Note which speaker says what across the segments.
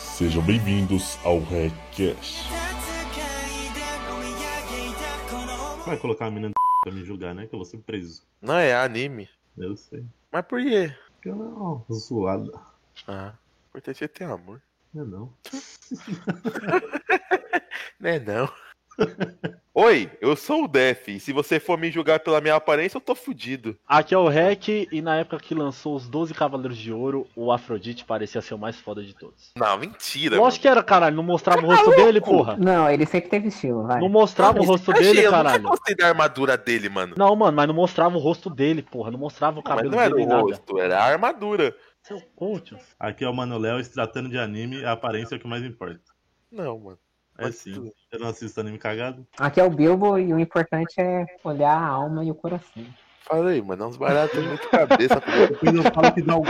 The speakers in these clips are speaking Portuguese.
Speaker 1: Sejam bem-vindos ao Reccast.
Speaker 2: Vai colocar a mina do pra me julgar, né? Que eu vou ser preso.
Speaker 3: Não, é anime.
Speaker 2: Eu sei.
Speaker 3: Mas por quê?
Speaker 2: Porque ela é uma zoada.
Speaker 3: Ah, o importante é ter amor.
Speaker 2: Não é não.
Speaker 3: Né não. Oi, eu sou o Def, e se você for me julgar pela minha aparência, eu tô fudido.
Speaker 4: Aqui é o Rec, e na época que lançou os 12 Cavaleiros de Ouro, o Afrodite parecia ser o mais foda de todos.
Speaker 3: Não, mentira.
Speaker 4: Lógico que era, caralho, não mostrava o rosto dele, porra.
Speaker 5: Não, ele sempre teve estilo, vai.
Speaker 4: Não mostrava o rosto dele,
Speaker 3: é eu nunca
Speaker 4: caralho.
Speaker 3: gostei da armadura dele, mano.
Speaker 4: Não, mano, mas não mostrava o rosto dele, porra. Não mostrava o
Speaker 3: Não, mas
Speaker 4: cabelo
Speaker 3: não era
Speaker 4: dele,
Speaker 3: o
Speaker 4: nada.
Speaker 3: rosto, era a armadura.
Speaker 4: Seu coach.
Speaker 2: Aqui é o Mano Léo, se tratando de anime, a aparência é o que mais importa.
Speaker 3: Não, mano.
Speaker 2: É
Speaker 3: Mas
Speaker 2: sim.
Speaker 3: tudo.
Speaker 2: Eu não assisto anime cagado.
Speaker 5: Aqui é o Bilbo e o importante é olhar a alma e o coração.
Speaker 3: Falei, mano, é uns baratos muito cabeça. tá pô.
Speaker 2: Depois eu falo que dá o cu.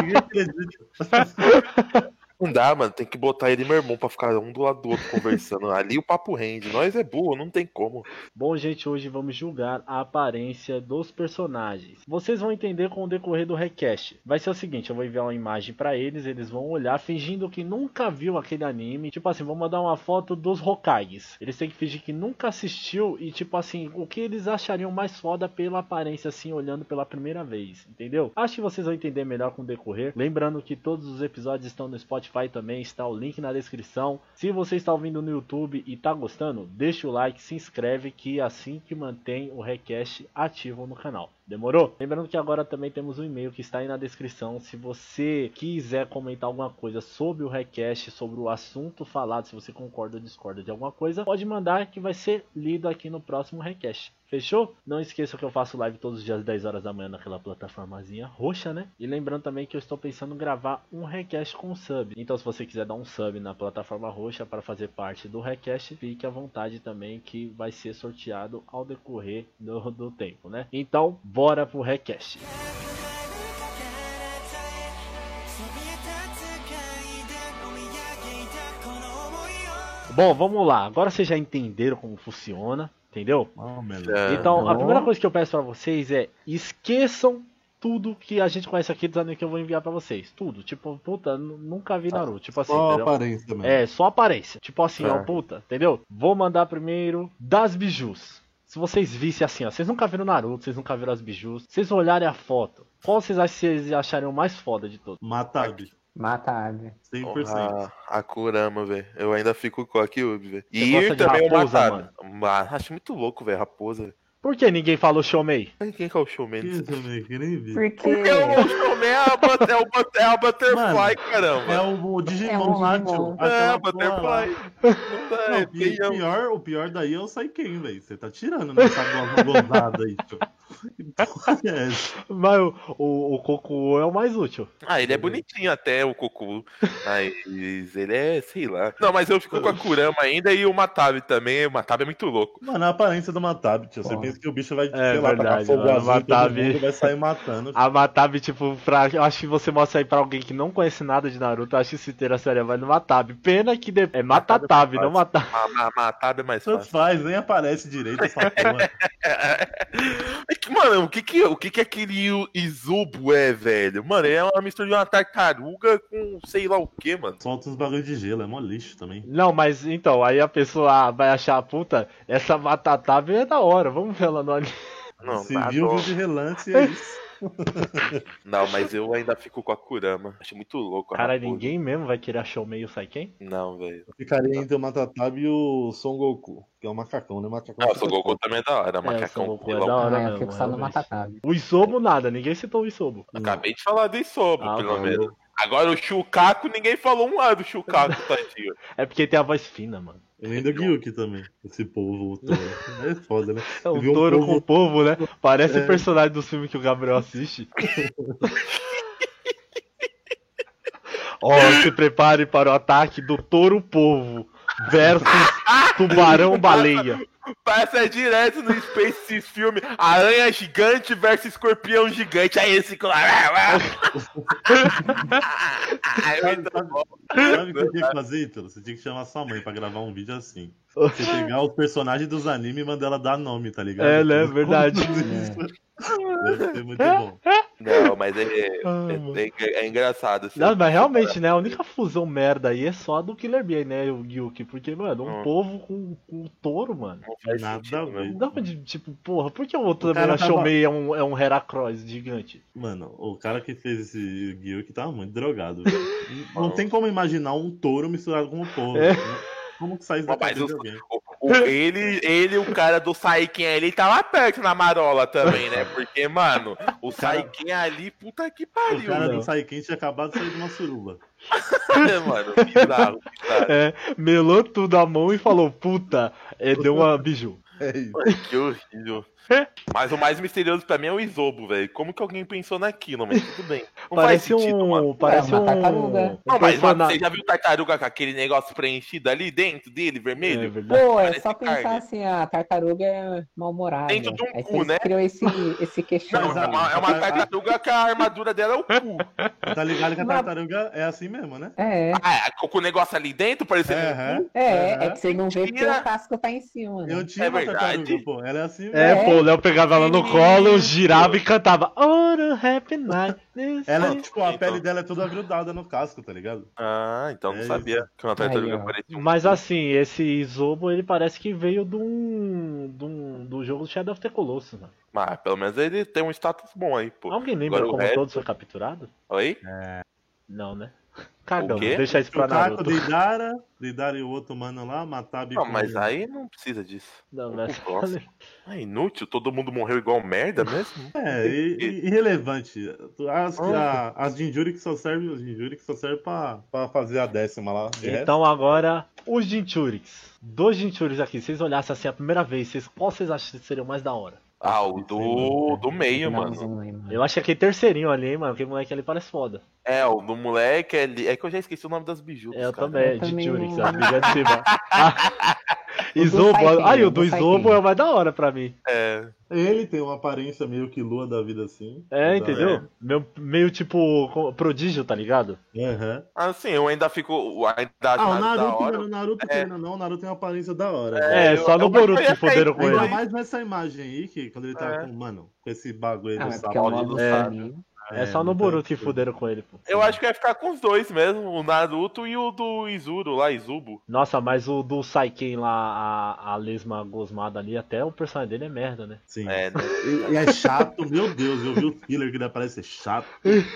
Speaker 2: Ninguém acredita.
Speaker 3: Não dá, mano. Tem que botar ele e meu irmão pra ficar um do lado do outro conversando. Ali o papo rende. Nós é burro, não tem como.
Speaker 4: Bom, gente, hoje vamos julgar a aparência dos personagens. Vocês vão entender com o decorrer do request. Vai ser o seguinte, eu vou enviar uma imagem pra eles, eles vão olhar fingindo que nunca viu aquele anime. Tipo assim, vou mandar uma foto dos Hokages. Eles têm que fingir que nunca assistiu e tipo assim, o que eles achariam mais foda pela aparência assim, olhando pela primeira vez, entendeu? Acho que vocês vão entender melhor com o decorrer. Lembrando que todos os episódios estão no Spotify também, está o link na descrição. Se você está ouvindo no YouTube e tá gostando, deixa o like, se inscreve que é assim que mantém o request ativo no canal. Demorou? Lembrando que agora também temos um e-mail que está aí na descrição. Se você quiser comentar alguma coisa sobre o request, sobre o assunto falado, se você concorda ou discorda de alguma coisa, pode mandar que vai ser lido aqui no próximo request. Fechou? Não esqueça que eu faço live todos os dias às 10 horas da manhã naquela plataformazinha roxa, né? E lembrando também que eu estou pensando em gravar um request com sub. Então se você quiser dar um sub na plataforma roxa para fazer parte do request, fique à vontade também que vai ser sorteado ao decorrer do, do tempo, né? Então, bora pro request. Bom, vamos lá. Agora vocês já entenderam como funciona, entendeu?
Speaker 2: Oh, meu Deus.
Speaker 3: É,
Speaker 4: Então, a
Speaker 5: Bom.
Speaker 4: primeira coisa que eu peço pra vocês é esqueçam tudo que a gente conhece aqui dos animes que eu vou enviar pra vocês. Tudo. Tipo, puta, nu- nunca vi Naruto. Tipo assim,
Speaker 2: Só a
Speaker 4: entendeu?
Speaker 2: aparência mesmo.
Speaker 4: É, só aparência. Tipo assim, ó,
Speaker 3: É.
Speaker 4: puta, entendeu? Vou mandar primeiro das bijus. Se vocês vissem assim, ó, vocês nunca viram Naruto, vocês nunca viram as bijus, vocês olharem a foto, qual vocês acham que vocês achariam mais foda de todos?
Speaker 2: Matabe.
Speaker 5: Mata a ave.
Speaker 2: 100%.
Speaker 3: Porra, a Kurama, Ah, velho. Eu ainda fico com a Kyubi, velho. E
Speaker 4: gosta de
Speaker 3: também o
Speaker 4: raposa,
Speaker 3: Matado. Mas acho muito louco, velho, raposa.
Speaker 4: Por que ninguém falou Shomei?
Speaker 3: Quem quem que é o showman?
Speaker 2: Que isso, meu? Que nem vi.
Speaker 5: Porque
Speaker 3: Porque o showman é a, but- é o but- é a Butterfly,
Speaker 2: Mano,
Speaker 3: caramba.
Speaker 2: É o
Speaker 5: É
Speaker 2: Digimon
Speaker 5: um
Speaker 2: lá,
Speaker 5: Digimon.
Speaker 2: tio.
Speaker 3: É,
Speaker 2: Aquela porra lá.
Speaker 3: Butterfly. Não dá,
Speaker 2: Não,
Speaker 3: é
Speaker 2: o pi-
Speaker 3: feião.
Speaker 2: pior, o pior daí é o Saiken, velho. Você tá tirando nessa go- gozada aí, tio. Que porra é essa?
Speaker 4: Mas o, o, o Kokuo é o mais útil.
Speaker 3: Ah, ele é bonitinho até, o Cucu. Mas ele é, sei lá. Não, mas eu fico com a Kurama ainda e o Matabe também. O Matabe é muito louco.
Speaker 2: Mano, a aparência do Matabe, tio. Você
Speaker 5: Porra.
Speaker 2: pensa que o bicho vai,
Speaker 4: É
Speaker 2: sei lá, tacar
Speaker 4: verdade,
Speaker 2: fogo
Speaker 4: mano.
Speaker 2: azul em todo
Speaker 4: Matabe.
Speaker 2: mundo e vai sair matando.
Speaker 4: A Matabe, tipo, pra... eu acho que você mostra aí pra alguém que não conhece nada de Naruto, eu acho que se ter a série vai no Matabe. Pena que de... é Matatabe, não Matabe.
Speaker 3: A, a Matabe é mais
Speaker 2: Tanto
Speaker 3: fácil.
Speaker 2: faz, nem aparece direito essa porra.
Speaker 3: É que, mano, o que que, o que que aquele Izubo é, velho? Mano, ele é uma mistura de uma tartaruga com sei lá o que, mano.
Speaker 2: Solta uns bagulho de gelo, é mó lixo também.
Speaker 4: Não, mas então, aí a pessoa vai achar, puta, essa Matatabe é da hora, vamos ver ela no anime.
Speaker 3: Não,
Speaker 2: Se
Speaker 3: tá
Speaker 2: viu,
Speaker 3: bom.
Speaker 2: viu de relance, é isso.
Speaker 3: não, mas eu ainda fico com a Kurama. Acho muito louco. a
Speaker 4: Cara,
Speaker 3: raposa.
Speaker 4: ninguém mesmo vai querer achar o meio Saiken?
Speaker 3: Não, velho.
Speaker 2: Ficaria entre o Matatabe e o Son Goku, que é o macacão, né? Macacão.
Speaker 3: Não, o Son Goku também é da hora.
Speaker 4: o Son
Speaker 3: Macacão.
Speaker 4: Goku é
Speaker 3: sei lá.
Speaker 4: da hora
Speaker 5: ah, eu
Speaker 4: mesmo,
Speaker 5: fico só no
Speaker 4: realmente.
Speaker 5: Mata a ave.
Speaker 4: O Isobo nada, ninguém citou o Isobo.
Speaker 3: Acabei de falar do Isobo,
Speaker 4: Ah,
Speaker 3: pelo
Speaker 4: valeu.
Speaker 3: menos. Agora o Chucaco, ninguém falou um lado do Chucaco, tadinho.
Speaker 4: É porque tem a voz fina, mano.
Speaker 2: E nem do Gyuki também. Esse povo todo. É foda, né?
Speaker 4: É um
Speaker 2: Viu um
Speaker 4: touro
Speaker 2: povo-
Speaker 4: com o povo, né? Parece
Speaker 2: É.
Speaker 4: o personagem do filme que o Gabriel assiste. Ó, se prepare para o ataque do touro povo versus tubarão baleia.
Speaker 3: Passa é direto no Space esses filme Aranha gigante versus escorpião gigante. Aí esse Ah, colar. é
Speaker 2: Sabe, sabe- sabe o que eu tinha que fazer, Ítalo? Você tinha que chamar sua mãe pra gravar um vídeo assim. Você pegar os personagens dos animes e mandar ela dar nome, tá ligado?
Speaker 4: É, né? Verdade.
Speaker 5: É.
Speaker 4: né?
Speaker 2: Deve ser muito bom.
Speaker 3: Não, mas é, é-
Speaker 4: Ah, mano.
Speaker 3: é engra- é engraçado. assim.
Speaker 4: Não, mas realmente, né? A única fusão merda aí é só a do Killer Bee, né, o Yuki? Porque, mano, um
Speaker 3: Hum.
Speaker 4: povo com, com um touro, mano.
Speaker 3: Não faz
Speaker 2: Nada
Speaker 3: sentido,
Speaker 2: a ver.
Speaker 3: né?
Speaker 4: Não dá pra, de- tipo, porra, por que o outro
Speaker 2: O
Speaker 4: também
Speaker 2: cara
Speaker 4: achou
Speaker 2: tava-
Speaker 4: meio é um, é um Heracross gigante?
Speaker 2: Mano, o cara que fez esse guio que tava muito drogado. velho. Não tem como imaginar um touro misturado com um touro.
Speaker 4: É.
Speaker 2: Como que sai isso da
Speaker 3: Mas
Speaker 2: cabeça
Speaker 3: o-
Speaker 2: de alguém?
Speaker 3: O- o- ele, ele, o cara do Saiken ali, tava perto na marola também, né? Porque, mano, o Saiken ali, puta que
Speaker 2: O
Speaker 3: pariu,
Speaker 2: cara
Speaker 4: não.
Speaker 2: do Saiken tinha é acabado de sair de uma suruba.
Speaker 3: né, mano? Bizarro, bizarro.
Speaker 4: É, melou tudo a mão e falou, puta, é, deu uma biju.
Speaker 2: É isso.
Speaker 3: Que horrível. Mas o mais misterioso pra mim é o Isobo, velho. Como que alguém pensou naquilo, mas tudo bem. Não
Speaker 4: Parece
Speaker 3: faz sentido,
Speaker 4: um.
Speaker 3: mano.
Speaker 4: Parece
Speaker 5: É
Speaker 4: um.
Speaker 5: uma tartaruga.
Speaker 4: um
Speaker 3: Não, mas mano,
Speaker 4: persona-
Speaker 3: você já viu tartaruga com aquele negócio preenchido ali dentro dele,
Speaker 4: É
Speaker 3: vermelho?
Speaker 4: verdade.
Speaker 5: Pô, é
Speaker 3: Parece
Speaker 5: só pensar
Speaker 3: carne.
Speaker 5: assim, a tartaruga é mal-humorada.
Speaker 3: Dentro de um
Speaker 5: Aí
Speaker 3: cu,
Speaker 5: você
Speaker 3: né?
Speaker 5: criou esse, esse queixão.
Speaker 3: Não, é uma, é uma tartaruga que a armadura dela é o cu.
Speaker 2: Tá ligado que a
Speaker 5: Mas-
Speaker 2: tartaruga é assim mesmo, né?
Speaker 5: É,
Speaker 3: Ah, com o negócio ali dentro, parecendo um
Speaker 2: Aham.
Speaker 5: é, é,
Speaker 2: Aham.
Speaker 5: que você não vê porque
Speaker 3: Tira-
Speaker 5: o casco tá em cima, né?
Speaker 2: Eu tinha
Speaker 3: É
Speaker 2: uma
Speaker 3: verdade.
Speaker 2: tartaruga, pô. Ela é assim mesmo.
Speaker 4: É, pô, o Léo pegava ela no colo, girava e
Speaker 3: Isso.
Speaker 4: cantava. Oh, no happy night. this
Speaker 2: Ela,
Speaker 4: is-"
Speaker 2: tipo, a
Speaker 3: Então.
Speaker 2: pele dela é toda grudada no casco, tá ligado?
Speaker 3: Ah, então
Speaker 2: É
Speaker 3: não
Speaker 2: isso.
Speaker 3: sabia que uma tartaruga
Speaker 5: Aí, ó.
Speaker 3: parecia um.
Speaker 4: Mas assim, esse Isobo, ele parece que veio de um. de um- do jogo Shadow of the Colossus, mano.
Speaker 3: Mas pelo menos ele tem um status bom aí, pô.
Speaker 4: Alguém lembra
Speaker 3: agora o
Speaker 4: como
Speaker 3: resto-
Speaker 4: todos foi capturado?
Speaker 3: Oi?
Speaker 4: Não, né? Cagamos,
Speaker 3: O quê?
Speaker 4: deixa isso pra
Speaker 2: o Caco,
Speaker 4: Naruto.
Speaker 2: Deidara, Deidara e o outro mano lá, Matabi.
Speaker 3: Não,
Speaker 2: com-
Speaker 3: mas aí não precisa disso.
Speaker 4: Não, mas...
Speaker 3: Nossa. É inútil, todo mundo morreu igual merda mesmo?
Speaker 2: É, e- e- irrelevante. As, a, as Jinjuri que só serve, as Jinjuri que só serve pra, pra fazer a décima lá. De resto.
Speaker 4: Então agora, os Jinchuriks. Dois Jinchuriks aqui, se vocês olhassem assim a primeira vez, vocês, qual vocês acham que seria o mais da hora?
Speaker 3: Ah, o do, do meio,
Speaker 5: Não,
Speaker 3: mano.
Speaker 5: zoom aí, mano. Ah,
Speaker 4: Eu acho que aquele terceirinho ali, hein, mano, aquele moleque ali parece foda.
Speaker 3: É, o do moleque ali. É que eu já esqueci o nome das bijutas.
Speaker 4: Eu
Speaker 3: cara.
Speaker 4: é também,
Speaker 5: Eu também
Speaker 4: Jinchuriks,
Speaker 5: não-
Speaker 4: a briga de cima. Isobo,
Speaker 5: Saiken,
Speaker 4: aí o
Speaker 5: o
Speaker 4: do
Speaker 5: do
Speaker 4: Isobo
Speaker 5: Saiken.
Speaker 4: é o mais da hora pra mim.
Speaker 3: É.
Speaker 2: Ele tem uma aparência meio que lua da vida assim.
Speaker 4: É,
Speaker 2: Então,
Speaker 4: entendeu? Meu- meio tipo co- prodígio, tá ligado?
Speaker 2: é. Aham.
Speaker 3: Assim, eu ainda fico. Ainda acho
Speaker 2: Ah, o
Speaker 3: mais da
Speaker 2: Naruto,
Speaker 3: hora. é.
Speaker 2: mano, o Naruto, querendo ou não, o Naruto tem uma aparência da hora. né?
Speaker 4: É,
Speaker 3: eu-
Speaker 4: só no
Speaker 3: eu-
Speaker 4: Boruto
Speaker 3: eu-
Speaker 4: que fuderam
Speaker 3: eu-
Speaker 4: com
Speaker 3: eu-
Speaker 2: Ainda
Speaker 4: ele.
Speaker 2: mais nessa imagem aí, que quando ele tá
Speaker 3: É.
Speaker 2: com, mano, com esse bagulho
Speaker 5: Ah,
Speaker 2: do
Speaker 5: mas porque é o
Speaker 2: sapo.
Speaker 5: modo
Speaker 4: É.
Speaker 5: família.
Speaker 4: É só no
Speaker 2: não tem
Speaker 4: Boruto que
Speaker 2: sentido.
Speaker 4: fuderam com ele, pô.
Speaker 3: Eu acho que vai ficar com os dois mesmo, o Naruto e o do Izuru lá, Izubo.
Speaker 4: Nossa, mas o do Saiken lá, a, a lesma gosmada ali, até o personagem dele é merda, né?
Speaker 2: Sim.
Speaker 3: É, né?
Speaker 2: E, e é chato, meu Deus, eu vi o filler que ele parece ser chato.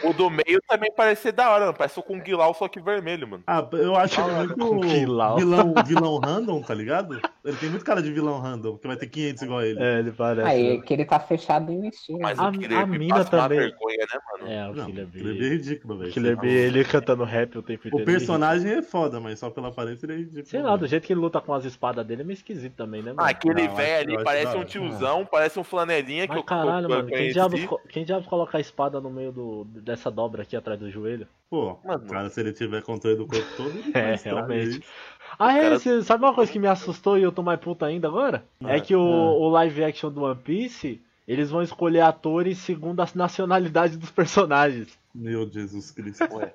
Speaker 3: O do meio também parece ser da hora, mano. Parece o Kung Lao, só que vermelho, mano.
Speaker 2: Ah, eu acho ele muito
Speaker 4: Que lau.
Speaker 2: vilão, vilão random, tá ligado? Ele tem muito cara de vilão random, que vai ter 500 igual a ele.
Speaker 4: É, ele parece.
Speaker 5: Aí, que ele tá fechado em mexer.
Speaker 3: Mas
Speaker 4: A-
Speaker 3: o Killer
Speaker 4: a
Speaker 3: Bee
Speaker 4: mina
Speaker 3: passa
Speaker 4: também.
Speaker 3: uma vergonha, né, mano?
Speaker 4: É, o
Speaker 2: Não,
Speaker 4: Killer
Speaker 2: ele é bem
Speaker 4: Bee. tá
Speaker 2: ridículo,
Speaker 4: O
Speaker 2: velho.
Speaker 4: Killer Bee, é ele cantando rap o tempo inteiro.
Speaker 2: O personagem é foda, mas só pela aparência ele é ridículo.
Speaker 4: Sei lá, do jeito que ele luta com as espadas dele é meio esquisito também, né, mano?
Speaker 3: Ah, aquele
Speaker 2: Não, acho-
Speaker 3: velho
Speaker 2: eu
Speaker 3: ali
Speaker 2: acho da
Speaker 3: parece
Speaker 2: hora.
Speaker 3: um tiozão, parece um flanelinha que
Speaker 4: Mas
Speaker 3: eu,
Speaker 4: caralho,
Speaker 3: eu, eu
Speaker 4: mano, quem
Speaker 3: conheci.
Speaker 4: diabos, co- quem diabos coloca a espada no meio do, dessa dobra aqui atrás do joelho?
Speaker 2: Pô,
Speaker 3: Mano.
Speaker 2: cara, se ele tiver controle do corpo todo, ele
Speaker 4: É,
Speaker 2: faz trabalho,
Speaker 4: realmente.
Speaker 2: hein?
Speaker 4: Ah, é,
Speaker 3: cara-
Speaker 4: você sabe uma coisa que me assustou e eu tô mais puto ainda agora? É que o,
Speaker 2: Ah.
Speaker 4: o live action do One Piece, eles vão escolher atores segundo a nacionalidade dos personagens.
Speaker 2: Meu Jesus Cristo.
Speaker 3: Ué.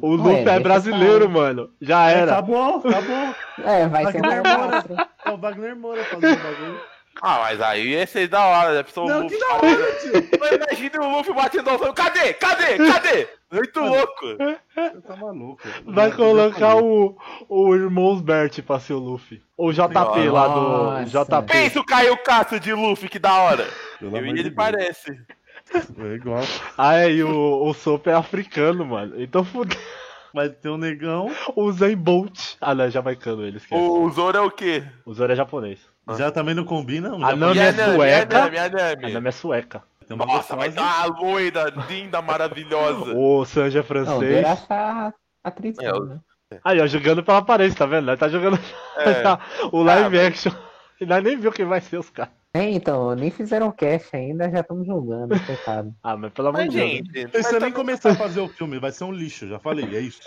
Speaker 4: O
Speaker 5: Ué,
Speaker 4: Luffy é
Speaker 5: deixa
Speaker 4: brasileiro,
Speaker 5: eu
Speaker 4: mano. Já
Speaker 2: É,
Speaker 4: era.
Speaker 2: Acabou, acabou.
Speaker 5: É, vai ser
Speaker 2: Aquele
Speaker 5: mais
Speaker 2: cara-
Speaker 5: monstro.
Speaker 2: É o Wagner Moura fazendo o bagulho.
Speaker 3: Ah, mas aí ia ser da hora, já pensou o
Speaker 2: Não, que
Speaker 3: Luffy.
Speaker 2: da hora, tio.
Speaker 3: Imagina o Luffy batendo no falando, cadê? Cadê? Cadê? Muito louco.
Speaker 2: Você tá maluco.
Speaker 4: Vai colocar o, o irmão Bert pra ser o Luffy. Ou o JP lá do
Speaker 5: Nossa.
Speaker 4: JP.
Speaker 3: Pensa o Caio Castro de Luffy, que da hora.
Speaker 2: Pelo amor
Speaker 3: Eu e
Speaker 2: de
Speaker 3: ele
Speaker 2: Deus.
Speaker 3: parece.
Speaker 2: É igual.
Speaker 4: Ah, é, e o, o Sop é africano, mano. Então fudeu.
Speaker 2: Vai ter um negão.
Speaker 4: O Zen Bolt. Ah, não, é jamaicano ele, esquece.
Speaker 3: O Zoro é o quê?
Speaker 4: O Zoro é japonês.
Speaker 3: Ah.
Speaker 2: Já também não combina. Um
Speaker 4: Ah, não,
Speaker 2: japonês.
Speaker 4: minha sueca.
Speaker 3: Yanami,
Speaker 4: A
Speaker 3: Yanami.
Speaker 4: nome é sueca.
Speaker 2: Tem uma
Speaker 3: Nossa, vai
Speaker 2: gostosa.
Speaker 3: dar uma loira, linda, maravilhosa.
Speaker 4: O Sanji é
Speaker 5: Não, deve
Speaker 4: francês.
Speaker 5: achar atriz.
Speaker 3: É, o-
Speaker 5: né?
Speaker 4: Aí, ó, jogando pela parede, tá vendo? Ele tá jogando
Speaker 3: É.
Speaker 4: tá, o live action. E nós nem viu quem vai ser os caras.
Speaker 5: É, então, nem fizeram cast ainda, já estamos julgando, coitado.
Speaker 4: Ah, mas pelo amor
Speaker 3: Mas,
Speaker 4: de Deus. né?
Speaker 3: gente,
Speaker 2: Pensando
Speaker 3: mas
Speaker 2: em começar a fazer o filme, vai ser um lixo, já falei, é isso.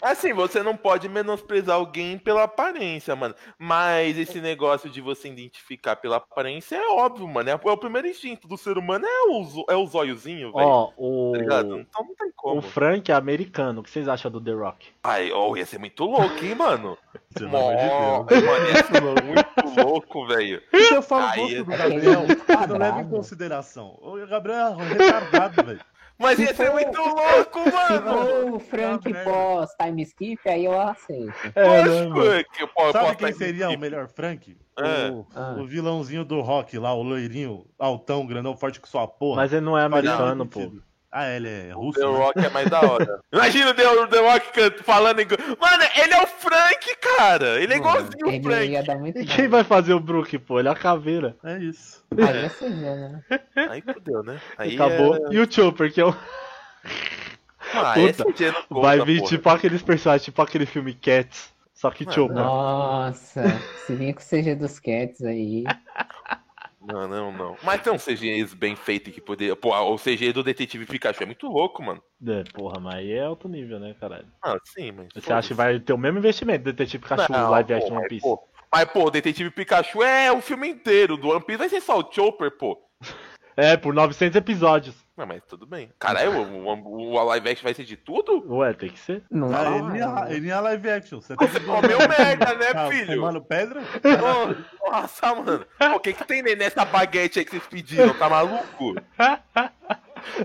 Speaker 3: Assim, você não pode menosprezar alguém pela aparência, mano. Mas esse negócio de você identificar pela aparência é óbvio, mano. É o primeiro instinto do ser humano, é o, zo- é o zóiozinho, velho.
Speaker 4: Ó,
Speaker 3: Tá ligado?
Speaker 4: o.
Speaker 3: Então não tem
Speaker 4: O
Speaker 3: como.
Speaker 4: Frank é americano. O que vocês acham do The Rock?
Speaker 3: Ai, ó, ia ser muito louco, hein, mano?
Speaker 2: Pelo amor de
Speaker 3: Mó,
Speaker 2: Deus.
Speaker 3: mano, ia ser muito louco, velho.
Speaker 2: Então eu falo
Speaker 3: Aí
Speaker 2: gosto
Speaker 3: é-
Speaker 2: do Gabriel, vocês não levam em
Speaker 5: Quadrado.
Speaker 2: consideração. O Gabriel é um retardado, velho.
Speaker 3: Mas ia
Speaker 2: Então-
Speaker 3: ser muito louco,
Speaker 5: Se
Speaker 3: mano!
Speaker 5: for o Frank
Speaker 2: Ah, merda.
Speaker 5: pós time skip, aí eu aceito.
Speaker 4: né,
Speaker 3: Lógico é que eu posso
Speaker 2: né, Sabe
Speaker 3: estar
Speaker 2: quem seria um o
Speaker 3: aqui.
Speaker 2: melhor Frank?
Speaker 3: É.
Speaker 2: O,
Speaker 5: Ah.
Speaker 2: o vilãozinho do rock lá, o loirinho, altão, grandão, forte com sua porra.
Speaker 4: Mas ele não é
Speaker 2: Faria
Speaker 4: americano,
Speaker 2: muito
Speaker 4: pô.
Speaker 2: sentido. Ah, ele é russo.
Speaker 3: The
Speaker 2: né?
Speaker 3: Rock é mais da hora. Imagina o The, The Rock cant- falando igual. Mano, ele é o Frank, cara! Ele é igualzinho o
Speaker 5: Ele ia
Speaker 3: Frank.
Speaker 5: dar muito
Speaker 4: E
Speaker 5: bom.
Speaker 4: quem vai fazer o Brook, pô? Ele é a caveira.
Speaker 2: É isso.
Speaker 5: Aí você vê, né?
Speaker 4: é-
Speaker 3: Aí fudeu, né? Aí
Speaker 4: Acabou.
Speaker 3: É...
Speaker 4: E o Chopper, que é o...
Speaker 3: Ah,
Speaker 4: Puta.
Speaker 3: SG não conta,
Speaker 4: vai vir
Speaker 3: porra.
Speaker 4: tipo aqueles personagens, tipo aquele filme Cats. Só que
Speaker 3: Mano,
Speaker 4: Chopper.
Speaker 5: Nossa, se vir com o CG dos Cats aí.
Speaker 3: Não, não, não. Mas tem um CGI bem feito que poderia. Pô, o CGI do Detetive Pikachu é muito louco, mano.
Speaker 4: É, porra, mas aí é alto nível, né, caralho?
Speaker 3: Ah, sim, mas.
Speaker 4: Você acha que vai ter o mesmo investimento do Detetive Pikachu
Speaker 3: Não, é
Speaker 4: live
Speaker 3: pô,
Speaker 4: action One
Speaker 3: mas,
Speaker 4: Piece?
Speaker 3: pô, Mas, pô, o Detetive Pikachu é o filme inteiro. Do One Piece vai ser só o Chopper, pô.
Speaker 4: É, por 900 episódios.
Speaker 3: Não, mas tudo bem. Caralho, o, o, o live action vai ser de tudo?
Speaker 4: Ué, tem que ser.
Speaker 5: Não
Speaker 2: Ah,
Speaker 5: dá,
Speaker 2: ele, é,
Speaker 5: né?
Speaker 2: ele é live action. Você
Speaker 3: Você comeu merda, né,
Speaker 2: tá
Speaker 3: filho?
Speaker 2: Queimando pedra?
Speaker 3: Ô, Nossa, mano. Pô, O que que tem nessa baguete aí que vocês pediram? Tá maluco?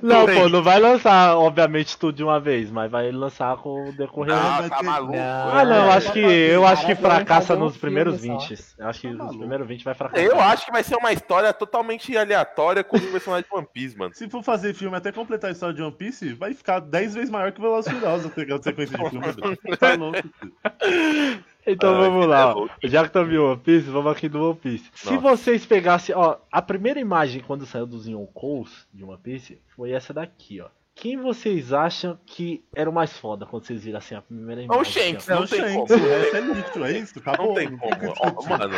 Speaker 4: Não,
Speaker 3: bem.
Speaker 4: pô, não vai lançar, obviamente, tudo de uma vez, mas vai lançar com o decorrer.
Speaker 2: Ah,
Speaker 4: Ah,
Speaker 3: Não, tá maluco.
Speaker 5: Não.
Speaker 4: não, eu
Speaker 3: é.
Speaker 4: acho que eu acho que
Speaker 5: Parece que vai
Speaker 4: fracassa
Speaker 5: fazer um
Speaker 4: nos primeiros
Speaker 5: filme só.
Speaker 4: 20. Eu acho que
Speaker 2: Tá
Speaker 4: nos
Speaker 2: maluco.
Speaker 4: primeiros 20 vai fracassar.
Speaker 3: Eu acho que vai ser uma história totalmente aleatória com o personagem de One Piece, mano.
Speaker 2: Se for fazer filme até completar a história de One Piece, vai ficar 10 vezes maior que o Velociraptor, pegando tá sequência de filme. velho. Tá louco. filho.
Speaker 4: Então
Speaker 3: Ah,
Speaker 4: vamos
Speaker 3: esse é
Speaker 4: lá. ó.
Speaker 3: louco.
Speaker 4: Já que estamos em One Piece, vamos aqui do One Piece. Se
Speaker 3: Nossa.
Speaker 4: vocês pegassem, ó, a primeira imagem quando saiu dos Yonkous de One Piece foi essa daqui, ó. Quem vocês acham que era o mais foda quando vocês viram assim a primeira
Speaker 3: É
Speaker 4: imagem?
Speaker 3: o Shanks,
Speaker 4: ó?
Speaker 2: É
Speaker 3: não
Speaker 2: o
Speaker 3: tem
Speaker 2: Shanks,
Speaker 3: como.
Speaker 2: o resto é lixo, é isso? Acabou.
Speaker 3: Não tem como.
Speaker 2: fica
Speaker 3: Ó,
Speaker 2: discutindo.
Speaker 3: mano,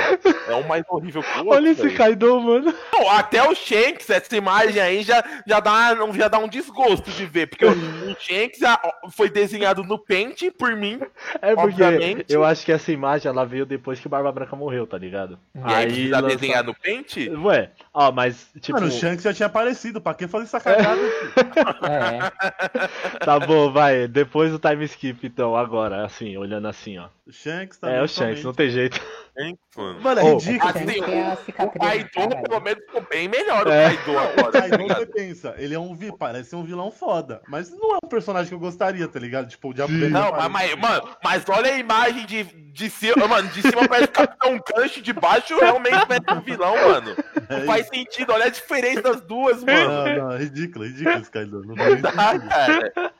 Speaker 3: é o mais horrível que o outro.
Speaker 4: Olha esse
Speaker 3: velho.
Speaker 4: Kaido, mano.
Speaker 3: Não, até o Shanks, essa imagem aí já, já, dá, não- já dá um desgosto de ver, porque o, o Shanks já foi desenhado no Paint por mim.
Speaker 4: É porque
Speaker 3: Obviamente.
Speaker 4: eu acho que essa imagem ela veio depois que o Barba Branca morreu, tá ligado?
Speaker 3: E aí, aí já
Speaker 4: lança-
Speaker 3: desenhar no Paint?
Speaker 4: Ué, ó, mas tipo,
Speaker 2: Mano, o Shanks já tinha aparecido, pra que fazer essa cagada? filho?
Speaker 5: É,
Speaker 4: tá bom, vai. Depois do time skip, então, agora, assim, olhando assim, ó.
Speaker 2: O Shanks tá também.
Speaker 4: é o Shanks, não
Speaker 2: somente.
Speaker 4: tem jeito.
Speaker 3: Hein, mano?
Speaker 2: Mano, é
Speaker 4: Oh.
Speaker 2: ridículo.
Speaker 5: tem que
Speaker 3: Assim,
Speaker 5: ter a
Speaker 3: O
Speaker 5: cicatriz.
Speaker 3: Kaido,
Speaker 5: cara.
Speaker 3: pelo menos, ficou bem melhor o
Speaker 4: É.
Speaker 3: né? Kaido agora,
Speaker 2: Aí
Speaker 3: tá
Speaker 2: você
Speaker 3: ligado?
Speaker 2: pensa, ele é um vi- parece um vilão foda, mas não é um personagem que eu gostaria, tá ligado? Tipo, de aprender.
Speaker 3: Não, mas, mas, mano, mas olha a imagem de, de cima, mano, de cima parece Capitão Gancho, de baixo realmente parece um vilão, mano. Não faz sentido, olha a diferença das duas, mano.
Speaker 2: Não, não, é ridículo, é ridículo esse Kaido. Não tem
Speaker 3: Tá, cara.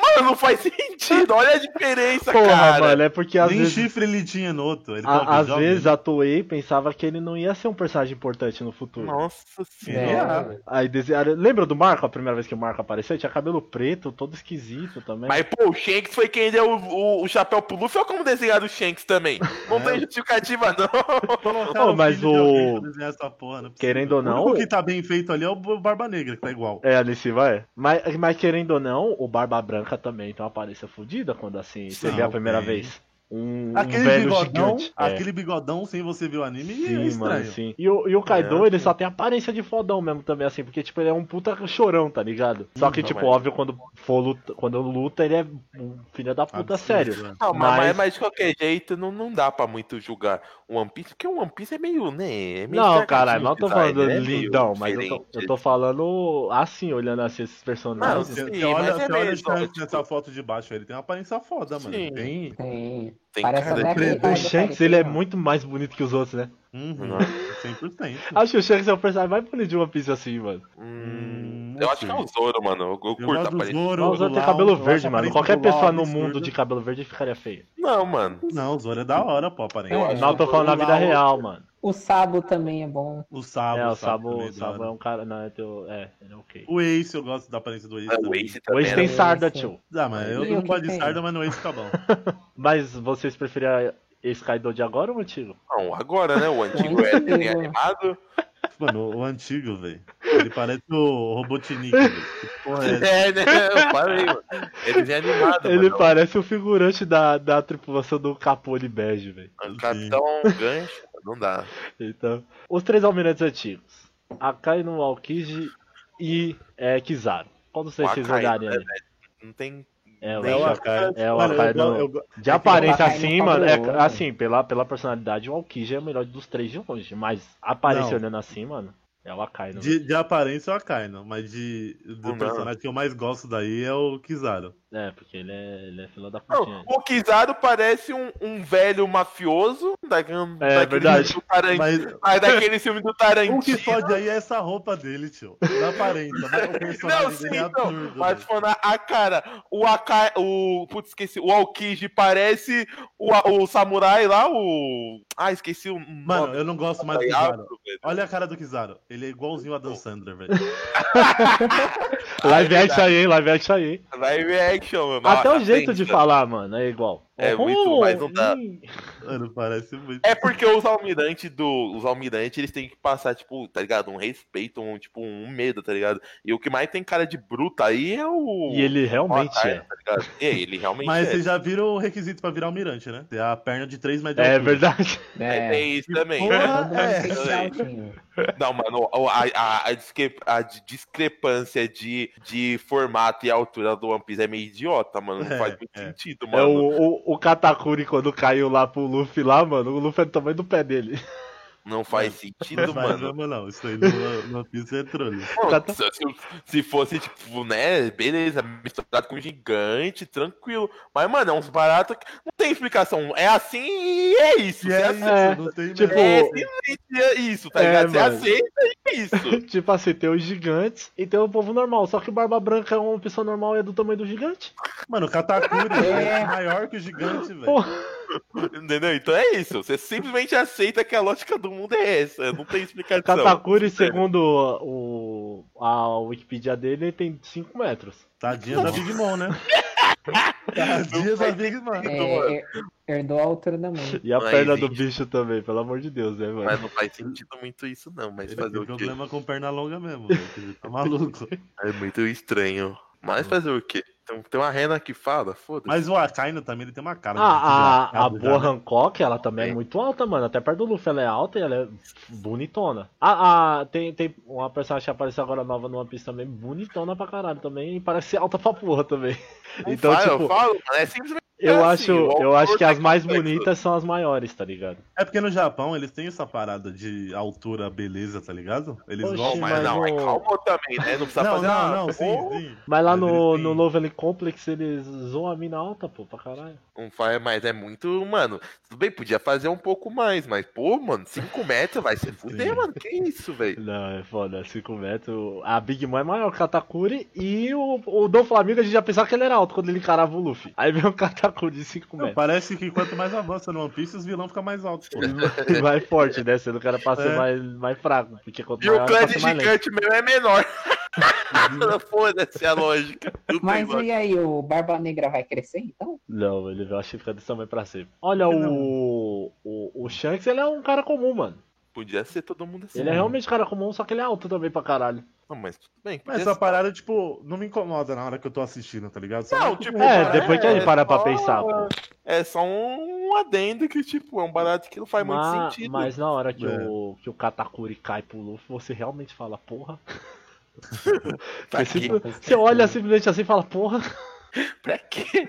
Speaker 3: Mano, não faz sentido, olha a diferença,
Speaker 4: Porra,
Speaker 3: cara.
Speaker 4: mano, é porque às
Speaker 2: Nem
Speaker 4: vezes
Speaker 2: chifre ele tinha no outro. Ele
Speaker 4: A-
Speaker 2: tava
Speaker 4: às
Speaker 2: jovem. né?
Speaker 4: vezes a Toei pensava que ele não ia ser um personagem importante no futuro.
Speaker 3: Nossa senhora.
Speaker 5: É.
Speaker 4: Aí desenharam. Lembra do Marco, a primeira vez que o Marco apareceu? Ele Tinha cabelo preto, todo esquisito também.
Speaker 3: Mas, pô, o Shanks foi quem deu o, o- o chapéu pro Luffy ou como desenhar o Shanks também? Não tem justificativa, não.
Speaker 2: Colocaram
Speaker 4: Ô, mas
Speaker 2: "Ah, filho de alguém
Speaker 4: o-
Speaker 2: pra desenhar essa porra, não é possível.
Speaker 4: Querendo ou
Speaker 2: O
Speaker 4: não.
Speaker 2: único que tá bem feito ali é o Barba Negra, que tá igual.
Speaker 4: É, Alice, vai. Mas, mas querendo ou não, o Barba Branca também tem uma aparência fodida quando assim você
Speaker 2: Sim,
Speaker 4: vê a primeira
Speaker 2: bem.
Speaker 4: vez. Um, um
Speaker 2: Aquele
Speaker 4: velho
Speaker 2: bigodão,
Speaker 4: gigante. É.
Speaker 2: aquele bigodão sem você ver o anime é
Speaker 4: Sim,
Speaker 2: estranho.
Speaker 4: mano, sim. E o, e o Kaido,
Speaker 3: É.
Speaker 4: ele só tem aparência de fodão mesmo também, assim, porque, tipo, ele é um puta chorão, tá ligado?
Speaker 2: Hum,
Speaker 4: Só que,
Speaker 3: Não,
Speaker 2: é.
Speaker 4: tipo,
Speaker 3: mas-
Speaker 4: óbvio, quando for luta, quando luta, ele é um filho da puta
Speaker 2: Absurdo,
Speaker 4: sério.
Speaker 2: né?
Speaker 3: Não, mas...
Speaker 4: Mas-
Speaker 3: Mas, de qualquer jeito, não, não dá pra muito julgar o One Piece, porque o One Piece é meio, né? É meio
Speaker 4: Não,
Speaker 3: estragadinho
Speaker 4: caralho, não
Speaker 3: o
Speaker 4: tô
Speaker 3: design,
Speaker 4: falando
Speaker 3: né? É meio
Speaker 4: lindão, mas eu tô,
Speaker 3: diferente.
Speaker 4: eu tô falando assim, olhando assim esses
Speaker 3: Não,
Speaker 4: personagens.
Speaker 2: Você,
Speaker 3: sim,
Speaker 2: você olha,
Speaker 3: mas é
Speaker 2: você olha o
Speaker 3: mesmo,
Speaker 2: Shanks
Speaker 3: tipo-
Speaker 2: nessa foto de baixo, ele tem uma aparência foda, mano.
Speaker 3: Sim.
Speaker 2: Tem.
Speaker 5: Tem.
Speaker 3: Tem
Speaker 5: Parece
Speaker 3: cara
Speaker 5: até
Speaker 3: de-
Speaker 5: aquele
Speaker 2: preto.
Speaker 5: cara
Speaker 4: o
Speaker 5: do
Speaker 4: Shanks,
Speaker 5: Parece
Speaker 4: ele é
Speaker 5: Não.
Speaker 4: muito mais bonito que os outros, né?
Speaker 2: Uhum, 100%.
Speaker 4: Acho que o Shanks é o personagem mais bonito de One Piece assim, mano.
Speaker 3: Hum,
Speaker 2: Não
Speaker 3: eu acho que
Speaker 2: sei.
Speaker 3: é o Zoro, mano. Eu, eu
Speaker 2: Eu
Speaker 3: curto a
Speaker 2: gosto do
Speaker 3: aparência.
Speaker 2: Zoro,
Speaker 4: Mas o
Speaker 2: do
Speaker 4: Zoro tem
Speaker 2: Lau,
Speaker 4: cabelo
Speaker 3: um
Speaker 2: eu acho
Speaker 4: verde,
Speaker 2: a
Speaker 4: mano.
Speaker 2: aparência
Speaker 4: Qualquer
Speaker 2: do Lau
Speaker 4: pessoa no
Speaker 2: absurda.
Speaker 4: mundo de cabelo verde ficaria feio.
Speaker 3: Não, mano.
Speaker 2: Não, o Zoro é da hora, pô, a
Speaker 3: Eu
Speaker 2: aparência.
Speaker 3: acho.
Speaker 4: Não, eu tô falando na
Speaker 2: O Lau-
Speaker 4: vida real, mano.
Speaker 5: O Sabo também é bom.
Speaker 2: O Sabo. um-
Speaker 4: é, o
Speaker 2: também
Speaker 4: Sabo,
Speaker 2: é
Speaker 4: o
Speaker 2: da
Speaker 4: Sabo é
Speaker 2: hora.
Speaker 4: um cara. Não, é teu. É, ele é ok.
Speaker 2: O Ace, eu gosto da aparência do Ace.
Speaker 3: É O
Speaker 2: também.
Speaker 3: Ace
Speaker 4: Hoje
Speaker 3: também
Speaker 4: tem
Speaker 3: era-
Speaker 4: sarda,
Speaker 5: isso.
Speaker 4: tio.
Speaker 2: Ah, mas eu
Speaker 5: E o
Speaker 2: não
Speaker 5: que
Speaker 2: gosto de
Speaker 5: tem?
Speaker 2: sarda, mas no Ace tá bom.
Speaker 4: Mas vocês preferiam esse Kaido de agora ou o antigo?
Speaker 3: Não, agora, né? O antigo é
Speaker 5: Antigo.
Speaker 3: desenho animado.
Speaker 2: Mano, o antigo, velho. Ele parece o Robotnik, velho. Que porra é essa?
Speaker 3: É, né? Eu falei, mano. Ele vem animado,
Speaker 4: Ele
Speaker 3: mano.
Speaker 4: parece o figurante da, da tripulação do Capone Bege, velho.
Speaker 3: Capitão um Gancho, não dá.
Speaker 4: Então, os três almirantes antigos. Akainu, Aokiji e é, Kizaru. Qual dos três
Speaker 3: O
Speaker 4: vocês
Speaker 3: Akainu,
Speaker 4: olharem
Speaker 3: né,
Speaker 4: aí?
Speaker 3: Não tem.
Speaker 4: É,
Speaker 2: É o
Speaker 4: o
Speaker 2: Akai.
Speaker 4: é o
Speaker 2: Mano, eu
Speaker 4: Akainu.
Speaker 2: go- eu go-
Speaker 4: De aparência
Speaker 5: Akainu
Speaker 4: assim, mano, é,
Speaker 5: fabuloso.
Speaker 4: assim, pela, pela personalidade, o Aokiji é o melhor dos três de longe. Mas aparência
Speaker 2: Não.
Speaker 4: olhando assim, mano, é o Akainu.
Speaker 2: De, de aparência é o Akainu, mas de, do
Speaker 3: Não, não.
Speaker 2: personagem que eu mais gosto daí é o Kizaru.
Speaker 4: É, porque ele é, ele é fila da putinha.
Speaker 3: Não, o Kizaru parece um, um velho mafioso tá da, daquele
Speaker 4: verdade.
Speaker 3: filme do Taran-
Speaker 2: Mas
Speaker 3: ah, daquele filme do
Speaker 4: Um
Speaker 3: Tarantino.
Speaker 2: o que fode aí é essa roupa dele, tio. Da aparência. mas o personagem
Speaker 3: Não, sim,
Speaker 2: dele é
Speaker 3: então.
Speaker 2: absurdo.
Speaker 3: Mas,
Speaker 2: velho.
Speaker 3: mano, a cara, o Akai, o. Putz, esqueci. O Aokiji parece o, o samurai lá, o. Ah, esqueci o. tá
Speaker 2: Mano, eu não gosto mais do Kizaru.
Speaker 3: velho.
Speaker 2: Olha a cara do Kizaru. Ele é igualzinho a Dan Sandler, velho.
Speaker 4: Live
Speaker 3: é
Speaker 4: action aí, hein, live action aí. hein.
Speaker 3: Live action, mano.
Speaker 4: Até o
Speaker 3: Olha,
Speaker 4: jeito de
Speaker 3: pensa.
Speaker 4: falar, mano, é igual.
Speaker 3: É, muito, mas não dá.
Speaker 4: ih.
Speaker 2: Mano, parece muito.
Speaker 3: É porque os almirantes do. Os almirantes, eles têm que passar, tipo, tá ligado? Um respeito, um, tipo, um medo, tá ligado? E o que mais tem cara de bruto aí é o.
Speaker 4: E ele realmente
Speaker 3: o Akai,
Speaker 4: é.
Speaker 3: Tá ligado? E aí, ele realmente
Speaker 2: Mas
Speaker 3: é.
Speaker 2: vocês já viram o requisito pra virar almirante, né? Ter a perna de 3
Speaker 3: tá
Speaker 2: metros. de
Speaker 4: É
Speaker 2: altura.
Speaker 4: verdade.
Speaker 3: É,
Speaker 5: É.
Speaker 3: tem isso também.
Speaker 5: Todo
Speaker 2: Porra,
Speaker 5: mundo
Speaker 2: é.
Speaker 5: tem que ser altinho.
Speaker 3: Não, mano, a, a- a discre- a di- discrepância de, de formato e altura do One Piece é meio idiota, mano. Não
Speaker 2: É,
Speaker 3: faz muito
Speaker 2: é.
Speaker 3: sentido,
Speaker 4: É
Speaker 3: mano.
Speaker 4: o, o, o Katakuri quando caiu lá pro Luffy lá, mano. O Luffy é do tamanho do pé dele.
Speaker 3: Não faz sentido,
Speaker 2: Não faz
Speaker 3: mano.
Speaker 2: mesmo, não. Isso aí não, não fiz é trolho.
Speaker 3: Mano, se, se- se fosse, tipo, né, beleza, misturado com gigante, tranquilo. Mas, mano, é uns baratos que não tem explicação. É assim e é isso.
Speaker 2: E
Speaker 3: Você
Speaker 2: é
Speaker 3: aceita-
Speaker 2: isso,
Speaker 4: É,
Speaker 2: não tem
Speaker 4: tipo,
Speaker 3: É,
Speaker 2: mesmo.
Speaker 3: simplesmente é isso, tá
Speaker 4: É,
Speaker 3: ligado? Você
Speaker 4: mano.
Speaker 3: aceita e é isso.
Speaker 4: tipo assim, tem os gigantes e tem o povo normal. Só que Barba Branca é uma pessoa normal e é do tamanho do gigante.
Speaker 2: Mano, Katakuri é maior que o gigante, velho.
Speaker 4: Porra.
Speaker 3: Entendeu? Então é isso. Você simplesmente aceita que a lógica do mundo é essa. Não tem
Speaker 2: Tá,
Speaker 3: explicação.
Speaker 4: Katakuri, segundo o, a Wikipedia dele, ele tem 5 metros.
Speaker 2: Tadinha da Big Mom, né? Tadinha da Big Mom.
Speaker 4: Então,
Speaker 3: mano.
Speaker 5: É, é, herdou a altura da mãe.
Speaker 4: E a
Speaker 3: Mas,
Speaker 4: perna do
Speaker 3: gente.
Speaker 4: bicho também, pelo amor de Deus, né, mano?
Speaker 3: Mas não faz sentido muito isso, não. Mas
Speaker 2: Ele
Speaker 3: fazer
Speaker 2: tem
Speaker 3: o quê?
Speaker 2: problema com perna longa mesmo, velho. Tá maluco.
Speaker 3: É muito estranho. Mas fazer o quê? Tem, um, tem uma rena que fala, foda-se.
Speaker 2: Mas o Akainu também, ele tem uma cara.
Speaker 4: Ah, a, a
Speaker 2: de-
Speaker 4: boa Hancock, ela também é muito alta, mano. Até perto do Luffy ela é alta e ela é bonitona. Ah, ah, tem, tem uma personagem que apareceu agora nova no One Piece também, bonitona pra caralho também. E parece ser alta pra porra também.
Speaker 3: Não
Speaker 4: Então,
Speaker 3: fala, eu
Speaker 4: tipo,
Speaker 3: falo, mano, é simplesmente.
Speaker 4: eu
Speaker 3: assim,
Speaker 4: acho,
Speaker 3: o
Speaker 4: eu
Speaker 3: autor
Speaker 4: acho que
Speaker 3: tá
Speaker 4: as mais
Speaker 3: complexo.
Speaker 4: bonitas são as maiores, tá ligado?
Speaker 2: É porque no Japão eles têm essa parada de altura, beleza, tá ligado? Eles
Speaker 4: Oxi,
Speaker 3: Bom,
Speaker 2: gostam.
Speaker 3: mas
Speaker 4: mas
Speaker 3: não, é
Speaker 4: o-
Speaker 3: calma também, né? Não precisa
Speaker 2: não,
Speaker 3: fazer
Speaker 2: não,
Speaker 3: uma-
Speaker 2: não,
Speaker 3: Ou-
Speaker 2: sim, sim.
Speaker 4: Mas lá
Speaker 2: Mas
Speaker 4: no,
Speaker 2: eles têm-
Speaker 4: no Lovely Complex eles zoam a mina alta, pô, pra caralho.
Speaker 3: Não faz, mas é muito, mano. Tudo bem, podia fazer um pouco mais, mas, pô, mano, 5 metros vai se fuder,
Speaker 2: Sim.
Speaker 3: mano. Que isso, velho?
Speaker 4: Não, é foda, 5 metros. A Big Mom é maior, o Katakuri e o, o Dom Flamengo a gente já pensava que ele era alto quando ele encarava o Luffy. Aí vem o Katakuri de 5
Speaker 2: Não,
Speaker 4: metros.
Speaker 2: parece que quanto mais avança no One Piece, os vilões ficam mais altos. pô.
Speaker 3: Uhum.
Speaker 4: mais forte, né? Sendo que era pra ser
Speaker 2: É.
Speaker 4: mais, mais fraco. Porque quanto
Speaker 3: E o
Speaker 4: maior, era
Speaker 3: clã
Speaker 4: pra
Speaker 3: de
Speaker 4: ser mais lento. Uhum.
Speaker 3: gigante mesmo é menor. Foda-se a lógica. Não tem
Speaker 5: Mas
Speaker 3: lógica.
Speaker 5: e aí, o Barba Negra vai crescer então?
Speaker 4: Não, ele acho que fica desse tamanho pra sempre. Olha,
Speaker 2: Não.
Speaker 4: o, o. O Shanks, ele é um cara comum, mano.
Speaker 3: Podia ser todo mundo assim.
Speaker 4: Ele é realmente cara comum, só que ele é alto também pra caralho.
Speaker 3: Não, mas tudo bem.
Speaker 2: Mas
Speaker 3: podia
Speaker 2: essa
Speaker 3: ser.
Speaker 2: parada, tipo, não me incomoda na hora que eu tô assistindo, tá ligado? Só
Speaker 3: Não,
Speaker 2: me-
Speaker 3: tipo,
Speaker 4: É,
Speaker 3: cara,
Speaker 4: depois que
Speaker 3: é
Speaker 4: ele para pra
Speaker 3: só-
Speaker 4: pensar, pô.
Speaker 3: É só um adendo que, tipo, é um barato que não faz
Speaker 4: Ma-
Speaker 3: muito sentido.
Speaker 4: Mas na hora que,
Speaker 2: É.
Speaker 4: o, que o Katakuri cai pro Luffy, você realmente fala, porra.
Speaker 3: pra
Speaker 4: Você,
Speaker 3: quê?
Speaker 4: você olha simplesmente assim e fala, porra.
Speaker 3: Pra quê?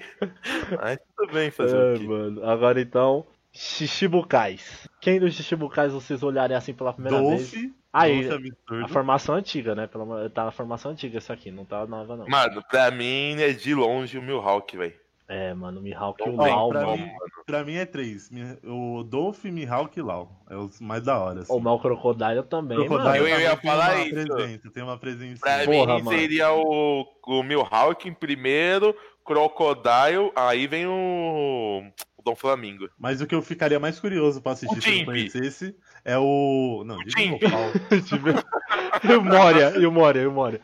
Speaker 3: Mas tudo bem fazer
Speaker 4: É,
Speaker 3: o quê?
Speaker 4: mano. Agora então, Shishibukais. Quem dos Shishibukais vocês olharem assim pela primeira vez?
Speaker 2: Dolph,
Speaker 4: Aí,
Speaker 2: Dolph
Speaker 4: A
Speaker 2: absurdo.
Speaker 4: formação antiga, né? Pelo amor- Tá na formação antiga isso aqui, não tá nova não.
Speaker 3: Mano, pra mim é de longe o Milhawk, velho.
Speaker 4: É, mano, o Mihawk e o
Speaker 3: Não
Speaker 2: bem,
Speaker 4: Mal,
Speaker 2: Então pra
Speaker 4: mano.
Speaker 2: mim- Pra mim é três. Mi- O Dolph, Mihawk e Lau. É os mais da hora. Assim.
Speaker 4: O Mal Crocodile também,
Speaker 2: Crocodile
Speaker 3: Eu-
Speaker 4: mano.
Speaker 3: eu ia
Speaker 2: também tem
Speaker 3: falar
Speaker 2: uma
Speaker 3: isso.
Speaker 2: Presença, tem uma presença.
Speaker 3: Pra
Speaker 4: Porra,
Speaker 3: mim
Speaker 4: mano.
Speaker 3: seria o, o Milhawk em primeiro, Crocodile, aí vem o, o Dom Flamingo.
Speaker 2: Mas o que eu ficaria mais curioso pra assistir
Speaker 3: O
Speaker 2: se eu não
Speaker 3: Jimp.
Speaker 2: conhecesse é o. Não,
Speaker 3: O
Speaker 2: Jimp
Speaker 3: Jimp.
Speaker 2: Vocal.
Speaker 4: Tipo, E o Moria, e o Moria, e o Moria.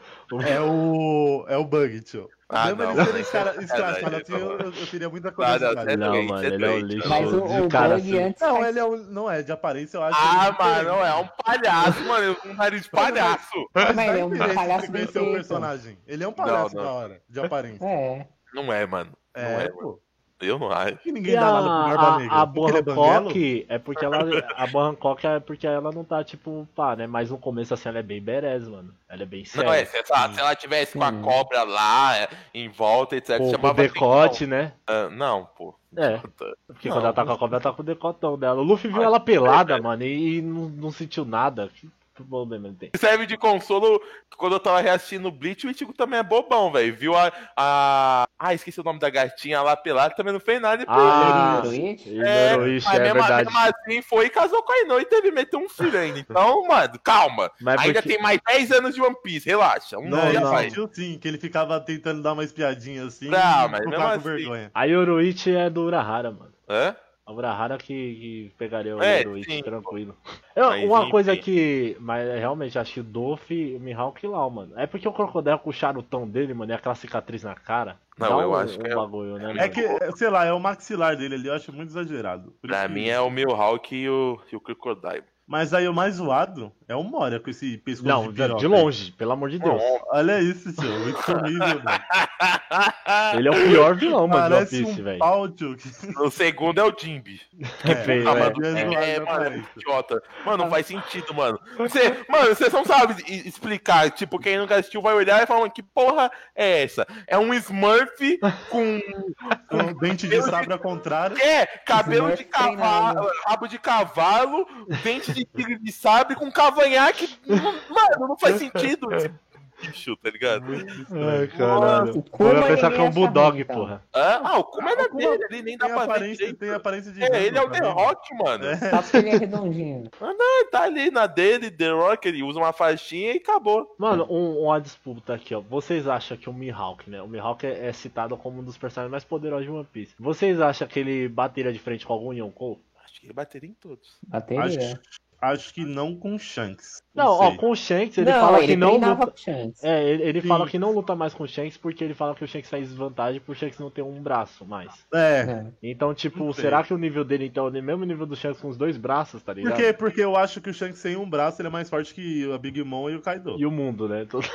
Speaker 2: É o. É o Bug, tio.
Speaker 3: Ah,
Speaker 2: Lembra
Speaker 3: não,
Speaker 2: ele sendo
Speaker 3: mas-
Speaker 2: escara- escrachado
Speaker 3: não,
Speaker 2: assim,
Speaker 3: não.
Speaker 2: eu, eu teria muita
Speaker 3: é não,
Speaker 2: curiosidade.
Speaker 3: é
Speaker 4: Não,
Speaker 3: doente,
Speaker 4: mano,
Speaker 3: é
Speaker 4: ele é um
Speaker 3: doente.
Speaker 4: lixo.
Speaker 5: Mas o, o
Speaker 4: Cara,
Speaker 5: Bug
Speaker 4: assim.
Speaker 5: antes.
Speaker 2: Não, ele é um. Não é, de aparência eu acho.
Speaker 3: Ah,
Speaker 2: ele
Speaker 3: mano, é um palhaço, mano. Um nariz de palhaço.
Speaker 5: Mas ele é um
Speaker 2: diferente
Speaker 5: palhaço
Speaker 2: de
Speaker 5: bem
Speaker 2: conhecer o
Speaker 5: feito.
Speaker 2: personagem. Ele é um palhaço
Speaker 3: Não, não.
Speaker 2: da hora, de aparência.
Speaker 5: É.
Speaker 3: Não é, mano. Não é,
Speaker 2: pô.
Speaker 3: Eu não acho.
Speaker 2: Que ninguém
Speaker 4: E
Speaker 2: dá
Speaker 4: a,
Speaker 2: nada pro Barba Negra.
Speaker 4: a, a
Speaker 2: Porque ele é
Speaker 4: Bohan
Speaker 2: banguelo?
Speaker 4: Cock é porque ela. A Bohan Cock é porque ela não tá, tipo, pá, né? Mas no começo, assim, ela é bem berez, mano. Ela é bem séria.
Speaker 3: Não, é, se ela, se ela tivesse com a
Speaker 5: Sim.
Speaker 3: cobra lá, é, em volta, etc,
Speaker 4: com, com
Speaker 3: chamava
Speaker 4: decote, né?
Speaker 3: atenção. Ah, não, pô.
Speaker 4: É. Porque quando
Speaker 2: Não,
Speaker 4: ela tá com a cobra, ela tá com o decotão dela. O Luffy viu ela pelada, mano, e, e não, não sentiu nada. Que problema ele tem?
Speaker 3: Serve de consolo que quando eu tava reassistindo o Bleach, o Ichigo também é bobão, velho. Viu a, a. Ah, esqueci o nome da gatinha lá pelada, também não fez nada e
Speaker 4: Ah,
Speaker 5: Ele é Inuit?
Speaker 3: É,
Speaker 4: Inuroishi,
Speaker 3: mas
Speaker 4: é,
Speaker 3: mesmo,
Speaker 4: verdade.
Speaker 3: mesmo assim foi e casou com a Inoue e teve meter um filho ainda. Então, mano, calma.
Speaker 4: Mas
Speaker 3: Ainda
Speaker 4: É porque-
Speaker 3: tem mais 10 anos de One Piece, relaxa. Um
Speaker 2: Não,
Speaker 3: dia
Speaker 2: ele
Speaker 4: não.
Speaker 3: vai.
Speaker 2: sentiu sim, que ele ficava tentando dar umas piadinhas assim.
Speaker 3: Não,
Speaker 2: e ficava
Speaker 3: mas mesmo
Speaker 2: com
Speaker 3: assim.
Speaker 2: vergonha.
Speaker 4: A Yoruichi é do Urahara, mano.
Speaker 3: Hã?
Speaker 4: A Urahara que, que pegaria o
Speaker 3: É,
Speaker 4: Yoruichi
Speaker 3: sim,
Speaker 4: tranquilo. Eu-
Speaker 3: Mas,
Speaker 4: uma
Speaker 3: enfim.
Speaker 4: coisa que. Mas realmente, acho que o Dolphy e o Mihawk lá, mano. É porque o Crocodile com o charutão dele, mano, e aquela cicatriz na cara.
Speaker 3: Não,
Speaker 4: dá
Speaker 3: eu
Speaker 4: um,
Speaker 3: acho
Speaker 4: um
Speaker 3: que é-
Speaker 4: bagulho, né,
Speaker 2: É
Speaker 4: mano?
Speaker 2: que, sei lá, é o maxilar dele ali, eu acho muito exagerado. Por isso
Speaker 3: Pra
Speaker 2: que-
Speaker 3: mim é o Milhawk e o, e o Crocodile.
Speaker 2: Mas aí o mais zoado é o Moria com esse pescoço
Speaker 4: Não,
Speaker 2: de, piroca.
Speaker 4: de, de longe, pelo amor de Deus.
Speaker 2: Olha isso, tio. Muito horrível, velho.
Speaker 4: Ele é o pior vilão, mano, do One
Speaker 2: Parece
Speaker 4: Piece,
Speaker 2: um
Speaker 4: velho.
Speaker 2: pau, tio. Que
Speaker 3: o segundo é o Jimby.
Speaker 4: Que feio,
Speaker 3: Ah,
Speaker 4: é.
Speaker 3: mano,
Speaker 2: é,
Speaker 3: é,
Speaker 2: zoado,
Speaker 3: mano, é
Speaker 2: aparência.
Speaker 3: idiota. Mano,
Speaker 5: Ah.
Speaker 3: não faz sentido, mano. Você, mano, vocês não sabem e- explicar. Tipo, quem nunca assistiu vai olhar e falar, "Mano, que porra é essa? É um Smurf com
Speaker 2: com dente de sabre ao contrário.
Speaker 3: É, cabelo
Speaker 5: Smurf
Speaker 3: de
Speaker 5: tem
Speaker 3: cavalo, rabo de cavalo, dente de tigre de sabre com cavanhaque. Mano, não faz sentido esse bicho, tá ligado?
Speaker 4: É.
Speaker 2: Muito estranho.
Speaker 4: Ai, caralho.
Speaker 5: Nossa, como
Speaker 4: Bora pensar
Speaker 5: ele
Speaker 4: que é um
Speaker 5: é
Speaker 4: Bulldog,
Speaker 5: charrutão.
Speaker 4: porra.
Speaker 3: Hã? Ah, o Kuma é da
Speaker 2: Kuma
Speaker 3: dele, ele nem dá
Speaker 2: Tem
Speaker 3: pra ver
Speaker 2: aparência,
Speaker 3: direito.
Speaker 2: tem aparência de.
Speaker 3: É, ele é o
Speaker 2: Rambo
Speaker 3: The
Speaker 2: também.
Speaker 3: Rock, mano.
Speaker 2: É.
Speaker 5: Só porque ele é redondinho.
Speaker 3: Ele tá ali na dele, The Rock, ele usa uma faixinha e acabou.
Speaker 4: Mano, um, uma disputa aqui, ó. Vocês acham que o Mihawk, né? O Mihawk é, é citado como um dos personagens mais poderosos de One Piece. Vocês acham que ele bateria de frente com algum Yonkou?
Speaker 3: Acho que ele bateria em todos.
Speaker 5: Bateria.
Speaker 2: Acho, acho que não com Shanks.
Speaker 4: é. Não, ó,
Speaker 2: sei.
Speaker 4: com o Shanks ele fala que não
Speaker 5: treinava
Speaker 4: luta...
Speaker 5: com Shanks.
Speaker 4: É, ele, ele
Speaker 2: Sim.
Speaker 4: fala que não luta mais com o Shanks porque ele fala que o Shanks tá em desvantagem por o Shanks não ter um braço mais.
Speaker 2: É.
Speaker 5: É.
Speaker 4: Então, tipo,
Speaker 2: Não sei.
Speaker 4: será que o nível dele, então, é o mesmo nível do Shanks com os dois braços, tá ligado?
Speaker 2: Por quê? Porque eu acho que o Shanks sem um braço ele é mais forte que a Big Mom e o Kaido.
Speaker 4: E o mundo, né? Todo-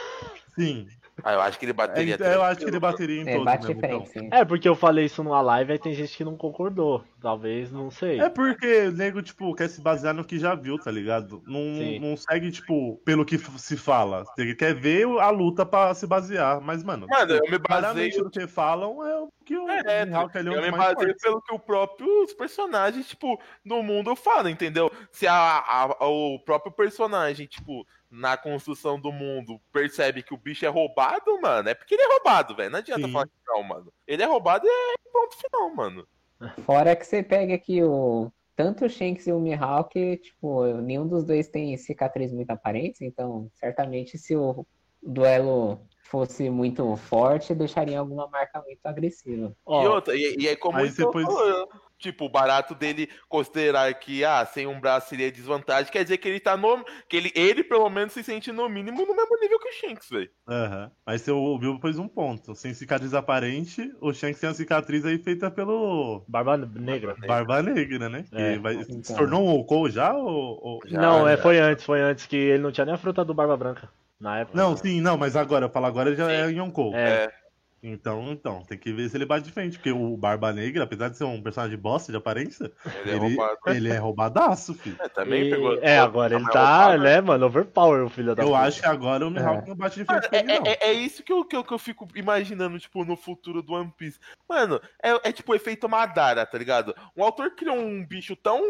Speaker 2: Sim.
Speaker 3: Ah, eu acho que ele
Speaker 2: É,
Speaker 3: bateria.
Speaker 2: eu acho que ele bateria em
Speaker 5: É,
Speaker 2: todos
Speaker 5: bate
Speaker 2: mesmo, então.
Speaker 5: frente, sim.
Speaker 4: É, porque eu falei isso numa live, aí tem gente que não concordou. Talvez, não sei.
Speaker 2: É porque o nego, tipo, quer se basear no que já viu, tá ligado? Não,
Speaker 4: Sim.
Speaker 2: não segue, tipo, pelo que f- se fala. Ele quer ver a luta pra se basear. Mas, mano,
Speaker 3: Mano, eu me baseio
Speaker 2: claramente o que falam é o que o
Speaker 3: É,
Speaker 2: Mihawk ali é
Speaker 3: eu
Speaker 2: um
Speaker 3: me
Speaker 2: dos mais
Speaker 3: baseio
Speaker 2: fortes.
Speaker 3: pelo que o próprio- os personagens, tipo, no mundo falam, entendeu? Se a, a- o próprio personagem, tipo, na construção do mundo, percebe que o bicho é roubado, mano, é porque ele é roubado, velho. Não adianta
Speaker 2: Sim.
Speaker 3: falar que não, mano. Ele é roubado e é ponto final, mano.
Speaker 5: Fora que você pega aqui o. Tanto o Shanks e o Mihawk, tipo, nenhum dos dois tem cicatriz muito aparente, então certamente se o duelo fosse muito forte, deixaria alguma marca muito agressiva.
Speaker 4: Ó,
Speaker 3: E outra, e, e aí como
Speaker 2: Aí
Speaker 3: o Heitor
Speaker 2: depois-
Speaker 3: falou, tipo, o barato dele considerar que, ah, sem um braço seria desvantagem, quer dizer que ele tá no... que ele, ele pelo menos se sente no mínimo no mesmo nível que o Shanks, velho.
Speaker 2: Aham. Mas se o Bilbo pôs um ponto. Sem cicatriz aparente, o Shanks tem a cicatriz aí feita pelo
Speaker 4: Barba Negra.
Speaker 2: Barba Negra, né? Que
Speaker 4: É.
Speaker 2: vai-
Speaker 5: Então.
Speaker 2: Se tornou um Okou já? Ou, ou-
Speaker 3: Já,
Speaker 4: não, é,
Speaker 3: já.
Speaker 4: foi antes, foi antes que ele não tinha nem a fruta do Barba Branca na época.
Speaker 2: Não, sim, não, mas agora, eu falo agora, já
Speaker 3: Sim.
Speaker 2: é Yonkou.
Speaker 4: É,
Speaker 2: Então, então, tem que ver se ele bate de frente, porque o Barba Negra, apesar de ser um personagem de bosta de aparência,
Speaker 3: Ele é
Speaker 2: ele,
Speaker 3: roubado.
Speaker 2: ele é roubadaço, filho.
Speaker 3: É, também
Speaker 4: e-
Speaker 3: pegou.
Speaker 4: é agora ele
Speaker 3: Mas
Speaker 4: tá,
Speaker 3: roubado,
Speaker 4: né, mano, overpower o filho da
Speaker 2: Eu
Speaker 4: puta.
Speaker 2: acho que agora o Mihawk não bate de frente com ele, não.
Speaker 3: É, é- é isso que eu, que, eu, que eu fico imaginando, tipo, no futuro do One Piece. Mano, é, é tipo o efeito Madara, tá ligado? O autor criou um bicho tão.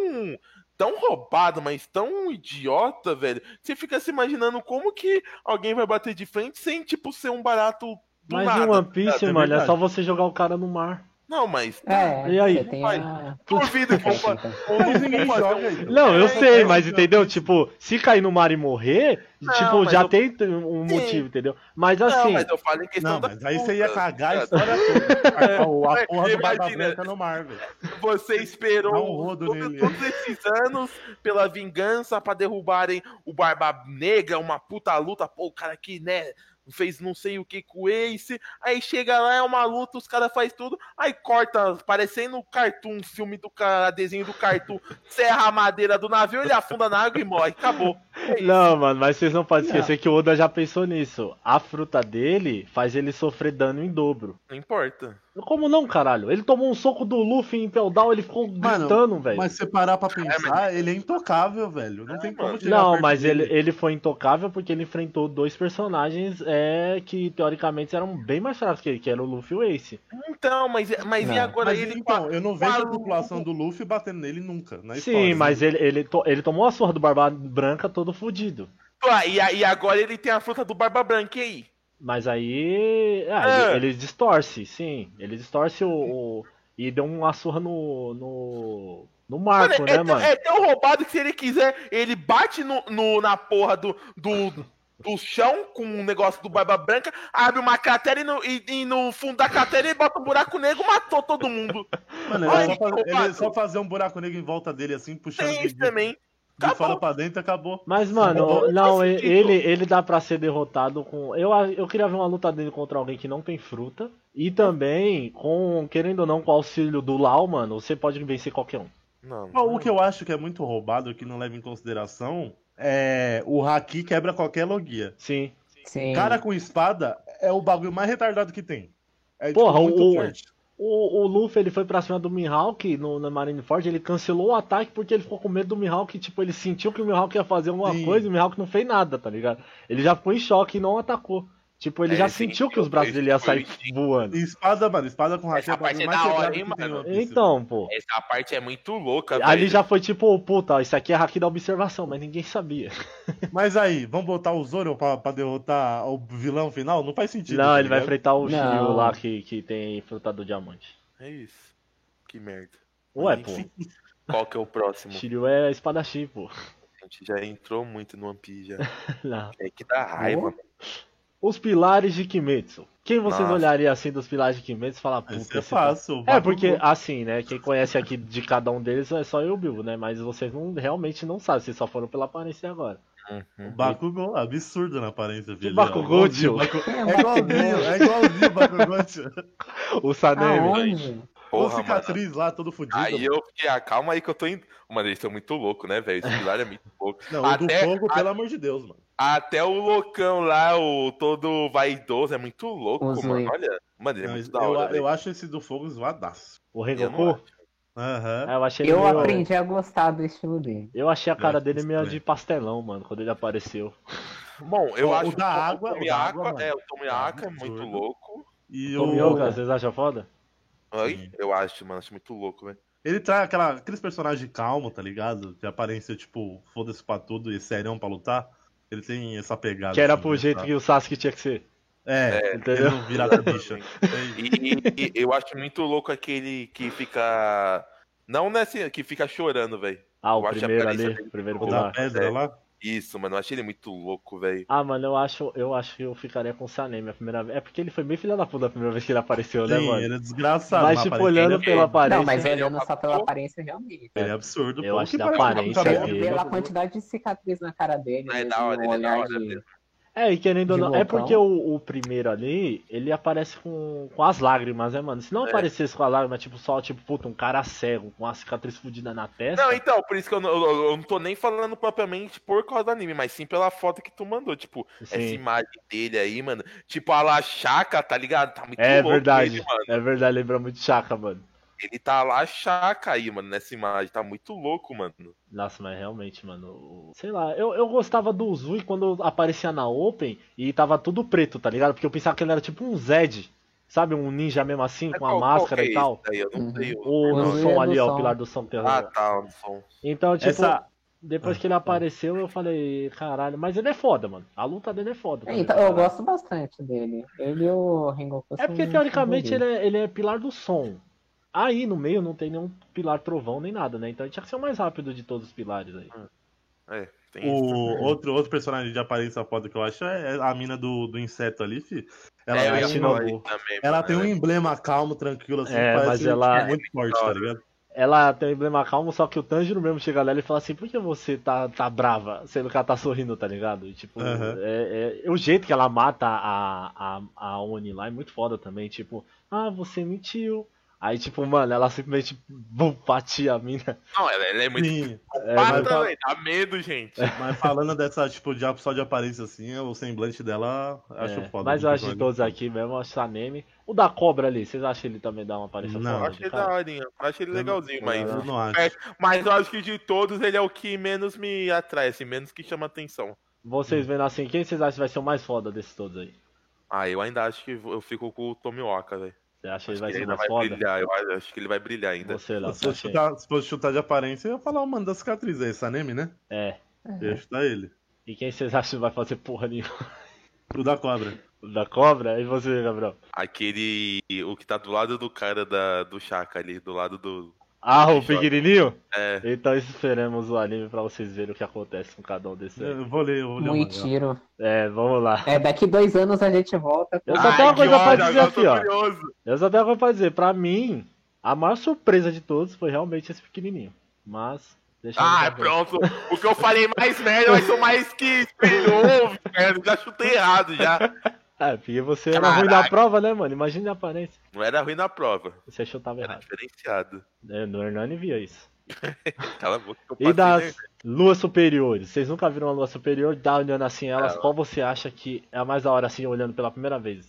Speaker 3: tão roubado, mas tão idiota, velho. que Você fica se imaginando como que alguém vai bater de frente sem, tipo, ser um barato do
Speaker 4: Mas
Speaker 3: nada.
Speaker 4: em One
Speaker 3: tá
Speaker 4: Piece,
Speaker 3: ligado?
Speaker 4: mano, é
Speaker 2: verdade.
Speaker 4: só você jogar o cara no mar.
Speaker 3: Não, mas.
Speaker 5: É,
Speaker 4: Ah, E aí?
Speaker 5: você tem a. então.
Speaker 3: Duvido que vão fa-
Speaker 4: Então,
Speaker 5: técnica.
Speaker 3: vão-
Speaker 2: Mas
Speaker 3: vão
Speaker 2: ninguém
Speaker 3: fazer
Speaker 2: joga
Speaker 3: um-
Speaker 2: isso.
Speaker 4: Não, eu
Speaker 3: É,
Speaker 4: sei,
Speaker 2: então,
Speaker 4: mas
Speaker 2: não.
Speaker 4: entendeu? Tipo, se cair no mar e morrer,
Speaker 3: Não,
Speaker 4: tipo,
Speaker 3: mas
Speaker 4: já
Speaker 3: eu-
Speaker 4: tem um
Speaker 3: Sim.
Speaker 4: motivo, entendeu? Mas
Speaker 3: Não,
Speaker 4: assim,
Speaker 3: mas eu falo em questão
Speaker 2: Não,
Speaker 3: da.
Speaker 2: mas aí você ia
Speaker 3: luta,
Speaker 2: cagar a
Speaker 3: tá ligado?
Speaker 2: né? história toda. A, a porra do Barba
Speaker 3: Imagina.
Speaker 2: Branca no mar, velho.
Speaker 3: Você esperou
Speaker 2: Dá um rodo
Speaker 3: todo-
Speaker 2: nele.
Speaker 3: todos esses anos pela vingança pra derrubarem o Barba Negra, uma puta luta. Pô, o cara que, né, fez não sei o que com o Ace. Aí chega lá, é uma luta, os caras fazem tudo. Aí corta, parecendo um cartoon, filme do cara, desenho do cartoon, serra a madeira do navio, ele afunda na água e morre. Acabou. É
Speaker 4: Não, mano, mas vocês não podem esquecer que o Oda já pensou nisso. A fruta dele faz ele sofrer dano em dobro.
Speaker 3: Não importa.
Speaker 4: Como não, caralho? Ele tomou um soco do Luffy em Impel Down, ele ficou
Speaker 2: Mano,
Speaker 4: gritando,
Speaker 3: É.
Speaker 4: velho.
Speaker 2: Mas se você parar pra pensar, ele é intocável, velho. Não tem como
Speaker 3: mano.
Speaker 2: chegar
Speaker 4: Não,
Speaker 2: perto
Speaker 4: mas
Speaker 2: dele.
Speaker 4: ele, ele foi intocável porque ele enfrentou dois personagens é, que teoricamente eram bem mais fracos que ele, que era o Luffy e o Ace.
Speaker 3: Então, mas, mas e
Speaker 5: Não,
Speaker 3: agora
Speaker 2: Mas,
Speaker 3: ele
Speaker 2: então, eu não vejo a
Speaker 3: Maluco.
Speaker 2: população do Luffy batendo nele nunca. Na
Speaker 4: Sim,
Speaker 3: né?
Speaker 2: história. né?
Speaker 4: mas ele, ele, to- ele tomou a surra do Barba Branca todo fudido.
Speaker 3: Ah, e, aí agora ele tem a fruta do Barba Branca, e aí?
Speaker 4: Mas aí. ah,
Speaker 3: É.
Speaker 4: Ele, ele distorce, sim. Ele distorce o. o- e deu uma surra no. no. no Marco,
Speaker 3: Mano, é,
Speaker 4: né, mano?
Speaker 3: é tão roubado que se ele quiser, ele bate no, no- na porra do, do, do chão com um negócio do Barba Branca, abre uma cratera e no, e- e no fundo da cratera ele bota um buraco negro matou todo mundo.
Speaker 2: Mano, ele é só,
Speaker 3: Olha que
Speaker 2: fazer, ele é
Speaker 3: roubado.
Speaker 2: só fazer um buraco negro em volta dele, assim, puxando
Speaker 3: Tem
Speaker 2: ele
Speaker 3: isso também.
Speaker 2: de fora
Speaker 3: Acabou.
Speaker 2: pra dentro, acabou.
Speaker 4: Mas, mano,
Speaker 3: É, Não
Speaker 4: não,
Speaker 3: faz
Speaker 4: e-
Speaker 3: sentido.
Speaker 4: ele, ele dá pra ser derrotado com. Eu, a- eu queria ver uma luta dele contra alguém que não tem fruta. E também, com, querendo ou não, com o auxílio do Lau, mano, você pode vencer qualquer um.
Speaker 3: Não.
Speaker 2: Bom, o que eu acho que é muito roubado, que não leva em consideração, é o Haki quebra qualquer logia.
Speaker 4: Sim.
Speaker 5: Sim.
Speaker 2: Cara com espada é o bagulho mais retardado que tem. É,
Speaker 4: Porra, o-
Speaker 2: forte.
Speaker 4: O, o Luffy ele foi pra cima do Mihawk no, na Marineford, ele cancelou o ataque porque ele ficou com medo do Mihawk, tipo, ele sentiu que o Mihawk ia fazer alguma
Speaker 2: Sim.
Speaker 4: coisa e o Mihawk não fez nada, tá ligado? Ele já ficou em choque e não atacou. Tipo, ele
Speaker 3: É,
Speaker 4: já
Speaker 3: ele
Speaker 4: sentiu que
Speaker 3: sentiu,
Speaker 4: os braços
Speaker 3: foi-
Speaker 4: dele iam
Speaker 3: foi
Speaker 4: sair
Speaker 3: instinto.
Speaker 4: voando.
Speaker 2: E espada, mano, espada com Haki
Speaker 3: Essa
Speaker 2: é o bagulho
Speaker 3: parte é
Speaker 2: mais
Speaker 3: da hora,
Speaker 2: retardado
Speaker 3: hein,
Speaker 2: que tem
Speaker 3: mano?
Speaker 2: no One Piece,
Speaker 4: Então, pô.
Speaker 3: Essa parte é muito louca,
Speaker 2: Tá
Speaker 4: Ali
Speaker 3: velho.
Speaker 4: já foi tipo, puta, isso aqui é haki da observação, mas ninguém sabia.
Speaker 2: Mas aí, vamos botar o Zoro pra, pra derrotar o vilão final? Não faz sentido.
Speaker 4: Não,
Speaker 2: tá
Speaker 4: ele vai
Speaker 2: ligado?
Speaker 4: enfrentar o
Speaker 5: Não.
Speaker 4: Shiryu lá que, que tem fruta do diamante.
Speaker 3: É isso. Que merda.
Speaker 4: Ué, pô,
Speaker 3: Enfim, Qual que é o próximo?
Speaker 4: Shiryu é espadachim, pô.
Speaker 3: gente já entrou muito no One Piece, já.
Speaker 4: Não.
Speaker 3: É que dá raiva.
Speaker 4: Os pilares de Kimetsu. Quem vocês
Speaker 3: Nossa.
Speaker 4: olhariam assim dos pilares de Kimetsu e falar, puta,
Speaker 2: Isso é
Speaker 4: esse cara-
Speaker 2: fácil.
Speaker 4: É,
Speaker 2: vai pro
Speaker 4: porque
Speaker 2: gol.
Speaker 4: assim, né? Quem conhece aqui de cada um deles é só eu e o Bilbo, né? Mas vocês não, realmente não sabem, vocês só foram pela aparência agora.
Speaker 2: O Bakugou, absurdo na aparência dele.
Speaker 4: Bakugou,
Speaker 2: ó.
Speaker 4: tio?
Speaker 2: Baku-
Speaker 5: É,
Speaker 2: É igualzinho, é igualzinho o Bakugou, tio.
Speaker 4: O Sanemi.
Speaker 5: Aonde?
Speaker 2: Com
Speaker 3: Porra, mano.
Speaker 2: cicatriz lá, todo fudido.
Speaker 3: Aí
Speaker 2: mano.
Speaker 3: eu fiquei, ah, calma aí que eu tô indo. Mano, eles são muito loucos, né, velho? Esse pilar é muito louco.
Speaker 2: Não, o do
Speaker 3: até-
Speaker 2: fogo,
Speaker 3: a-
Speaker 2: pelo amor de Deus, mano.
Speaker 3: Até o loucão lá, o todo vaidoso, é muito louco,
Speaker 5: Os
Speaker 3: mano.
Speaker 5: oito.
Speaker 3: Olha, mano, ele é
Speaker 2: Não,
Speaker 3: muito
Speaker 2: eu,
Speaker 3: da hora.
Speaker 2: eu
Speaker 3: velho.
Speaker 2: acho esse do fogo zoadaço.
Speaker 4: o
Speaker 3: Eu não
Speaker 4: Rengoku.
Speaker 3: acho.
Speaker 2: Aham.
Speaker 4: Ah, Eu achei ele
Speaker 5: Eu
Speaker 4: meio-
Speaker 5: aprendi a gostar do estilo dele.
Speaker 4: Eu achei a cara
Speaker 2: acho
Speaker 4: dele meio
Speaker 2: estranho.
Speaker 4: de pastelão, mano, quando ele apareceu.
Speaker 3: Bom, eu
Speaker 2: O- o
Speaker 3: acho
Speaker 2: da água- o da
Speaker 3: Tomiaka-
Speaker 2: água, mano. Tá
Speaker 3: é, o Tomiaka é
Speaker 2: Absurdo.
Speaker 3: muito louco.
Speaker 2: E
Speaker 4: O
Speaker 2: o.
Speaker 4: Mioga, vocês acham foda?
Speaker 3: Ai, eu acho, mano, acho muito louco, velho.
Speaker 2: Ele traz aquela, aqueles personagens calmos, tá ligado? De aparência, tipo, foda-se pra tudo e serião pra lutar. Ele tem essa pegada.
Speaker 4: Que era
Speaker 2: assim,
Speaker 4: pro
Speaker 2: né,
Speaker 4: jeito
Speaker 2: tá?
Speaker 4: que o Sasuke tinha que ser.
Speaker 2: É, ele
Speaker 4: Entendeu?
Speaker 2: não virar bicha. É isso.
Speaker 3: E, e- eu acho muito louco aquele que fica. Não nesse. que fica chorando, velho.
Speaker 4: Ah,
Speaker 3: Eu
Speaker 4: o
Speaker 3: acho a
Speaker 4: primeiro
Speaker 3: aparência
Speaker 4: ali,
Speaker 3: dele
Speaker 4: o primeiro
Speaker 2: O da
Speaker 4: pilar.
Speaker 2: pedra
Speaker 3: É.
Speaker 2: lá.
Speaker 3: Isso, mano, eu achei ele muito louco, velho.
Speaker 4: Ah, mano, eu acho, eu acho que eu ficaria com o Sanemi a primeira vez. É porque ele foi bem filho da puta a primeira vez que ele apareceu, né,
Speaker 2: Sim,
Speaker 4: mano?
Speaker 2: ele é desgraçado.
Speaker 4: Mas,
Speaker 2: na
Speaker 4: tipo,
Speaker 2: aparência.
Speaker 4: olhando
Speaker 3: né?
Speaker 4: pela aparência.
Speaker 5: Não, mas
Speaker 3: ele é um
Speaker 5: olhando só pela
Speaker 3: capô.
Speaker 5: aparência, realmente.
Speaker 2: Ele é absurdo.
Speaker 4: Eu
Speaker 2: pô.
Speaker 4: acho
Speaker 2: Que
Speaker 4: da
Speaker 2: parece um
Speaker 4: aparência
Speaker 2: cabelo.
Speaker 4: dele.
Speaker 5: Pela quantidade de cicatriz na cara dele.
Speaker 3: Ah, é
Speaker 5: mesmo,
Speaker 3: da hora, ele
Speaker 5: o
Speaker 3: é da
Speaker 5: olhar
Speaker 3: hora
Speaker 5: de-
Speaker 3: mesmo.
Speaker 4: É, e querendo ou
Speaker 5: De
Speaker 4: não, é
Speaker 5: vulcão.
Speaker 4: porque o, o primeiro ali, ele aparece com, com as lágrimas, né, mano? Se não
Speaker 3: É.
Speaker 4: aparecesse com as lágrimas, tipo, só, tipo, puta, um cara cego, com uma cicatriz fodida na testa.
Speaker 3: Não, então, por isso que eu não, eu- eu não tô nem falando propriamente por causa do anime, mas sim pela foto que tu mandou. Tipo, essa
Speaker 4: Sim.
Speaker 3: imagem dele aí, mano. Tipo, a lá chaca, tá ligado? Tá muito
Speaker 4: É
Speaker 3: louco
Speaker 4: verdade,
Speaker 3: ele, mano.
Speaker 4: é verdade, lembra muito Chaka, mano.
Speaker 3: Ele tá lá chaca aí, mano, nessa imagem. Tá muito louco, mano.
Speaker 4: Nossa, mas realmente, mano, o- sei lá, eu, eu gostava do Uzui quando aparecia na Open e tava tudo preto, tá ligado? Porque eu pensava que ele era tipo um Zed, sabe? Um ninja mesmo assim, com a
Speaker 3: Qual- qual
Speaker 4: máscara
Speaker 3: que é
Speaker 4: e tal.
Speaker 3: esse Daí, eu não
Speaker 5: Uhum.
Speaker 3: sei. o-
Speaker 4: O
Speaker 3: o
Speaker 4: do
Speaker 5: Uzui
Speaker 3: nome.
Speaker 5: é
Speaker 4: som
Speaker 5: do
Speaker 4: ali, ó, o
Speaker 5: som.
Speaker 4: pilar do som. terror.
Speaker 3: Ah, tá, o som.
Speaker 4: Então, tipo,
Speaker 2: Essa-
Speaker 4: depois
Speaker 5: Ah.
Speaker 4: que ele apareceu, eu falei, caralho, mas ele é foda, mano. A luta dele é foda. tá
Speaker 5: É, então,
Speaker 4: ligado?
Speaker 5: eu gosto bastante dele. Ele e o Rengoku
Speaker 4: É porque
Speaker 5: são
Speaker 4: teoricamente ele
Speaker 5: favoritos.
Speaker 4: é, ele é pilar do som. Aí no meio não tem nenhum pilar trovão nem nada, né? Então ele tinha que ser o mais rápido de todos os pilares aí.
Speaker 3: É, tem isso.
Speaker 2: O outro, outro personagem de aparência foda que eu acho é é a mina do, do inseto ali, fi. Ela,
Speaker 3: É,
Speaker 4: tá
Speaker 3: eu ia
Speaker 2: tem,
Speaker 4: assistindo
Speaker 2: um,
Speaker 3: falar
Speaker 4: o-
Speaker 3: isso também,
Speaker 2: ela
Speaker 3: mano,
Speaker 2: tem um
Speaker 3: né?
Speaker 2: emblema calmo, tranquilo, assim,
Speaker 4: É,
Speaker 2: que
Speaker 4: mas
Speaker 2: parece
Speaker 4: ela-
Speaker 2: muito forte, tá ligado?
Speaker 4: Ela tem um emblema calmo, só que o Tanjiro mesmo chega nela e fala assim, por que você tá, tá brava? Sendo que ela tá sorrindo, tá ligado? E, tipo,
Speaker 2: Aham.
Speaker 4: é, é- o jeito que ela mata a, a, a Oni lá é muito foda também, tipo, ah, você mentiu. Aí, tipo, mano, ela simplesmente bum, batia a mina.
Speaker 3: Não, ela, ela é muito
Speaker 2: Sim,
Speaker 4: É,
Speaker 3: pata,
Speaker 4: mas-
Speaker 2: mas-
Speaker 3: velho. Dá medo, gente.
Speaker 2: mas falando dessa, tipo, de, só de aparência assim, o semblante dela, acho
Speaker 4: é,
Speaker 2: foda.
Speaker 4: mas
Speaker 2: muito
Speaker 4: eu acho de
Speaker 2: foda.
Speaker 4: todos aqui mesmo, eu acho Sanemi. O da cobra ali, vocês acham que ele também dá uma aparência
Speaker 2: Não.
Speaker 3: Eu
Speaker 4: foda?
Speaker 3: achei
Speaker 4: de cara?
Speaker 3: da horinha. Eu
Speaker 2: Eu
Speaker 3: achei ele
Speaker 2: não-
Speaker 4: né?
Speaker 3: legalzinho, mas.
Speaker 2: Eu não acho.
Speaker 3: É, mas eu acho que de todos ele é o que menos me atrai, assim, menos que chama atenção.
Speaker 4: Vocês vendo assim, quem vocês acham que vai ser o mais foda desses todos aí?
Speaker 3: Ah, eu ainda acho que eu fico com o Tomioka, velho.
Speaker 4: Você acha que ele
Speaker 3: Acho
Speaker 4: vai
Speaker 3: que
Speaker 4: ser
Speaker 3: ele
Speaker 4: o
Speaker 3: ainda
Speaker 4: mais
Speaker 3: vai
Speaker 4: foda?
Speaker 3: brilhar, eu acho- acho que ele vai brilhar ainda.
Speaker 4: Você lá,
Speaker 2: Se fosse
Speaker 4: achei.
Speaker 2: chutar, se fosse chutar de aparência, eu ia falar o mano da cicatriz aí, Sanemi, né?
Speaker 4: É.
Speaker 2: Eu ia chutar ele.
Speaker 4: E quem vocês acham que vai fazer porra nenhuma
Speaker 2: O da cobra.
Speaker 4: da cobra? E você, Gabriel?
Speaker 3: Aquele. O que tá do lado do cara da, do Chaka ali, do lado do.
Speaker 4: Ah, o pequenininho?
Speaker 3: É.
Speaker 4: Então esperamos o anime pra vocês verem o que acontece com cada um desses aí.
Speaker 2: Eu vou ler, eu vou ler. o
Speaker 5: Muito
Speaker 2: mangá.
Speaker 5: tiro.
Speaker 4: É, vamos lá.
Speaker 5: um É, daqui dois anos a gente volta.
Speaker 4: Eu só tenho uma
Speaker 3: que
Speaker 4: coisa pra
Speaker 3: ódio,
Speaker 4: dizer
Speaker 3: agora eu tô
Speaker 4: aqui, ó.
Speaker 3: curioso.
Speaker 4: Eu só tenho uma coisa pra dizer. Pra mim, a maior surpresa de todos foi realmente esse pequenininho. Mas, deixa eu
Speaker 3: Ah,
Speaker 4: ver.
Speaker 3: pronto. O que eu falei mais merda, mas sou mais que espelhou, velho. Já chutei errado já.
Speaker 4: É, porque você era ruim na
Speaker 3: Caraca.
Speaker 4: prova, né, mano? Imagina a aparência.
Speaker 3: Não era ruim na prova.
Speaker 4: Você chutava
Speaker 3: Era
Speaker 4: errado.
Speaker 3: diferenciado.
Speaker 4: É, no Hernani via isso.
Speaker 3: Cala a boca que eu
Speaker 4: E
Speaker 3: passei
Speaker 4: das
Speaker 3: nervoso.
Speaker 4: luas superiores? Vocês nunca viram uma lua superior? Dá olhando assim elas,
Speaker 3: É.
Speaker 4: qual você acha que é a mais da hora assim, olhando pela primeira vez?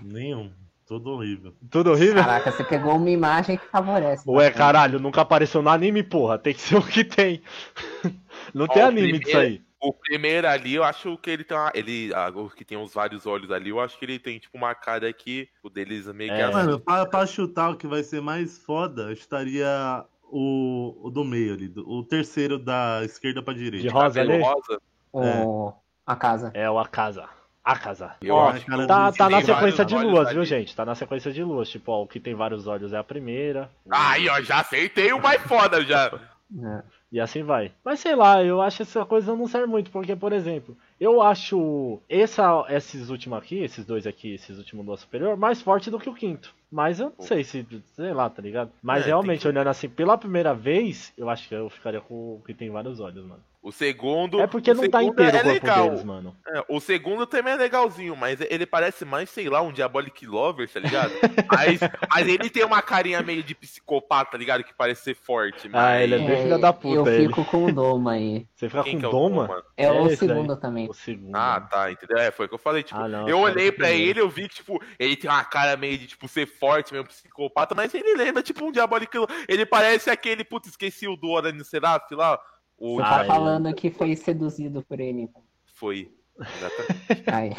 Speaker 2: Nenhum. Todo horrível.
Speaker 4: Tudo horrível?
Speaker 5: Caraca, você pegou uma imagem que favorece.
Speaker 4: Ah, Ué, caralho, nunca apareceu no anime, porra. Tem que ser o que tem. Não
Speaker 3: Ó,
Speaker 4: tem
Speaker 3: o
Speaker 4: anime disso
Speaker 3: primeiro-
Speaker 4: aí.
Speaker 3: O primeiro ali, eu acho que ele tem uma. Ele, ah, o que tem os vários olhos ali, eu acho que ele tem, tipo, uma cara que o deles meio que
Speaker 4: É.
Speaker 3: assim.
Speaker 2: Mano, pra, pra chutar o que vai ser mais foda, eu estaria o, o do meio ali. do- o terceiro da esquerda pra
Speaker 4: De
Speaker 2: direita.
Speaker 4: rosa
Speaker 3: cabelo
Speaker 4: ali?
Speaker 3: rosa.
Speaker 5: O... A casa.
Speaker 4: É o Akaza. Akaza.
Speaker 3: Eu
Speaker 2: Ó,
Speaker 3: acho que
Speaker 2: cara,
Speaker 3: o
Speaker 4: Tá,
Speaker 3: que
Speaker 4: tá na
Speaker 3: tem vários
Speaker 4: sequência de
Speaker 3: olhos
Speaker 4: luas,
Speaker 3: ali-
Speaker 4: viu, gente? Tá na sequência de luas. Tipo, ó, o que tem vários olhos é a primeira.
Speaker 3: Aí, ó, já acertei o mais foda já.
Speaker 5: né?
Speaker 4: E assim vai. Mas sei lá, eu acho essa coisa não serve muito, porque, por exemplo, eu acho essa, esses últimos aqui, esses dois aqui, esses últimos do superior, mais forte do que o quinto. Mas eu não sei se, sei lá, tá ligado? Mas
Speaker 3: É,
Speaker 4: realmente,
Speaker 3: tem que-
Speaker 4: olhando assim pela primeira vez, eu acho que eu ficaria com o que tem vários olhos, mano.
Speaker 3: O segundo.
Speaker 4: É porque
Speaker 3: o
Speaker 4: não tá
Speaker 3: segundo
Speaker 4: inteiro
Speaker 3: é
Speaker 4: o corpo
Speaker 3: legal.
Speaker 4: deles, né? mano.
Speaker 3: É, o segundo também é legalzinho, mas ele parece mais, sei lá, um Diabolic Lover, tá ligado? mas, mas ele tem uma carinha meio de psicopata, tá ligado? Que parece ser forte. Mas...
Speaker 4: Ah, ele é bem filha da puta,
Speaker 5: Eu
Speaker 4: ele.
Speaker 5: fico com o Doma aí.
Speaker 4: Você fica
Speaker 3: Quem
Speaker 4: com
Speaker 3: que é o
Speaker 4: doma?
Speaker 3: Doma?
Speaker 5: É, o
Speaker 4: esse daí.
Speaker 5: segundo também.
Speaker 4: O segundo.
Speaker 3: Ah,
Speaker 4: mano.
Speaker 3: tá, entendeu? É, foi o que eu falei, tipo,
Speaker 4: Ah, não,
Speaker 3: eu
Speaker 4: cara,
Speaker 3: olhei
Speaker 4: que
Speaker 3: pra
Speaker 4: primeiro.
Speaker 3: ele, eu vi que, tipo, ele tem uma cara meio de, tipo, ser forte, meio psicopata, mas ele lembra, tipo, um Diabolic Lover. Ele parece aquele, putz, esqueci o do Orange Seraph lá. O
Speaker 5: Você
Speaker 4: Ah,
Speaker 5: tá
Speaker 4: é.
Speaker 5: falando que foi seduzido por ele. então.
Speaker 3: Foi. Exatamente.
Speaker 5: Ai,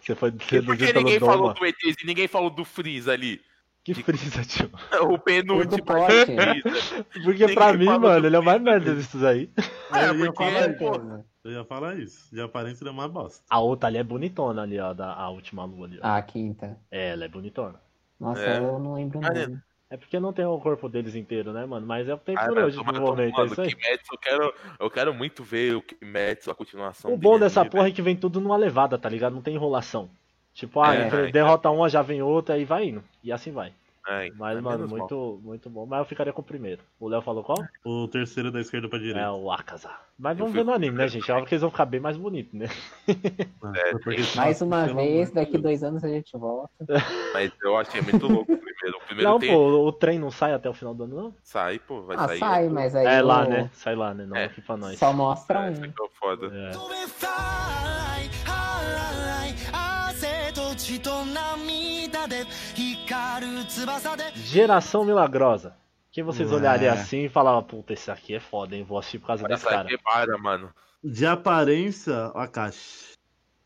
Speaker 4: Você foi
Speaker 3: E por que
Speaker 4: seduzido pelo
Speaker 3: ninguém falou
Speaker 4: doma.
Speaker 3: do ETs e ninguém falou do Freeza ali?
Speaker 4: Que frisa, tio.
Speaker 3: O
Speaker 5: muito
Speaker 3: penúltimo.
Speaker 5: forte.
Speaker 3: Freeza.
Speaker 4: Porque
Speaker 3: Ninguém
Speaker 4: pra mim,
Speaker 3: falou do
Speaker 4: mano, ele é o mais
Speaker 3: Freeza,
Speaker 4: merda desses aí.
Speaker 3: É,
Speaker 2: Eu ia falar
Speaker 3: porque,
Speaker 2: isso.
Speaker 3: pô,
Speaker 2: Eu ia falar isso. De aparência ele é uma bosta.
Speaker 4: A outra ali é bonitona ali, ó, da, a última lua ali, ó.
Speaker 5: Ah, A quinta.
Speaker 4: É, ela é bonitona.
Speaker 5: Nossa,
Speaker 3: É.
Speaker 5: eu não lembro o
Speaker 3: Cara,
Speaker 5: nome.
Speaker 4: É porque não tem o corpo deles inteiro, né, mano? Mas é o que tem
Speaker 3: Cara,
Speaker 4: por hoje, no
Speaker 3: tomara-
Speaker 4: momento, é
Speaker 3: mano,
Speaker 4: isso aí.
Speaker 3: Kimetsu, eu quero, eu quero muito ver o Kimetsu, a continuação
Speaker 4: O bom
Speaker 3: dele
Speaker 4: dessa
Speaker 3: ali, né?
Speaker 4: porra
Speaker 3: velho.
Speaker 4: é que vem tudo numa levada, tá ligado? Não tem enrolação. Tipo, ah,
Speaker 5: É,
Speaker 4: entre-
Speaker 3: é,
Speaker 4: derrota uma, já vem outra e vai indo. E assim vai.
Speaker 3: Ai,
Speaker 4: Mas,
Speaker 3: é
Speaker 4: mano,
Speaker 3: menos mal.
Speaker 4: muito, muito bom. Mas eu ficaria com o primeiro. O Léo falou qual?
Speaker 2: O terceiro da esquerda pra
Speaker 4: É
Speaker 2: direita.
Speaker 4: o Akaza. Mas
Speaker 3: Eu
Speaker 4: vamos
Speaker 3: fui
Speaker 4: ver no
Speaker 3: com o
Speaker 4: anime, né,
Speaker 3: primeiro
Speaker 4: gente? É óbvio que eles vão ficar bem mais bonitos, né?
Speaker 2: É, porque-
Speaker 5: Mais uma
Speaker 2: Pelo amor
Speaker 5: vez,
Speaker 2: de
Speaker 5: daqui
Speaker 2: Deus.
Speaker 5: dois anos a gente volta.
Speaker 3: Mas eu achei muito louco o primeiro. O primeiro
Speaker 4: Não,
Speaker 3: tem...
Speaker 4: pô, o trem não sai até o final do ano, não?
Speaker 3: Sai, pô, vai
Speaker 5: ah,
Speaker 3: sair.
Speaker 5: sai, mas aí
Speaker 4: É lá,
Speaker 5: o-
Speaker 4: né? Sai lá, né? Não,
Speaker 3: É.
Speaker 4: aqui pra nós.
Speaker 5: só mostra
Speaker 3: É,
Speaker 5: um.
Speaker 3: isso aqui é foda.
Speaker 4: É.
Speaker 6: 止めさい汗と血と涙で光る翼で
Speaker 4: Geração Milagrosa. Quem vocês
Speaker 2: Ué.
Speaker 4: olhariam assim e falavam, puta, esse aqui é foda, hein? Vou assistir por causa desse
Speaker 3: Essa
Speaker 4: é cara.
Speaker 3: aqui para, mano.
Speaker 2: De aparência, a caixa. É.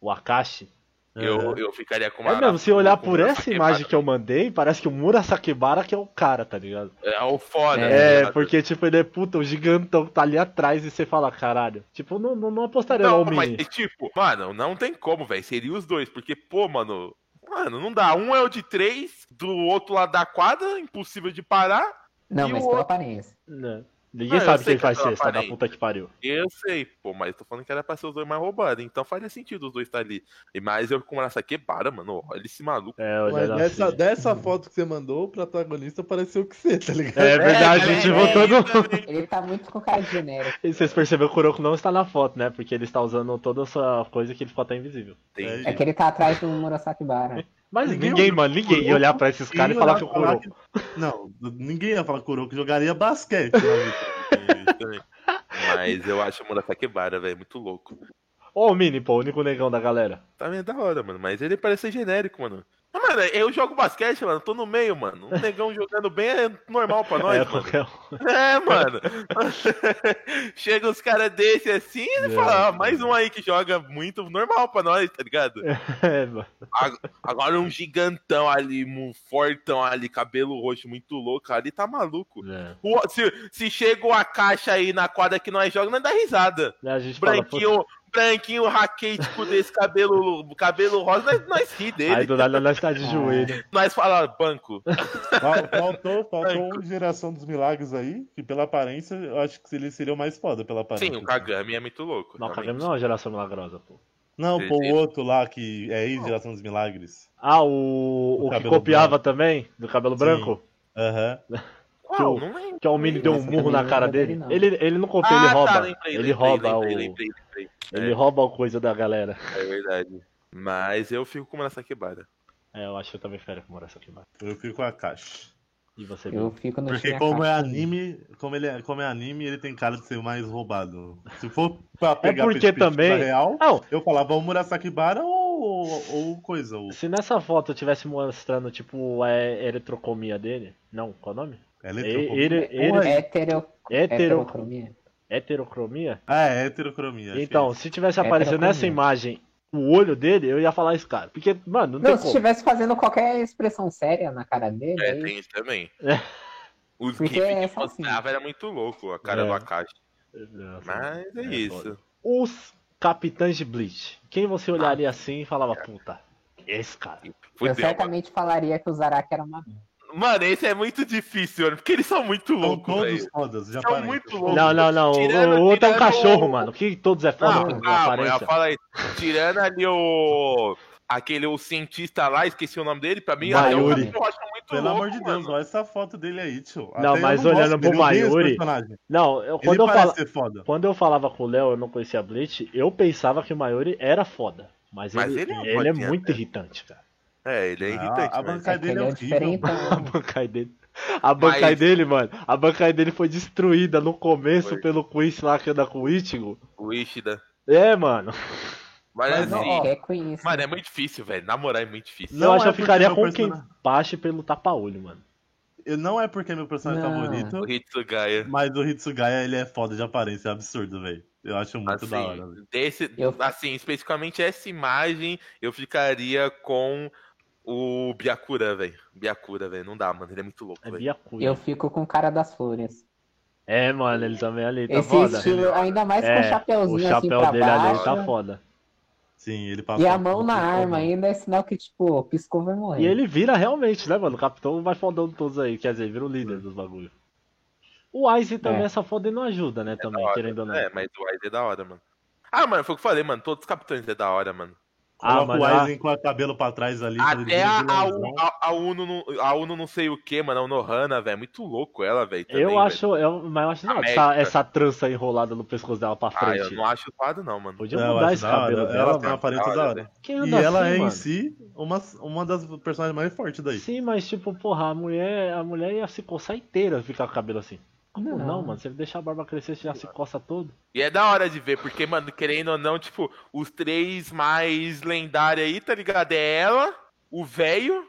Speaker 4: O Akashi.
Speaker 3: Eu, eu ficaria com uma.
Speaker 4: É mesmo, se olhar por essa imagem
Speaker 3: que
Speaker 4: que eu mandei, parece que o Murasakibara que é o cara, tá ligado?
Speaker 3: É o foda.
Speaker 4: É,
Speaker 3: né?
Speaker 4: porque, tipo, ele é puta, o gigantão que tá ali atrás e você fala, caralho. Tipo, não, não, não apostaria lá
Speaker 3: Não,
Speaker 4: o
Speaker 3: mas
Speaker 4: mini.
Speaker 3: tipo, mano, não tem como, velho. Seria os dois, porque, pô, mano. Mano, não dá. Um é o de três, do outro lado da quadra, impossível de parar.
Speaker 5: Não,
Speaker 3: E
Speaker 5: mas
Speaker 3: o
Speaker 4: É.
Speaker 5: pela
Speaker 3: outro?
Speaker 5: aparência.
Speaker 4: Né? Ninguém
Speaker 3: Ah, eu sei
Speaker 4: sabe quem
Speaker 3: que
Speaker 4: faz
Speaker 3: aquela
Speaker 4: cesta da
Speaker 3: parede.
Speaker 4: puta que pariu.
Speaker 3: Eu sei, pô, mas tô falando que era pra ser os dois mais roubados, então faria sentido os dois estar ali. E mais eu com essa quebara, mano, olha esse maluco.
Speaker 4: É, olha
Speaker 7: Mas
Speaker 4: lá,
Speaker 7: dessa,
Speaker 4: filho.
Speaker 7: dessa foto que você mandou, o protagonista pareceu que você, tá ligado?
Speaker 4: É verdade, a gente
Speaker 5: é,
Speaker 4: votou no.
Speaker 5: Ele tá muito com cara de genérico.
Speaker 4: E vocês perceberam que o Kuroko não está na foto, né? Porque ele está usando toda a sua coisa que ele ficou até invisível.
Speaker 3: Tem-
Speaker 5: É que ele tá atrás do Murasaki Bara.
Speaker 4: Mas
Speaker 2: Ninguém
Speaker 4: ninguém,
Speaker 2: olhou
Speaker 4: mano, ninguém ia olhar pra esses caras e falar que o
Speaker 2: Falar
Speaker 4: Kuroko.
Speaker 2: que- Não, ninguém ia falar Kuroko, jogaria basquete. né?
Speaker 3: Mas eu acho o Murasaki Bara, velho, muito louco.
Speaker 4: Ô, Mini, pô, o único negão da galera.
Speaker 3: Tá meio da hora, mano. Mas ele parece ser genérico, mano. Mas, mano, eu jogo basquete, mano. Tô no meio, mano. Um negão jogando bem é normal pra nós,
Speaker 4: é,
Speaker 3: mano.
Speaker 4: qualquer um.
Speaker 3: É, mano. Chega os caras desse assim e ele
Speaker 4: É.
Speaker 3: fala, ah, mais um aí que joga muito normal pra nós, tá ligado?
Speaker 4: É, mano.
Speaker 3: Agora um gigantão ali, um fortão ali, cabelo roxo, muito louco ali, tá maluco.
Speaker 4: É.
Speaker 3: O- Se, se chega a caixa aí na quadra que nós jogamos, nós dá risada.
Speaker 4: Né, A gente fala, pô,
Speaker 3: Branquinho, branquinho, raquético desse cabelo, cabelo rosa, nós, nós ri dele.
Speaker 4: aí do nada nós tá de joelho.
Speaker 3: Nós fala banco.
Speaker 2: Fal- Faltou, faltou
Speaker 4: É,
Speaker 2: uma geração dos milagres aí, que pela aparência, eu acho que ele seria o mais foda pela aparência.
Speaker 3: Sim, o Kagami é muito louco.
Speaker 4: Não,
Speaker 3: realmente.
Speaker 4: Kagami não é uma geração milagrosa, pô.
Speaker 2: Não, pô, o
Speaker 3: Perfeito.
Speaker 2: outro lá que é ex-geração dos milagres.
Speaker 4: Ah, o,
Speaker 2: Do
Speaker 4: o que
Speaker 2: cabelo
Speaker 4: copiava também, do cabelo
Speaker 2: Sim.
Speaker 4: branco,
Speaker 2: Aham.
Speaker 3: Qual? Não lembro.
Speaker 4: que o Mini deu um
Speaker 5: Nossa,
Speaker 4: murro
Speaker 5: eu
Speaker 4: na
Speaker 5: não
Speaker 4: cara
Speaker 5: lembro
Speaker 4: dele.
Speaker 5: dele, não.
Speaker 4: Ele, ele não confia, ele rouba.
Speaker 3: Ah, tá, lembrei,
Speaker 4: ele
Speaker 3: lembrei, lembrei,
Speaker 4: rouba o.
Speaker 3: lembrei, lembrei.
Speaker 4: Ele rouba a coisa da galera.
Speaker 3: É verdade. Mas eu fico com o Murasaki Bara.
Speaker 4: É, eu acho que eu também fera com Murasaki Bara.
Speaker 2: Eu fico com a caixa.
Speaker 4: E você,
Speaker 5: Eu fico no
Speaker 2: Porque
Speaker 5: Shinakashi.
Speaker 2: como é anime, como ele é, como é anime, ele tem cara de ser o mais roubado. Se for pra pegar
Speaker 4: É porque
Speaker 2: perspectiva
Speaker 4: também-
Speaker 2: real,
Speaker 4: Não.
Speaker 2: eu falava o Murasaki Bara ou, ou coisa, ou
Speaker 4: Se nessa foto eu tivesse mostrando, tipo, a eritrocomia dele. Não, qual é o nome?
Speaker 2: eletrocomia.
Speaker 4: é Ele,
Speaker 5: Porra, hetero- é um heterocromia.
Speaker 4: heterocromia?
Speaker 2: Ah, é heterocromia. achei.
Speaker 4: Então, se tivesse aparecido
Speaker 5: Heterocromia.
Speaker 4: nessa imagem o olho dele, eu ia falar isso, cara. Porque, mano, não,
Speaker 5: Não,
Speaker 4: tem
Speaker 5: se
Speaker 4: como.
Speaker 5: estivesse fazendo qualquer expressão séria na cara dele,
Speaker 3: É,
Speaker 5: aí-
Speaker 3: tem isso também.
Speaker 4: É.
Speaker 3: Os
Speaker 5: Porque
Speaker 3: GIF
Speaker 5: é
Speaker 3: que
Speaker 5: só assim.
Speaker 3: mostrava era muito louco, a cara
Speaker 4: É.
Speaker 3: do Akashi.
Speaker 4: Nossa,
Speaker 3: Mas é,
Speaker 4: é
Speaker 3: isso.
Speaker 4: foda. Os capitães de Bleach. Quem você olharia
Speaker 5: Ah.
Speaker 4: assim e falava, puta, esse cara.
Speaker 5: eu
Speaker 3: Fudeu, mano.
Speaker 5: certamente falaria que o Zaraki era uma...
Speaker 3: Mano, esse é muito difícil, mano, porque eles são muito
Speaker 2: São
Speaker 3: loucos,
Speaker 2: todos
Speaker 3: velho.
Speaker 2: fodas, já
Speaker 3: São
Speaker 2: parei.
Speaker 3: muito loucos.
Speaker 4: Não, não, não.
Speaker 3: Tirando-
Speaker 4: o outro é um
Speaker 3: tirando
Speaker 4: cachorro,
Speaker 3: o-
Speaker 4: mano. Que todos é
Speaker 3: Não,
Speaker 4: foda
Speaker 3: calma,
Speaker 4: na
Speaker 3: eu
Speaker 4: aparência.
Speaker 3: falo Ah, aí. Tirando ali o. Aquele o cientista lá, esqueci o nome dele, pra mim é
Speaker 4: Maiuri.
Speaker 3: até o eu acho muito
Speaker 2: Pelo
Speaker 3: louco,
Speaker 2: amor de Deus,
Speaker 3: mano.
Speaker 2: olha essa foto dele aí, tio.
Speaker 4: Não,
Speaker 2: eu
Speaker 4: mas
Speaker 2: gosto
Speaker 4: olhando
Speaker 2: dele,
Speaker 4: pro
Speaker 2: eu odeio esse
Speaker 4: Maiuri,
Speaker 2: personagem.
Speaker 4: Não, eu,
Speaker 2: Ele
Speaker 4: quando eu
Speaker 2: parece
Speaker 4: falo.
Speaker 2: ser foda.
Speaker 4: Quando eu falava com o Léo, eu não conhecia Bleach, eu pensava que o Maiori era foda. Mas,
Speaker 3: Mas
Speaker 4: ele,
Speaker 3: ele é um
Speaker 4: ele é,
Speaker 3: modinha,
Speaker 4: muito
Speaker 3: né?
Speaker 4: irritante, cara.
Speaker 3: É, ele é
Speaker 2: Ah,
Speaker 3: irritante.
Speaker 2: a
Speaker 3: mas-
Speaker 2: bancada
Speaker 5: que ele
Speaker 2: dele é
Speaker 5: é
Speaker 2: horrível.
Speaker 5: diferente.
Speaker 4: A bancai dele. A bancai
Speaker 3: Mas-
Speaker 4: dele, mano. A bancai dele foi destruída no começo
Speaker 3: Foi.
Speaker 4: pelo Quincy lá que anda com o Ichigo.
Speaker 3: O Ishida.
Speaker 4: É, mano.
Speaker 3: Mas,
Speaker 2: Mas,
Speaker 3: assim,
Speaker 2: ó,
Speaker 5: É Queen, isso.
Speaker 3: mano, é muito difícil, velho. Na moral, é muito difícil.
Speaker 4: eu acho que eu
Speaker 2: porque
Speaker 4: ficaria
Speaker 2: meu
Speaker 4: com quem
Speaker 2: personagem-
Speaker 4: baixe pelo tapa-olho, mano.
Speaker 2: eu- Não é porque meu personagem
Speaker 5: Não.
Speaker 2: tá
Speaker 3: O
Speaker 2: bonito,
Speaker 3: Hitsugaya.
Speaker 2: mas o Hitsugaya, ele é foda de aparência, é absurdo, velho. Eu acho muito da hora, velho.
Speaker 3: Assim, desse,
Speaker 5: Eu-
Speaker 3: assim, especificamente essa imagem, eu ficaria com o Biakura, velho. Biakura, velho. Não dá, mano. Ele é muito louco,
Speaker 4: É
Speaker 3: velho.
Speaker 4: Byakuya.
Speaker 5: Eu fico com cara das flores.
Speaker 4: É, mano, ele também ali tá
Speaker 5: Esse
Speaker 4: foda.
Speaker 5: estilo, ainda mais com
Speaker 4: É,
Speaker 5: o chapéuzinho
Speaker 4: o
Speaker 5: assim
Speaker 4: chapéu
Speaker 5: pra
Speaker 4: dele ali
Speaker 5: baixo.
Speaker 4: tá foda.
Speaker 2: Sim, ele passa.
Speaker 5: E a mão na arma ainda é sinal que, tipo, piscou vai morrer.
Speaker 4: E ele vira realmente, né, mano? O capitão vai fodando todos aí. Quer dizer, vira o líder
Speaker 3: Hum.
Speaker 4: dos bagulho. O Ice também,
Speaker 5: É.
Speaker 4: essa foda ele não ajuda, né? também,
Speaker 3: hora,
Speaker 4: querendo ou não.
Speaker 3: É, mas o Aizen é da hora, mano. Ah, mano, foi o que eu falei, mano. Todos os capitães é da hora, mano.
Speaker 4: Ah,
Speaker 2: Coloca
Speaker 4: mano,
Speaker 2: o
Speaker 4: ah,
Speaker 2: Aizen com o cabelo pra trás ali.
Speaker 3: Até a, a,
Speaker 2: vilãozão.
Speaker 3: a, a Uno, não- a Uno não sei o que, mano. A Unohana, velho. é Muito louco ela, velho. também,
Speaker 4: ah, eu
Speaker 3: velho.
Speaker 4: acho, eu, mas eu acho não, essa,
Speaker 3: América.
Speaker 4: essa trança enrolada no pescoço dela pra
Speaker 3: Ah, eu
Speaker 4: frente.
Speaker 3: não acho zoado, não, mano.
Speaker 4: Podia
Speaker 2: Eu
Speaker 4: mudar
Speaker 2: acho
Speaker 4: esse
Speaker 2: da hora,
Speaker 4: cabelo
Speaker 2: ela
Speaker 4: dela,
Speaker 2: tem uma
Speaker 4: mano.
Speaker 2: aparência
Speaker 3: Da hora,
Speaker 2: da hora.
Speaker 4: Quem
Speaker 2: E
Speaker 4: anda assim,
Speaker 2: ela é em
Speaker 4: mano?
Speaker 2: si uma, uma das personagens mais fortes daí.
Speaker 4: Sim, mas tipo, porra, a mulher, a mulher ia se coçar inteira ficar com o cabelo assim. Como não,
Speaker 5: Não.
Speaker 4: mano? Você deixar a barba crescer, você já se coça todo.
Speaker 3: E é da hora de ver, porque, mano, querendo ou não, tipo, os três mais lendários aí, tá ligado? É ela, o velho.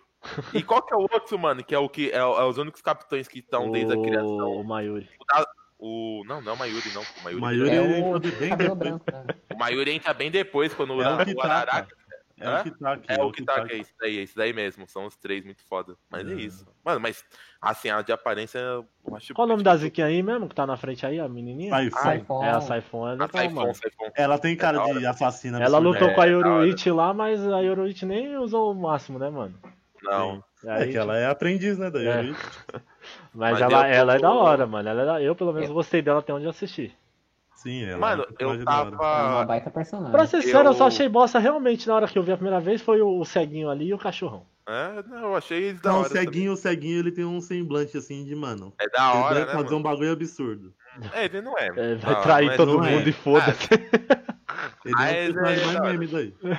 Speaker 3: E qual que é o outro, mano? Que é o que. É, o- é os únicos capitães que estão um desde a criação. Tipo,
Speaker 4: O Mayuri.
Speaker 3: O, da- o- Não, não é o Mayuri, não. O Mayuri,
Speaker 2: Mayuri-
Speaker 5: É
Speaker 2: ele
Speaker 5: o
Speaker 2: foi bem
Speaker 5: cabelo
Speaker 2: depois.
Speaker 5: branco, né?
Speaker 3: o Mayuri entra bem depois,
Speaker 2: É
Speaker 3: quando
Speaker 2: o
Speaker 3: o,
Speaker 2: que
Speaker 3: o
Speaker 2: tá.
Speaker 3: Araraka.
Speaker 2: É o
Speaker 3: Hã?
Speaker 2: que tá aqui.
Speaker 3: É o que tá,
Speaker 2: aqui.
Speaker 3: é isso daí, é isso daí mesmo. São os três muito foda. Mas é,
Speaker 2: É.
Speaker 3: isso. Mano, mas assim, a de aparência, eu acho. tipo,
Speaker 4: Qual o nome da Ziquinha aí mesmo que tá na frente aí, a menininha?
Speaker 2: Aí,
Speaker 3: Ah,
Speaker 2: foi.
Speaker 5: iPhone.
Speaker 4: É, a Saifon é
Speaker 3: A
Speaker 4: legal,
Speaker 3: Saifon,
Speaker 4: mano.
Speaker 3: Saifon.
Speaker 2: Ela tem cara
Speaker 3: É da
Speaker 2: de assassina. né?
Speaker 4: Ela
Speaker 2: absurda.
Speaker 4: lutou
Speaker 3: É,
Speaker 4: com a
Speaker 3: da hora.
Speaker 4: Yoruichi lá, mas a Yoruichi nem usou o máximo, né, mano?
Speaker 3: Não.
Speaker 4: E
Speaker 2: É
Speaker 4: aí,
Speaker 2: que ela é aprendiz, né? Daí
Speaker 4: É.
Speaker 2: aí-
Speaker 4: tipo, Mas,
Speaker 3: Mas
Speaker 4: ela,
Speaker 3: eu tô-
Speaker 4: ela é da hora, mano. Ela é da- Eu, pelo menos, gostei dela até onde eu assisti.
Speaker 2: Sim, ela. é
Speaker 3: Mano,
Speaker 2: um personagem
Speaker 3: eu
Speaker 2: da hora.
Speaker 5: É uma
Speaker 3: tava.
Speaker 5: baita personagem.
Speaker 4: Pra ser sério, eu só
Speaker 3: eu-
Speaker 4: achei bosta realmente na hora que eu vi a primeira vez foi o o ceguinho ali e o cachorrão.
Speaker 3: É, não, eu achei eles da
Speaker 2: Não, o
Speaker 3: hora. também.
Speaker 2: ceguinho, o ceguinho, ele tem um semblante assim de, mano.
Speaker 3: É da
Speaker 2: ele
Speaker 3: hora,
Speaker 2: deve
Speaker 3: né?
Speaker 2: fazer
Speaker 3: mano?
Speaker 2: um bagulho absurdo.
Speaker 3: É, ele não é.
Speaker 4: É, vai
Speaker 3: Não,
Speaker 4: trair
Speaker 3: não é-
Speaker 4: todo
Speaker 2: não é.
Speaker 4: mundo e foda-se.
Speaker 2: Ele
Speaker 3: Ah,
Speaker 2: é
Speaker 3: ele
Speaker 2: o personagem
Speaker 3: é da
Speaker 2: mais
Speaker 3: hora.
Speaker 2: meme daí.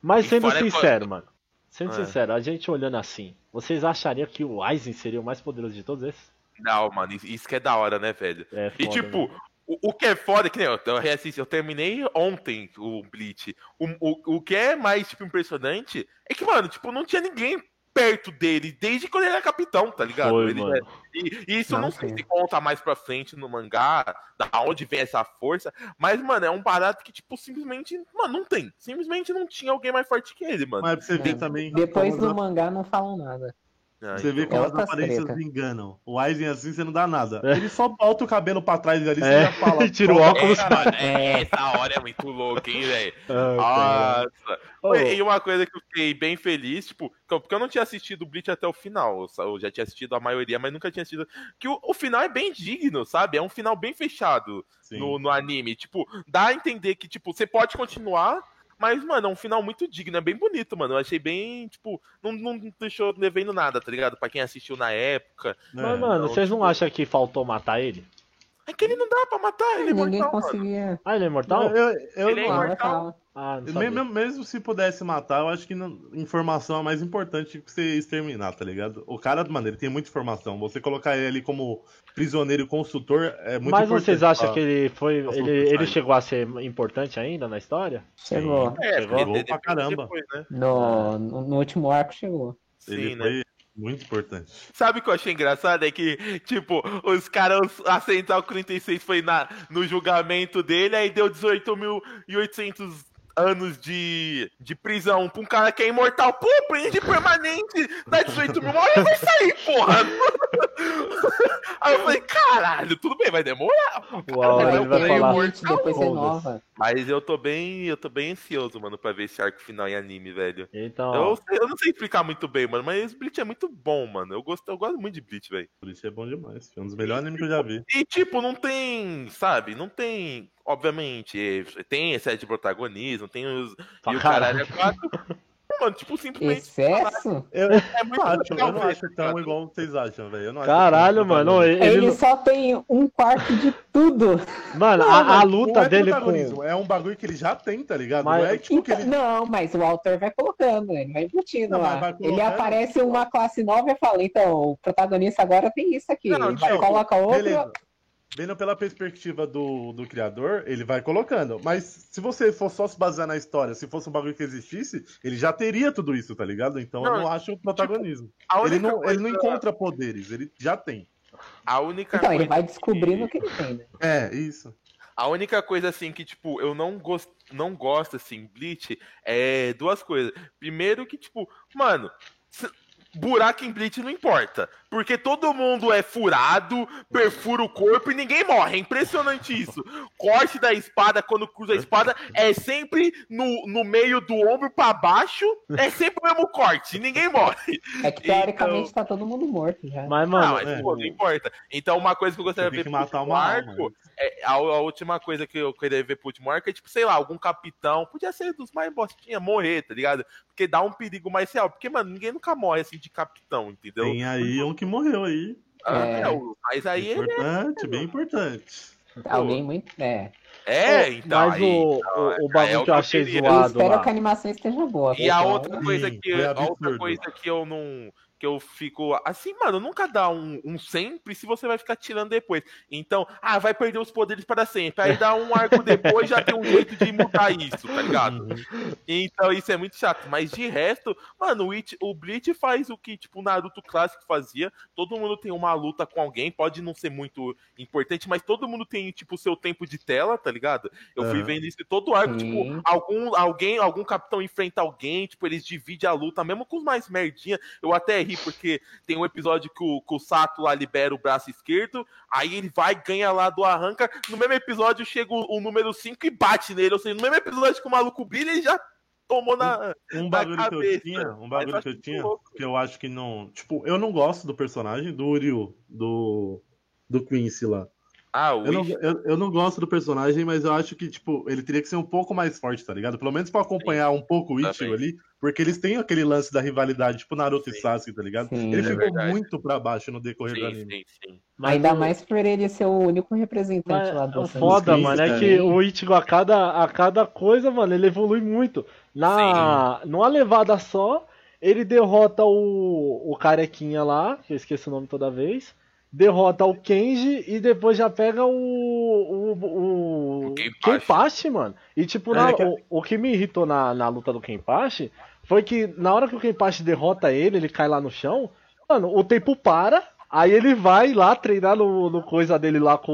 Speaker 4: Mas
Speaker 3: E
Speaker 4: sendo
Speaker 3: fora é
Speaker 4: sincero, mano. Sendo
Speaker 3: É.
Speaker 4: sincero, a gente olhando assim, vocês achariam que o Aizen seria o mais poderoso de todos esses?
Speaker 3: Não, mano, isso- isso que é da hora, né, velho?
Speaker 4: É,
Speaker 3: E
Speaker 4: foda, né?
Speaker 3: tipo, o, o que é foda, que nem eu, eu reassisti, eu terminei ontem o Bleach. O, o, o que é mais, tipo, impressionante é que, mano, tipo, não tinha ninguém perto dele desde quando ele era capitão, tá ligado?
Speaker 4: foi,
Speaker 3: Ele-
Speaker 4: mano.
Speaker 3: E, e isso eu
Speaker 5: Não,
Speaker 3: não sei
Speaker 5: sim.
Speaker 3: se conta mais pra frente no mangá, da onde vem essa força, mas, mano, é um barato que, tipo, simplesmente, mano, não tem. Simplesmente não tinha alguém mais forte que ele, mano.
Speaker 2: Mas pra você ver
Speaker 5: É.
Speaker 2: também.
Speaker 5: Depois
Speaker 2: como
Speaker 5: do
Speaker 2: as-
Speaker 5: mangá não falam nada.
Speaker 3: Ah,
Speaker 2: Você vê
Speaker 3: então.
Speaker 2: como
Speaker 5: É
Speaker 2: as
Speaker 5: outra
Speaker 2: aparências
Speaker 5: treta.
Speaker 2: enganam. O Aizen assim, você não dá nada.
Speaker 4: É.
Speaker 2: Ele só bota o cabelo pra trás ali, você
Speaker 4: É,
Speaker 2: já fala.
Speaker 4: tira o
Speaker 2: "Pô,
Speaker 4: óculos.
Speaker 2: cara,
Speaker 3: Mano, é, essa hora é muito louca, hein, velho?
Speaker 4: Ah,
Speaker 3: Nossa,
Speaker 4: cara.
Speaker 3: E e uma coisa que eu fiquei bem feliz, tipo, que eu- porque eu não tinha assistido o Bleach até o final, eu só- eu já tinha assistido a maioria, mas nunca tinha assistido. Que o, o final é bem digno, sabe? É um final bem fechado
Speaker 2: Sim.
Speaker 3: no, no anime. Tipo, dá a entender que, tipo, você pode continuar, mas, mano, é um final muito digno, é bem bonito, mano. Eu achei bem, tipo, não, não deixou devendo nada, tá ligado? Pra quem assistiu na época.
Speaker 4: Ô, Mas,
Speaker 2: É.
Speaker 4: mano,
Speaker 3: então,
Speaker 4: vocês não
Speaker 3: tipo-
Speaker 4: acham que faltou matar ele?
Speaker 3: É que ele não dá pra matar, ele é
Speaker 5: Ninguém
Speaker 3: mortal, mano.
Speaker 5: conseguia.
Speaker 4: Ah, ele é imortal?
Speaker 2: Eu, eu
Speaker 3: Ele é
Speaker 2: não
Speaker 5: Não,
Speaker 2: acho.
Speaker 5: vai falar.
Speaker 4: Ah, não
Speaker 2: Me-
Speaker 4: sabia.
Speaker 2: Mesmo, mesmo se pudesse matar, eu acho que não- informação é mais importante que você exterminar, tá ligado? O cara, mano, ele tem muita informação. Você colocar ele ali como prisioneiro e consultor é muito
Speaker 4: Mas
Speaker 2: importante.
Speaker 4: vocês acham
Speaker 3: Ah.
Speaker 2: pra-
Speaker 4: que ele foi.
Speaker 2: pra
Speaker 4: Ele,
Speaker 2: solução.
Speaker 4: ele chegou a ser importante ainda na história?
Speaker 5: Chegou.
Speaker 3: É,
Speaker 4: Chegou
Speaker 3: porque
Speaker 2: pra caramba.
Speaker 3: depois, né?
Speaker 5: No, no, no último arco chegou.
Speaker 2: Ele
Speaker 3: Sim, né?
Speaker 2: foi muito importante.
Speaker 3: Sabe o que eu achei engraçado? É que, tipo, os caras, a Central 46 foi na, no julgamento dele, aí deu 18.800 anos de, de prisão pra um cara que é imortal. Pô, prende permanente, dá 18 mil, uma hora vai sair, porra! Aí eu falei, caralho, tudo bem, vai demorar.
Speaker 4: Uau,
Speaker 3: Ah, Cara,
Speaker 4: ele
Speaker 3: eu
Speaker 4: vai
Speaker 3: ganhei
Speaker 4: falar.
Speaker 3: muito.
Speaker 5: Gente, depois
Speaker 4: Foda-se.
Speaker 5: renova.
Speaker 3: Mas eu tô bem, eu tô bem ansioso, mano, pra ver esse arco final em anime, velho.
Speaker 4: Então.
Speaker 3: Eu, sei- eu não sei explicar muito bem, mano, mas Bleach é muito bom, mano. Eu gosto, eu gosto muito de Bleach, velho.
Speaker 2: Por isso é bom demais. Foi um dos melhores animes que eu já vi.
Speaker 3: E, tipo, não tem, sabe? Não tem. Obviamente, eh, tem excesso de protagonismo, tem os.
Speaker 4: Pra
Speaker 3: e o
Speaker 4: caralho.
Speaker 3: caralho é quatro. Mano, tipo, simplesmente
Speaker 5: Excesso?
Speaker 2: Eu,
Speaker 3: é muito
Speaker 2: acho, eu
Speaker 3: legal,
Speaker 2: não
Speaker 3: velho,
Speaker 2: acho
Speaker 3: cara.
Speaker 2: tão igual vocês acham, velho. Eu não acho
Speaker 4: Caralho,
Speaker 2: tão-
Speaker 4: mano. Ele,
Speaker 5: Ele
Speaker 4: ele-
Speaker 5: só tem um quarto de tudo.
Speaker 4: mano,
Speaker 2: Não,
Speaker 4: a, a
Speaker 2: mano, não
Speaker 4: luta
Speaker 2: é
Speaker 4: dele
Speaker 2: protagonismo,
Speaker 4: com.
Speaker 2: É um bagulho que ele já tem, tá ligado?
Speaker 4: Mas-
Speaker 2: Não é tipo que
Speaker 5: Então-
Speaker 2: ele
Speaker 5: Não, mas o autor vai colocando, ele vai embutindo
Speaker 2: Não, mas
Speaker 5: lá.
Speaker 2: vai
Speaker 5: Ele
Speaker 2: colocando.
Speaker 5: aparece uma classe nova e fala, então, o protagonista agora tem isso aqui.
Speaker 3: Não,
Speaker 5: Ele vai,
Speaker 2: tipo,
Speaker 5: coloca outro.
Speaker 2: Beleza. Vendo pela perspectiva do, do criador, ele vai colocando. Mas se você for só se basear na história, se fosse um bagulho que existisse, ele já teria tudo isso, tá ligado? Então eu
Speaker 3: Não,
Speaker 2: não acho o protagonismo.
Speaker 3: A única
Speaker 2: ele, não,
Speaker 3: coisa,
Speaker 2: ele não encontra poderes, ele já tem.
Speaker 3: a única
Speaker 5: Então, ele
Speaker 3: coisa
Speaker 5: vai
Speaker 3: que-
Speaker 5: descobrindo o que ele tem, né?
Speaker 2: É, isso.
Speaker 3: A única coisa, assim, que, tipo, eu não, gos- não gosto, assim, Bleach, é duas coisas. Primeiro que, tipo, mano, se- buraco em Bleach não importa. Porque todo mundo é furado, perfura o corpo e ninguém morre. É impressionante isso. Corte da espada, quando cruza a espada, é sempre no, no meio do ombro pra baixo, é sempre o mesmo corte, ninguém morre.
Speaker 5: É que teoricamente tá todo mundo morto já.
Speaker 4: Mas,
Speaker 3: Não,
Speaker 4: mano,
Speaker 3: mas,
Speaker 2: é.
Speaker 3: pô, não importa. Então, uma coisa que eu gostaria
Speaker 2: Você
Speaker 3: de
Speaker 2: tem
Speaker 3: ver
Speaker 2: que matar
Speaker 3: pro último
Speaker 2: uma
Speaker 3: arco
Speaker 2: alma. né?
Speaker 3: é, a, a última coisa que eu queria ver pro último arco é, tipo, sei lá, algum capitão, podia ser dos mais bostinha, morrer, tá ligado? Porque dá um perigo mais real. Porque, mano, ninguém nunca morre assim de capitão, entendeu?
Speaker 2: Tem aí um que morreu aí.
Speaker 3: Ah,
Speaker 5: É.
Speaker 3: é, o- mas aí ele
Speaker 2: Importante, bem importante.
Speaker 5: Alguém muito. É.
Speaker 3: é, então.
Speaker 4: mas
Speaker 3: aí,
Speaker 4: o,
Speaker 3: então,
Speaker 4: o, o
Speaker 3: aí é
Speaker 4: bagulho
Speaker 3: o
Speaker 4: que eu
Speaker 3: que eu
Speaker 4: achei
Speaker 3: queria.
Speaker 5: Eu
Speaker 4: zoado
Speaker 5: espero
Speaker 4: lá.
Speaker 5: que a animação esteja boa.
Speaker 3: E a
Speaker 5: pessoal.
Speaker 3: outra coisa
Speaker 2: Sim,
Speaker 3: que
Speaker 2: foi
Speaker 3: a outra
Speaker 2: é um absurdo.
Speaker 3: coisa que eu não que eu fico assim, mano, nunca dá um, um sempre se você vai ficar tirando depois. Então, ah, vai perder os poderes para sempre. Aí dá um arco depois já tem um jeito de mudar isso, tá ligado?
Speaker 2: Uhum.
Speaker 3: Então isso é muito chato, mas de resto, mano, o, It, o Bleach faz o que tipo o Naruto clássico fazia. Todo mundo tem uma luta com alguém, pode não ser muito importante, mas todo mundo tem tipo o seu tempo de tela, tá ligado? Eu fui
Speaker 2: Aham.
Speaker 3: vendo isso em todo arco, tipo,
Speaker 5: Sim.
Speaker 3: algum, alguém, algum capitão enfrenta alguém, tipo, eles dividem a luta, mesmo com os mais merdinha. Eu até ri, porque tem um episódio que o, que o Sato lá libera o braço esquerdo, aí ele vai, ganha lá do arranca. No mesmo episódio chega o, o número 5 e bate nele. Ou seja, no mesmo episódio que o maluco brilha, ele já tomou na.
Speaker 2: Um
Speaker 3: da
Speaker 2: bagulho que eu
Speaker 3: cabeça.
Speaker 2: tinha, um
Speaker 3: Mas eu
Speaker 2: bagulho
Speaker 3: acho
Speaker 2: que eu
Speaker 3: muito
Speaker 2: tinha,
Speaker 3: louco.
Speaker 2: que eu acho que não. Tipo, eu não gosto do personagem do Uryu, do. Do Quincy lá.
Speaker 3: Ah, o
Speaker 2: Eu não,
Speaker 3: Wish.
Speaker 2: eu, eu não gosto do personagem, mas eu acho que, tipo, ele teria que ser um pouco mais forte, tá ligado? Pelo menos pra acompanhar um pouco o
Speaker 3: Tá
Speaker 2: Ichigo
Speaker 3: bem.
Speaker 2: ali, porque eles têm aquele lance da rivalidade, tipo Naruto e
Speaker 3: Sim.
Speaker 2: Sasuke, tá ligado?
Speaker 5: Sim.
Speaker 2: ele
Speaker 5: É
Speaker 2: ficou
Speaker 3: verdade.
Speaker 2: muito pra baixo no decorrer do
Speaker 3: Sim,
Speaker 2: anime.
Speaker 3: sim, sim.
Speaker 4: Mas
Speaker 5: Ainda
Speaker 4: o-
Speaker 5: mais por ele ser o único representante
Speaker 4: mas
Speaker 5: lá do né?
Speaker 4: o
Speaker 5: Santos
Speaker 4: foda,
Speaker 5: Cristo
Speaker 4: mano, é
Speaker 5: também.
Speaker 4: que o Ichigo a cada, a cada coisa, mano, ele evolui muito. Na, numa levada só, ele derrota o, o carequinha lá, que eu esqueço o nome toda vez. Derrota o Kenji e depois já pega o. O, o,
Speaker 3: O Kenpachi.
Speaker 4: Kenpachi, mano. E tipo,
Speaker 2: É,
Speaker 4: na-
Speaker 2: é que-
Speaker 4: o, o que me irritou na, na luta do Kenpachi foi que na hora que o Kenpachi derrota ele, ele cai lá no chão, mano, o tempo para, aí ele vai lá treinar no, no coisa dele lá com,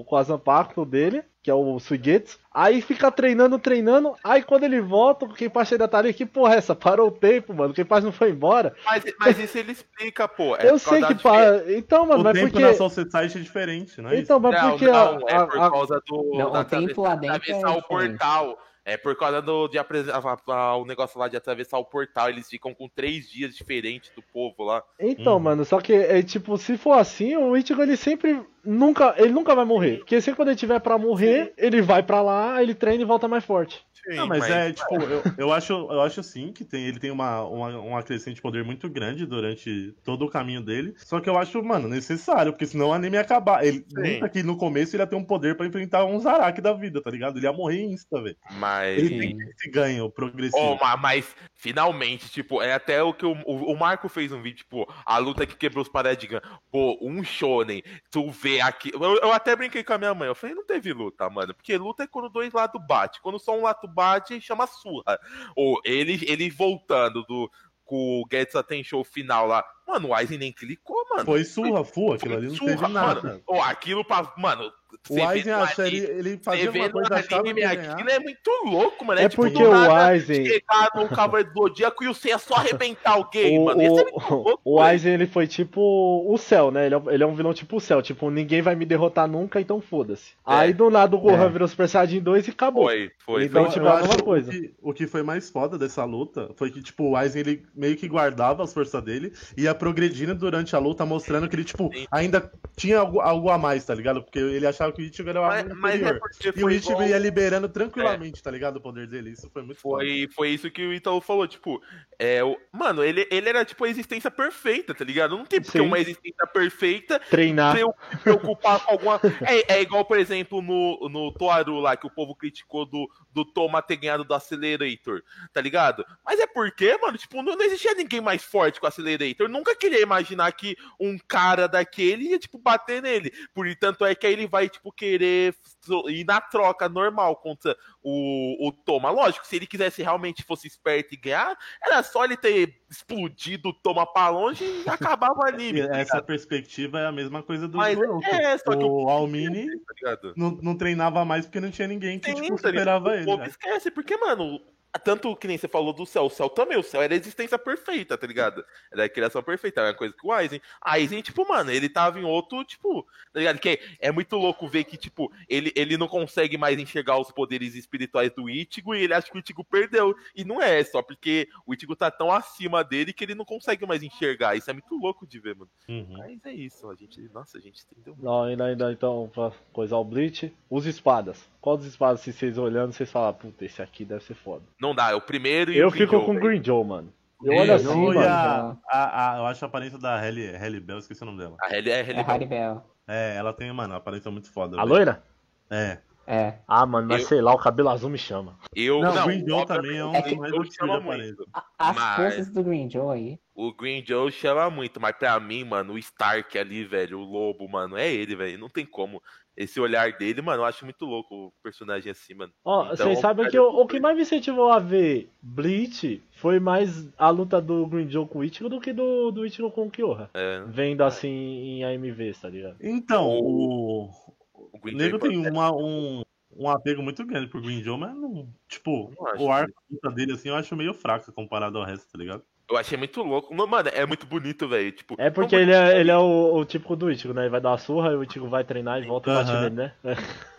Speaker 4: o- com a Zampacto dele, que é o Suigetsu, aí fica treinando, treinando, aí quando ele volta, o Kenpachi ainda tá ali, que porra é essa? Parou o tempo, mano, o Kenpachi não foi embora.
Speaker 3: Mas, mas isso ele explica, pô. É
Speaker 4: Eu sei que para... Então, mano,
Speaker 2: o
Speaker 4: mas
Speaker 2: tempo
Speaker 4: porque...
Speaker 2: na Soul Society é diferente, não é isso?
Speaker 4: Então, mas
Speaker 3: Não,
Speaker 4: porque
Speaker 3: não,
Speaker 4: a-
Speaker 3: é por
Speaker 4: a- a-
Speaker 3: causa do.
Speaker 5: Não,
Speaker 3: da
Speaker 5: o tempo lá dentro é
Speaker 3: atravessar o
Speaker 5: diferente.
Speaker 3: portal. É por causa do, de apresen- a- a- o negócio lá de atravessar o portal. Eles ficam com três dias diferentes do povo lá.
Speaker 4: Então,
Speaker 2: Uhum.
Speaker 4: mano, só que é tipo, se for assim, o Ichigo ele sempre nunca, ele nunca vai morrer, porque sempre quando ele tiver pra morrer, ele vai pra lá, ele treina e volta mais forte.
Speaker 3: Sim,
Speaker 2: Não, mas, é, tipo, eu, eu acho, eu acho sim que tem, ele tem uma, uma, uma crescente de poder muito grande durante todo o caminho dele. Só que eu acho, mano, necessário, porque senão o anime ia acabar. Ele nunca que no começo ele ia ter um poder pra enfrentar um Zarak da vida, tá ligado? Ele ia morrer insta, velho.
Speaker 3: mas-
Speaker 2: Ele tem que ter esse ganho progressivo.
Speaker 3: Ó, ma- mas finalmente, tipo, é até o que o, o- o Marco fez um vídeo, tipo, a luta que quebrou os paradigmas. Pô, um shonen, tu vê aqui. Eu, eu até brinquei com a minha mãe, eu falei, não teve luta, mano. Porque luta é quando dois lados bate. Quando só um lado bate, chama surra. Ou ele, ele voltando do. Com o Getsa Tenshow final lá. Mano, o Aizen nem clicou, mano.
Speaker 2: Foi surra, fua, aquilo
Speaker 3: Foi
Speaker 2: ali não
Speaker 3: surra,
Speaker 2: teve nada.
Speaker 3: mano. Ou aquilo pra. Mano,
Speaker 2: O Aizen
Speaker 3: no
Speaker 2: achou ele,
Speaker 3: anime-
Speaker 2: ele
Speaker 3: você
Speaker 2: fazia
Speaker 3: vê
Speaker 2: uma
Speaker 3: no
Speaker 2: coisa achava que
Speaker 3: anime,
Speaker 2: ia ganhar.
Speaker 3: aquilo é muito louco, mano.
Speaker 4: É,
Speaker 3: É, tipo,
Speaker 4: porque
Speaker 3: do
Speaker 4: o
Speaker 3: nada, tipo,
Speaker 4: Aizen,
Speaker 3: chegar no um Cavaleiro do Zodíaco e o Seiya só arrebentar alguém,
Speaker 4: o,
Speaker 3: mano. Isso é muito
Speaker 4: o,
Speaker 3: louco,
Speaker 4: o
Speaker 3: velho.
Speaker 4: Aizen ele foi tipo o céu, né? Ele é, um- ele é um vilão tipo o céu, tipo, ninguém vai me derrotar nunca, então foda-se.
Speaker 3: É.
Speaker 4: Aí do nada o Gohan
Speaker 5: É.
Speaker 4: virou Super Saiyajin 2 e acabou.
Speaker 3: Foi, foi.
Speaker 4: Então,
Speaker 3: foi.
Speaker 4: tipo,
Speaker 2: eu
Speaker 4: a mesma
Speaker 2: acho
Speaker 4: coisa.
Speaker 2: Que, o que foi mais foda dessa luta foi que, tipo, o Aizen, ele meio que guardava as forças dele e ia progredindo durante a luta, mostrando que ele, tipo,
Speaker 3: Sim.
Speaker 2: ainda tinha algo, algo a mais, tá ligado? Porque ele achava que o Ichigo era
Speaker 3: mas,
Speaker 2: algo
Speaker 3: mas é
Speaker 2: inferior.
Speaker 3: porque
Speaker 2: E o
Speaker 3: foi,
Speaker 2: Ichigo
Speaker 3: igual- É.
Speaker 2: ia liberando tranquilamente, tá ligado? O poder dele. Isso foi muito foda.
Speaker 3: foi, foi isso que o Ítalo falou, tipo, é, o... mano, ele, ele era tipo a existência perfeita, tá ligado? Não tem porque
Speaker 4: Sim.
Speaker 3: uma existência perfeita
Speaker 4: Treinar.
Speaker 3: se eu me preocupar com alguma. É, é igual, por exemplo, no, no Toaru lá, que o povo criticou do, do Toma ter ganhado do Accelerator, tá ligado? Mas é porque, mano, tipo, não, não existia ninguém mais forte que o Accelerator. Eu nunca queria imaginar que um cara daquele ia, tipo, bater nele. Por tanto é que aí ele vai, tipo, querer so- ir na troca normal contra o, o Toma. Lógico, se ele quisesse realmente fosse esperto e ganhar, era só ele ter explodido o Toma pra longe e acabava o
Speaker 2: E
Speaker 3: anime. tá
Speaker 2: essa
Speaker 3: ligado?
Speaker 2: perspectiva é a mesma coisa É, do
Speaker 3: Mas
Speaker 2: Naruto.
Speaker 3: é, só que o
Speaker 2: O Almini
Speaker 3: tá ligado?
Speaker 2: não, não treinava mais porque não tinha ninguém que,
Speaker 3: Sim,
Speaker 2: tipo,
Speaker 3: tá ligado?
Speaker 2: superava
Speaker 3: O
Speaker 2: ele.
Speaker 3: povo
Speaker 2: né?
Speaker 3: esquece, porque, mano, tanto que nem você falou do céu, o céu também, o céu era a existência perfeita, tá ligado? Era a criação perfeita, era uma coisa que o Aizen. Aizen, tipo, mano, ele tava em outro, tipo, tá ligado? Que é muito louco ver que, tipo, ele, ele não consegue mais enxergar os poderes espirituais do Ichigo e ele acha que o Ichigo perdeu. E não é, só porque o Ichigo tá tão acima dele que ele não consegue mais enxergar. Isso é muito louco de ver, mano.
Speaker 2: Uhum.
Speaker 3: Mas é isso, a gente, nossa, a gente entendeu muito.
Speaker 4: Não, ainda, ainda então, pra coisar o Bleach, os espadas. Qual dos espadas, se vocês olhando, vocês falam, "Ah, puta, esse aqui deve ser foda.
Speaker 3: Não dá, é o primeiro e
Speaker 4: Eu
Speaker 3: o
Speaker 4: fico
Speaker 3: Ginjo,
Speaker 4: com o
Speaker 3: velho.
Speaker 4: Green Joe, mano. Eu
Speaker 3: Green
Speaker 4: olho assim,
Speaker 2: Joe e
Speaker 4: mano.
Speaker 2: a- a- a- eu acho a aparência da Halle, Halle Bell, esqueci o nome dela.
Speaker 3: A Halle- a Halle
Speaker 5: É Harry Bell.
Speaker 2: É, ela tem, mano, uma aparência muito foda.
Speaker 4: A
Speaker 2: velho.
Speaker 4: loira?
Speaker 2: É.
Speaker 5: É.
Speaker 4: Ah, mano, mas
Speaker 3: Eu-
Speaker 4: sei lá, o cabelo azul me chama.
Speaker 3: Eu
Speaker 2: Não,
Speaker 3: não,
Speaker 2: o Green Joe
Speaker 3: óbvio,
Speaker 2: também é um
Speaker 5: é
Speaker 2: dos
Speaker 5: que
Speaker 2: mais
Speaker 3: eu
Speaker 2: antigos
Speaker 3: chamo
Speaker 2: da
Speaker 3: muito.
Speaker 2: aparência.
Speaker 5: A- As
Speaker 3: Mas-
Speaker 5: forças do Green Joe aí.
Speaker 3: O Green Joe chama muito, mas pra mim, mano, o Stark ali, velho, o lobo, mano, é ele, velho. Não tem como. Esse olhar dele, mano, eu acho muito louco o personagem assim, mano.
Speaker 4: Ó,
Speaker 3: Então,
Speaker 4: vocês sabem
Speaker 3: cara,
Speaker 4: que o, o que mais me incentivou a ver Bleach foi mais a luta do Green Joe com o Ichigo do que do, do Ichigo com o Kyoha.
Speaker 3: É,
Speaker 4: Vendo assim em AMVs, tá ligado?
Speaker 2: Então, o,
Speaker 3: o
Speaker 2: o
Speaker 3: Green
Speaker 2: Nego
Speaker 3: Joe
Speaker 2: tem uma- um, um apego muito grande pro Green Joe, mas não. Tipo,
Speaker 3: Não acho
Speaker 2: o arco da luta dele, assim, eu acho meio fraca comparado ao resto, tá ligado?
Speaker 3: Eu achei muito louco. Não, mano, é muito bonito, velho. Tipo,
Speaker 4: É porque
Speaker 3: não,
Speaker 4: ele é, ele é o, o típico do Ichigo, né? Ele vai dar uma surra, aí o Ichigo vai treinar e volta e bate
Speaker 2: Aham.
Speaker 4: nele, né?
Speaker 3: Hum.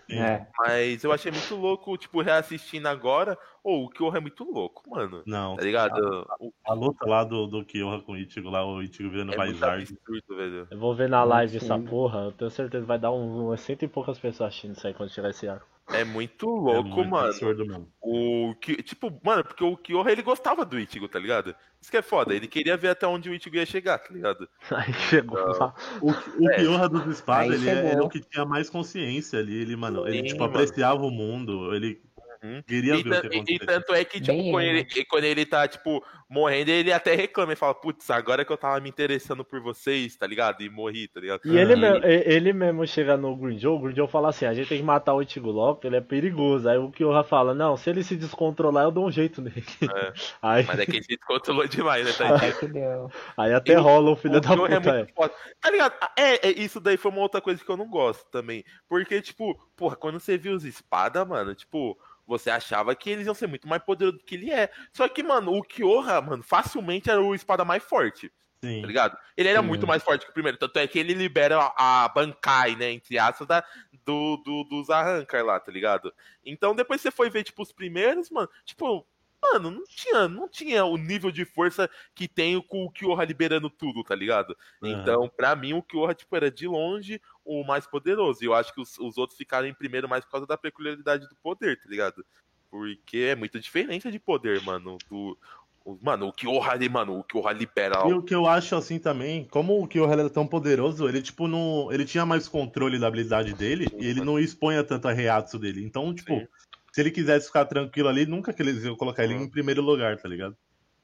Speaker 2: Sim.
Speaker 5: É.
Speaker 3: Mas eu achei muito louco, tipo, reassistindo agora Ou o Kyoha é muito louco, mano.
Speaker 2: Não.
Speaker 3: Tá ligado? O-
Speaker 2: A luta lá do, do Kyoha com o Ichigo lá, o Ichigo virando
Speaker 3: É muito
Speaker 2: Baizard.
Speaker 3: absurdo, velho.
Speaker 4: Eu vou ver na live
Speaker 5: sim.
Speaker 4: essa porra, eu tenho certeza que vai dar um- umas cento e poucas pessoas assistindo isso aí quando tiver esse arco.
Speaker 3: É muito louco,
Speaker 2: é muito
Speaker 3: mano.
Speaker 2: absurdo mesmo.
Speaker 3: O que, tipo, mano, porque o Kyoha ele gostava do Ichigo, tá ligado? Isso que é foda, ele queria ver até onde o Ichigo ia chegar, tá ligado?
Speaker 4: Aí chegou lá.
Speaker 2: O, o
Speaker 3: É.
Speaker 2: Kyoha dos espadas,
Speaker 5: Aí
Speaker 2: ele é-
Speaker 5: chegou.
Speaker 2: era o que tinha mais consciência ali. Ele, mano, ele,
Speaker 3: Sim,
Speaker 2: tipo,
Speaker 3: mano.
Speaker 2: apreciava o mundo. Ele
Speaker 3: Uhum.
Speaker 2: queria
Speaker 3: E,
Speaker 2: ver o que
Speaker 3: tan- e- e
Speaker 2: acontecia.
Speaker 3: tanto é que, tipo,
Speaker 5: Bem
Speaker 3: quando
Speaker 5: ele.
Speaker 3: ele, quando ele tá, tipo, morrendo, ele até reclama e fala, putz, agora que eu tava me interessando por vocês, tá ligado? E morri, tá ligado?
Speaker 4: E ele, mesmo, e- ele mesmo chega no Grinjou, o Grinjou fala assim, a gente tem que matar o Ichigo logo, porque ele é perigoso. Aí o Kyoha fala, não, se ele se descontrolar, eu dou um jeito nele.
Speaker 3: É.
Speaker 4: Aí,
Speaker 3: Mas é que ele se descontrolou demais, né, tá
Speaker 5: Até que deu.
Speaker 4: aí até
Speaker 3: eu-
Speaker 4: rola o filho
Speaker 3: O
Speaker 4: da
Speaker 3: Kyoha é
Speaker 4: puta.
Speaker 3: muito foda. Tá ligado? É, é, isso daí foi uma outra coisa que eu não gosto também. Porque, tipo, porra, quando você viu os espadas, mano, tipo, você achava que eles iam ser muito mais poderosos do que ele é. Só que, mano, o Kyoha, mano, facilmente era o espada mais forte,
Speaker 2: Sim.
Speaker 3: tá ligado? Ele era
Speaker 5: Sim.
Speaker 3: muito mais forte que o primeiro. Tanto é que ele libera a, a Bankai, né, entre aspas, da, do, do- dos Arrancar lá, tá ligado? Então depois você foi ver, tipo, os primeiros, mano, tipo. Mano, não tinha, não tinha o nível de força que tem com o Kyoha liberando tudo, tá ligado?
Speaker 2: Aham.
Speaker 3: Então, pra mim, o Kyoha tipo, era de longe o mais poderoso. E eu acho que os, os outros ficaram em primeiro mais por causa da peculiaridade do poder, tá ligado? Porque é muita diferença de poder, mano. Do, o- mano, o Kyoha, ele, mano, o Kyoha libera.
Speaker 2: E o que eu acho assim também, como o Kyoha era tão poderoso, ele tipo não, ele tinha mais controle da habilidade dele e ele não expunha tanto a reato dele. Então, tipo,
Speaker 3: Sim.
Speaker 2: se ele quisesse ficar tranquilo ali, nunca que eles iam colocar ele
Speaker 3: Uhum.
Speaker 2: em primeiro lugar, tá ligado?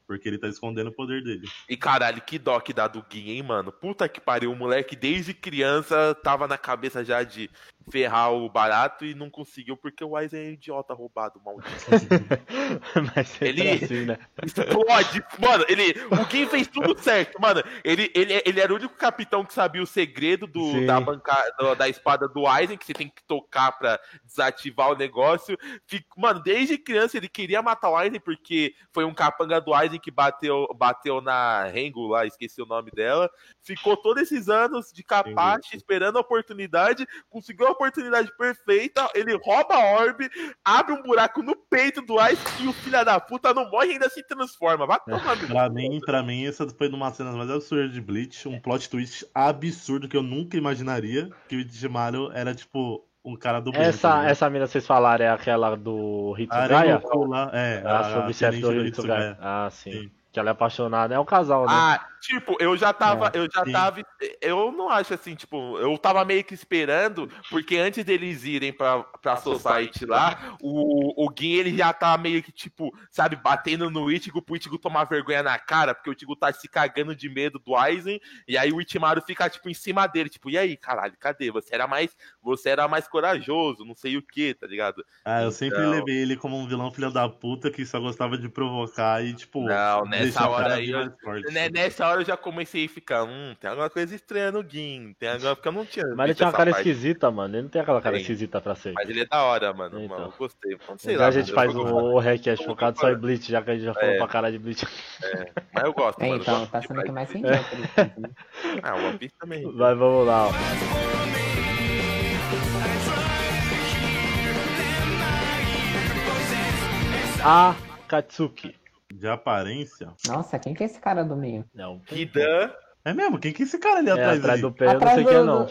Speaker 2: Porque ele tá escondendo o poder dele.
Speaker 3: E caralho, que dó que dá do Gin, hein, mano? Puta que pariu, o moleque desde criança tava na cabeça já de ferrar o barato e não conseguiu porque o Aizen é idiota roubado, maldito.
Speaker 4: Mas ele...
Speaker 3: Ele-
Speaker 4: é assim, né?
Speaker 3: Explode. Mano, ele. O Kim fez tudo certo, mano. Ele, ele, ele era o único capitão que sabia o segredo do,
Speaker 4: Sim.
Speaker 3: da, banca, do- da espada do Aizen, que você tem que tocar pra desativar o negócio. Fic- Mano, desde criança ele queria matar o Aizen, porque foi um capanga do Aizen que bateu, bateu na Rengo lá, esqueci o nome dela. Ficou todos esses anos de capacho, esperando a oportunidade, conseguiu a oportunidade perfeita, ele rouba a orbe, abre um buraco no peito do Ice e o filho da puta não morre e ainda se transforma. Vai tomar meu.
Speaker 2: É, Pra mim, pra mim, essa foi uma das cenas mais absurdas de Bleach, um plot twist absurdo que eu nunca imaginaria que o Ichimaru era tipo um cara do bem, tá
Speaker 4: Essa,
Speaker 2: ligado?
Speaker 4: essa mina que vocês falaram é aquela do
Speaker 2: A
Speaker 4: Hitsugaya?
Speaker 2: Arenoku lá, é,
Speaker 4: A subchefe
Speaker 2: tenente
Speaker 4: do
Speaker 2: do
Speaker 4: Hitsugaya.
Speaker 2: Hitsugaya.
Speaker 4: Ah, sim.
Speaker 2: Sim.
Speaker 4: Que ela é apaixonada. É um casal, né?
Speaker 3: Ah, tipo, eu já tava, eu já
Speaker 2: É, sim.
Speaker 3: tava, eu não acho assim, tipo, eu tava meio que esperando, porque antes deles irem pra, pra Society lá, o, o Gin, ele já tava meio que, tipo, sabe, batendo no Ichigo pro Ichigo tomar vergonha na cara, porque o Ichigo tá se cagando de medo do Aizen, e aí o Ichimaru fica, tipo, em cima dele, tipo, e aí, caralho, cadê? Você era mais, você era mais corajoso, não sei o que, tá ligado?
Speaker 2: Ah, eu sempre
Speaker 3: Então-
Speaker 2: levei ele como um vilão filho da puta que só gostava de provocar e, tipo,
Speaker 3: Não,
Speaker 2: deixar
Speaker 3: nessa
Speaker 2: o cara
Speaker 3: hora aí,
Speaker 2: bem
Speaker 3: eu,
Speaker 2: mais forte. assim,
Speaker 3: Né, Nessa hora eu já comecei a ficar, hum, tem alguma coisa estranha no Gin, tem alguma porque eu não tinha.
Speaker 4: Mas ele
Speaker 3: visto
Speaker 4: tinha uma
Speaker 3: essa
Speaker 4: cara
Speaker 3: parte.
Speaker 4: esquisita, mano. Ele não tem aquela cara
Speaker 3: Tem.
Speaker 4: esquisita pra ser.
Speaker 3: Mas ele é da hora, mano.
Speaker 4: Então.
Speaker 3: mano eu gostei. Não sei
Speaker 4: Já
Speaker 3: lá,
Speaker 4: a gente
Speaker 3: mano,
Speaker 4: faz um
Speaker 3: eu
Speaker 4: o,
Speaker 3: gosto.
Speaker 4: o request
Speaker 3: Eu
Speaker 4: focado
Speaker 3: vou
Speaker 4: só em
Speaker 3: falar.
Speaker 4: Bleach, já que a gente já falou
Speaker 3: É.
Speaker 4: pra caralho de Bleach.
Speaker 3: Mas eu gosto,
Speaker 5: É,
Speaker 3: mano. eu
Speaker 5: então,
Speaker 3: gosto
Speaker 5: tá
Speaker 3: de
Speaker 5: sendo o que mais
Speaker 3: Black
Speaker 5: sentido. por enquanto, né?
Speaker 3: Panther. Ah, o One Piece também.
Speaker 4: Mas vamos lá, ó. A Katsuki.
Speaker 2: De aparência.
Speaker 5: Nossa, quem que é esse cara do meio?
Speaker 4: Não.
Speaker 3: Hidan.
Speaker 2: É mesmo? Quem que é esse cara ali
Speaker 4: É,
Speaker 2: atrás,
Speaker 4: atrás
Speaker 2: ali?
Speaker 4: do pé eu não
Speaker 5: Atrás
Speaker 4: sei quem é
Speaker 5: do-
Speaker 4: não.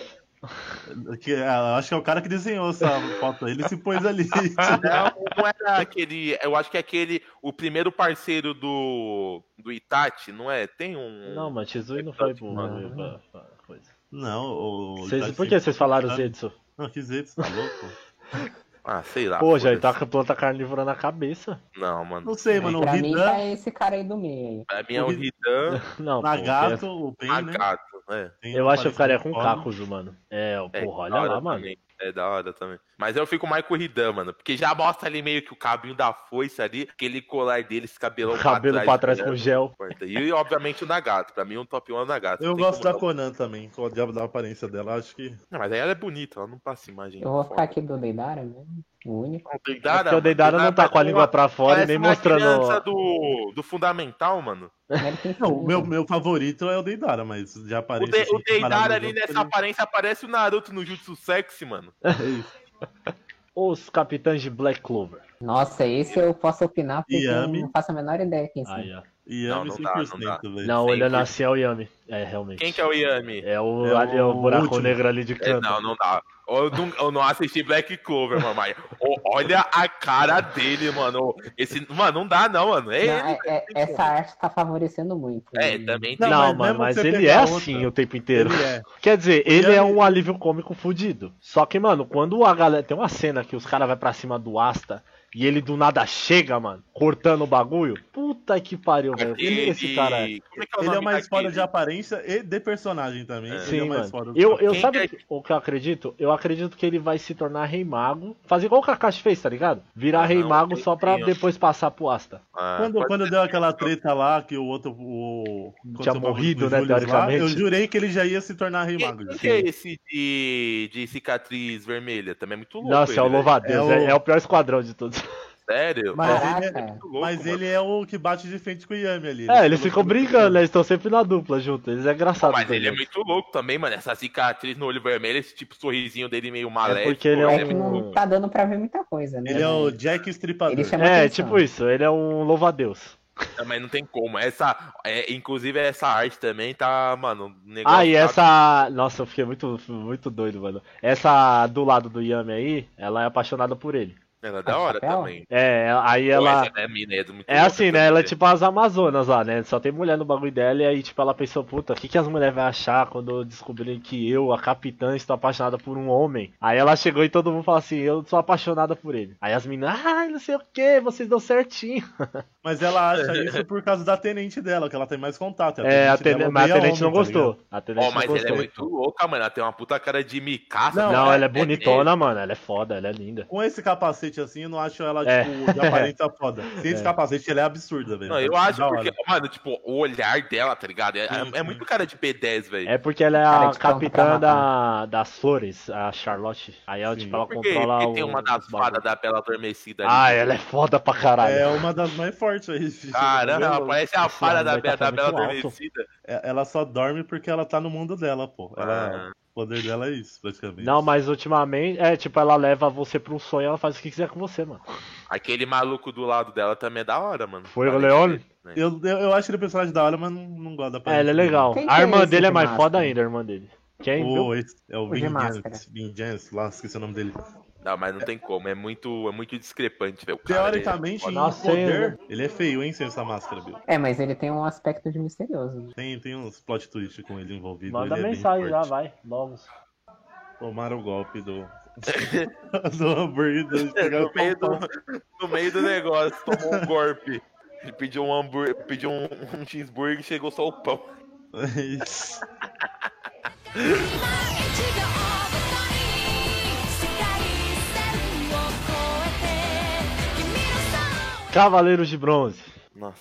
Speaker 2: Que, ah, acho que é o cara que desenhou essa foto. Ele se pôs ali. tipo,
Speaker 3: Não, não era aquele. Eu acho que é aquele. O primeiro parceiro do. Do Itachi, não é? Tem um.
Speaker 4: Não, mano, Shizui não foi pro
Speaker 3: Não.
Speaker 4: bagulho pra- pra
Speaker 3: tá
Speaker 4: coisa.
Speaker 2: Não, o.
Speaker 4: Vocês- Por que vocês falaram assim, Zetsu?
Speaker 2: assim, tá Não, que Zetsu, tá louco?
Speaker 3: Ah, sei lá.
Speaker 4: Pô, já
Speaker 3: foda-se.
Speaker 4: tá com a planta carnívora na cabeça.
Speaker 3: Não, mano.
Speaker 2: Não sei, mano. O
Speaker 5: pra mim
Speaker 2: Hidan,
Speaker 5: tá esse cara aí do meio aí.
Speaker 3: Pra mim é o
Speaker 2: O Hidan-
Speaker 3: Hidan
Speaker 4: Não, pô, é
Speaker 2: Nagato, o Pen, né?
Speaker 3: Nagato, né?
Speaker 2: Tem
Speaker 4: Eu
Speaker 2: uma
Speaker 4: acho que eu ficaria
Speaker 2: parecida
Speaker 4: com
Speaker 2: forma.
Speaker 4: Kakuzu, mano. É,
Speaker 3: É,
Speaker 4: porra,
Speaker 3: da
Speaker 4: olha
Speaker 3: hora
Speaker 4: lá, mano.
Speaker 3: também. É da hora também. Mas eu fico mais com o Hidan, mano. Porque já mostra ali meio que o cabinho da foice ali, aquele colar dele, esse cabelão
Speaker 4: Cabelo pra trás
Speaker 3: né?
Speaker 4: com gel.
Speaker 3: Corta. E obviamente o Nagato. Pra mim, um top 1 é o Nagato.
Speaker 2: Eu
Speaker 3: Não tem
Speaker 2: gosto
Speaker 3: como
Speaker 2: da Conan também, com o diabo da aparência dela. Acho que.
Speaker 3: não. Não, mas aí ela é bonita, ela não passa imagem.
Speaker 5: Eu vou
Speaker 3: foda.
Speaker 5: ficar aqui do Deidara mesmo, o único.
Speaker 3: Não,
Speaker 4: É
Speaker 3: Deidara,
Speaker 4: Porque o
Speaker 3: mano,
Speaker 4: Deidara não tá com a
Speaker 3: parece
Speaker 4: língua
Speaker 3: uma-
Speaker 4: pra fora e
Speaker 3: parece
Speaker 4: nem
Speaker 3: uma criança
Speaker 4: mostrando.
Speaker 3: do, do fundamental, mano.
Speaker 5: American
Speaker 2: Não, o
Speaker 5: King,
Speaker 2: meu,
Speaker 5: né?
Speaker 2: meu favorito é o Deidara, mas de
Speaker 3: O,
Speaker 2: aparência.
Speaker 3: de,
Speaker 2: assim,
Speaker 3: o Deidara
Speaker 2: comparado
Speaker 3: ali
Speaker 2: aos outros,
Speaker 3: nessa aparência parece o Naruto no Jutsu Sexy, mano.
Speaker 2: ele-
Speaker 4: ou os capitães de Black Clover?
Speaker 5: Nossa, esse eu posso opinar porque
Speaker 2: Yami.
Speaker 5: eu não faço a menor ideia quem são.
Speaker 4: Aí, ó.
Speaker 2: Yami
Speaker 3: Não, não dá,
Speaker 2: 100%,
Speaker 3: não dá.
Speaker 2: velho.
Speaker 4: Não,
Speaker 3: Sim,
Speaker 4: olhando
Speaker 3: que-
Speaker 4: assim é o Yami. É, realmente.
Speaker 3: Quem que é o Yami?
Speaker 4: É o,
Speaker 2: É
Speaker 4: ali, é o
Speaker 2: o
Speaker 4: buraco
Speaker 2: último.
Speaker 4: negro ali de
Speaker 3: É,
Speaker 4: canto.
Speaker 3: não, não dá. Eu não, eu não assisti Black Clover, mamãe. Ô, Olha a cara dele, mano. Esse, mano, não dá, não, mano. É
Speaker 5: Não,
Speaker 3: ele.
Speaker 5: é- é- essa arte tá favorecendo muito. né?
Speaker 3: É,
Speaker 5: E-
Speaker 3: também
Speaker 4: Não,
Speaker 2: Não, mas
Speaker 4: mano,
Speaker 2: mesmo
Speaker 4: mas
Speaker 2: você
Speaker 4: ele
Speaker 2: pegar
Speaker 4: é
Speaker 2: outra-
Speaker 4: assim o tempo inteiro.
Speaker 2: Ele é.
Speaker 4: Quer dizer, ele
Speaker 2: Yami-
Speaker 4: é um alívio cômico fudido. Só que, mano, quando a galera. Tem uma cena que os caras vai pra cima do Asta e ele do nada chega, mano, cortando o bagulho. Puta que pariu, velho. Quem é esse cara? é?
Speaker 3: Como é que é o
Speaker 2: Ele é
Speaker 3: nome
Speaker 2: mais fora
Speaker 3: daquele?
Speaker 2: de aparência e de personagem também.
Speaker 3: É.
Speaker 2: Ele é
Speaker 4: Sim,
Speaker 2: mais
Speaker 4: mano.
Speaker 2: fora
Speaker 4: Eu, eu
Speaker 3: Quem
Speaker 4: sabe
Speaker 3: é-
Speaker 4: o que eu acredito? Eu acredito que ele vai se tornar rei mago. Fazer igual o Kakashi fez, tá ligado? Virar
Speaker 3: Ah,
Speaker 4: rei
Speaker 3: não,
Speaker 4: mago
Speaker 3: sim,
Speaker 4: só pra
Speaker 3: sim, ó.
Speaker 4: depois passar pro Asta.
Speaker 3: Ah,
Speaker 2: Quando,
Speaker 3: pode
Speaker 2: quando
Speaker 3: ser.
Speaker 2: deu aquela treta lá que o outro. O,
Speaker 4: Tinha
Speaker 2: aconteceu o bagulho
Speaker 4: morrido,
Speaker 2: com o
Speaker 4: né,
Speaker 2: Julius lá,
Speaker 4: teoricamente.
Speaker 2: eu jurei que ele já ia se tornar Rei
Speaker 3: Quem
Speaker 2: Mago.
Speaker 3: quem que é esse de, de cicatriz vermelha? Também é muito louco.
Speaker 4: Nossa,
Speaker 3: ele,
Speaker 4: é o
Speaker 3: velho.
Speaker 4: Louvadeus. É,
Speaker 2: É o-
Speaker 4: é o pior esquadrão de todos.
Speaker 3: Sério? É
Speaker 2: Mas
Speaker 5: Caraca.
Speaker 2: ele
Speaker 3: Muito louco,
Speaker 2: Mas
Speaker 3: mano.
Speaker 2: ele é o que bate de frente com o Yami ali.
Speaker 4: É,
Speaker 2: ele
Speaker 4: eles ficam brigando, né? Eles estão sempre na dupla junto. Eles é engraçado.
Speaker 3: Mas ele é
Speaker 4: também.
Speaker 3: muito louco também, mano. Essa cicatriz no olho vermelho, esse tipo de sorrisinho dele meio maléfico.
Speaker 4: porque ele é
Speaker 5: É
Speaker 4: um-
Speaker 5: que não
Speaker 4: Hum.
Speaker 5: tá dando pra ver muita coisa, né?
Speaker 2: Ele é o
Speaker 5: mas
Speaker 2: Jack Stripador.
Speaker 5: Ele chama
Speaker 4: É,
Speaker 5: atenção.
Speaker 4: tipo isso. Ele é um louva-a-Deus.
Speaker 3: Mas não tem como. Essa, é, inclusive, essa arte também tá, mano, um negócio.
Speaker 4: Ah, e
Speaker 3: tá-
Speaker 4: essa. Nossa, eu fiquei muito, muito doido, mano. Essa do lado do Yami aí, ela é apaixonada por ele.
Speaker 3: Ela é da hora
Speaker 5: Papel?
Speaker 3: também.
Speaker 4: É, aí
Speaker 3: Pô,
Speaker 4: ela.
Speaker 3: essa é, mina, é, do- muito
Speaker 4: É
Speaker 3: louca
Speaker 4: assim, né?
Speaker 3: também.
Speaker 4: Ela é tipo as Amazonas lá, né? Só tem mulher no bagulho dela e aí, tipo, ela pensou, puta, o que, que as mulheres vão achar quando descobrirem que eu, a capitã, estou apaixonada por um homem? Aí ela chegou e todo mundo falou assim, eu sou apaixonada por ele. Aí as meninas, ai, não sei o que, vocês dão certinho.
Speaker 2: Mas ela acha isso por causa da tenente dela, que ela tem mais contato.
Speaker 4: É, a
Speaker 2: dela
Speaker 4: tene- mas a
Speaker 2: odeia
Speaker 4: tenente não
Speaker 2: homem, tá ligado?
Speaker 4: gostou. A tenente
Speaker 3: Ó, mas
Speaker 4: não
Speaker 3: ela é
Speaker 4: gostou.
Speaker 3: muito louca, mano. Ela tem uma puta cara de micaça.
Speaker 2: Não,
Speaker 4: Não,
Speaker 2: é-
Speaker 4: ela é
Speaker 2: é-
Speaker 4: bonitona, mano. Ela é foda, ela é linda.
Speaker 2: Com esse capacete assim, eu não acho ela,
Speaker 4: É.
Speaker 2: tipo, de aparência foda. Sem esse
Speaker 4: É.
Speaker 2: capacete, ela é absurda, velho.
Speaker 3: Não, eu
Speaker 2: Da
Speaker 3: acho
Speaker 2: hora.
Speaker 3: porque, mano, tipo, o olhar dela, tá ligado? É,
Speaker 2: Sim,
Speaker 3: é- é
Speaker 2: sim.
Speaker 3: muito cara de P10, velho.
Speaker 4: É porque ela é a
Speaker 5: Cara, de pronto pra
Speaker 4: capitã da,
Speaker 5: matar.
Speaker 4: das flores, a Charlotte. Aí ela,
Speaker 2: Sim.
Speaker 4: tipo, ela
Speaker 3: Por quê?
Speaker 4: controla
Speaker 3: Porque tem
Speaker 4: o-
Speaker 3: uma das
Speaker 4: os bagulho.
Speaker 3: fadas da Bela Adormecida ali.
Speaker 4: Ah, ela é foda pra caralho.
Speaker 2: É uma das mais fortes aí, filho.
Speaker 3: Caramba,
Speaker 2: Entendeu?
Speaker 3: ela parece a
Speaker 4: é Esse
Speaker 3: fada
Speaker 4: homem
Speaker 3: da,
Speaker 4: vai
Speaker 3: Bela-
Speaker 4: tá
Speaker 3: da Bela
Speaker 4: muito alto.
Speaker 3: Adormecida.
Speaker 2: É- Ela só dorme porque ela tá no mundo dela, pô. Ela-
Speaker 3: Ah.
Speaker 2: O poder dela é isso, praticamente.
Speaker 4: Não, mas ultimamente, é, tipo, ela leva você pra um sonho, ela faz o que quiser com você, mano.
Speaker 3: Aquele maluco do lado dela também é da hora, mano.
Speaker 4: Foi o
Speaker 3: Além
Speaker 4: Leone?
Speaker 3: dele, né?
Speaker 2: Eu, eu, eu acho ele um personagem da hora, mas não, não gosto da
Speaker 4: É,
Speaker 2: aparência
Speaker 4: ele é
Speaker 2: dele.
Speaker 4: legal.
Speaker 5: Quem que
Speaker 4: A
Speaker 5: é
Speaker 4: irmã
Speaker 5: esse
Speaker 4: dele é
Speaker 5: de
Speaker 4: mais
Speaker 5: máscara?
Speaker 4: foda ainda, a irmã dele. Quem? viu?
Speaker 2: O, esse, é o
Speaker 5: O de máscara.
Speaker 2: Vinjance, Vinjance, lá, esqueci o nome dele.
Speaker 3: Não, mas não tem como, é muito, é muito discrepante, velho. O cara,
Speaker 2: Teoricamente,
Speaker 3: ele- é
Speaker 2: em
Speaker 4: Nossa,
Speaker 2: poder, ele é feio, hein, sem essa máscara, Bill.
Speaker 5: É, mas ele tem um aspecto de misterioso. né?
Speaker 2: Tem, tem uns plot twist com ele envolvido.
Speaker 4: Manda
Speaker 2: ele é bem
Speaker 4: mensagem já,
Speaker 2: forte.
Speaker 4: vai. Logo.
Speaker 2: Tomaram o golpe do... do hambúrguer. do- pegaram
Speaker 3: no,
Speaker 2: o
Speaker 3: meio
Speaker 2: pão.
Speaker 3: do, no meio do negócio, tomou um golpe. Ele pediu um hambúrguer, pediu um, um cheeseburger e chegou só o pão.
Speaker 2: Isso.
Speaker 8: 今一秒ごとに世界線を越えて君のそば
Speaker 4: Cavaleiros de Bronze.
Speaker 3: Nossa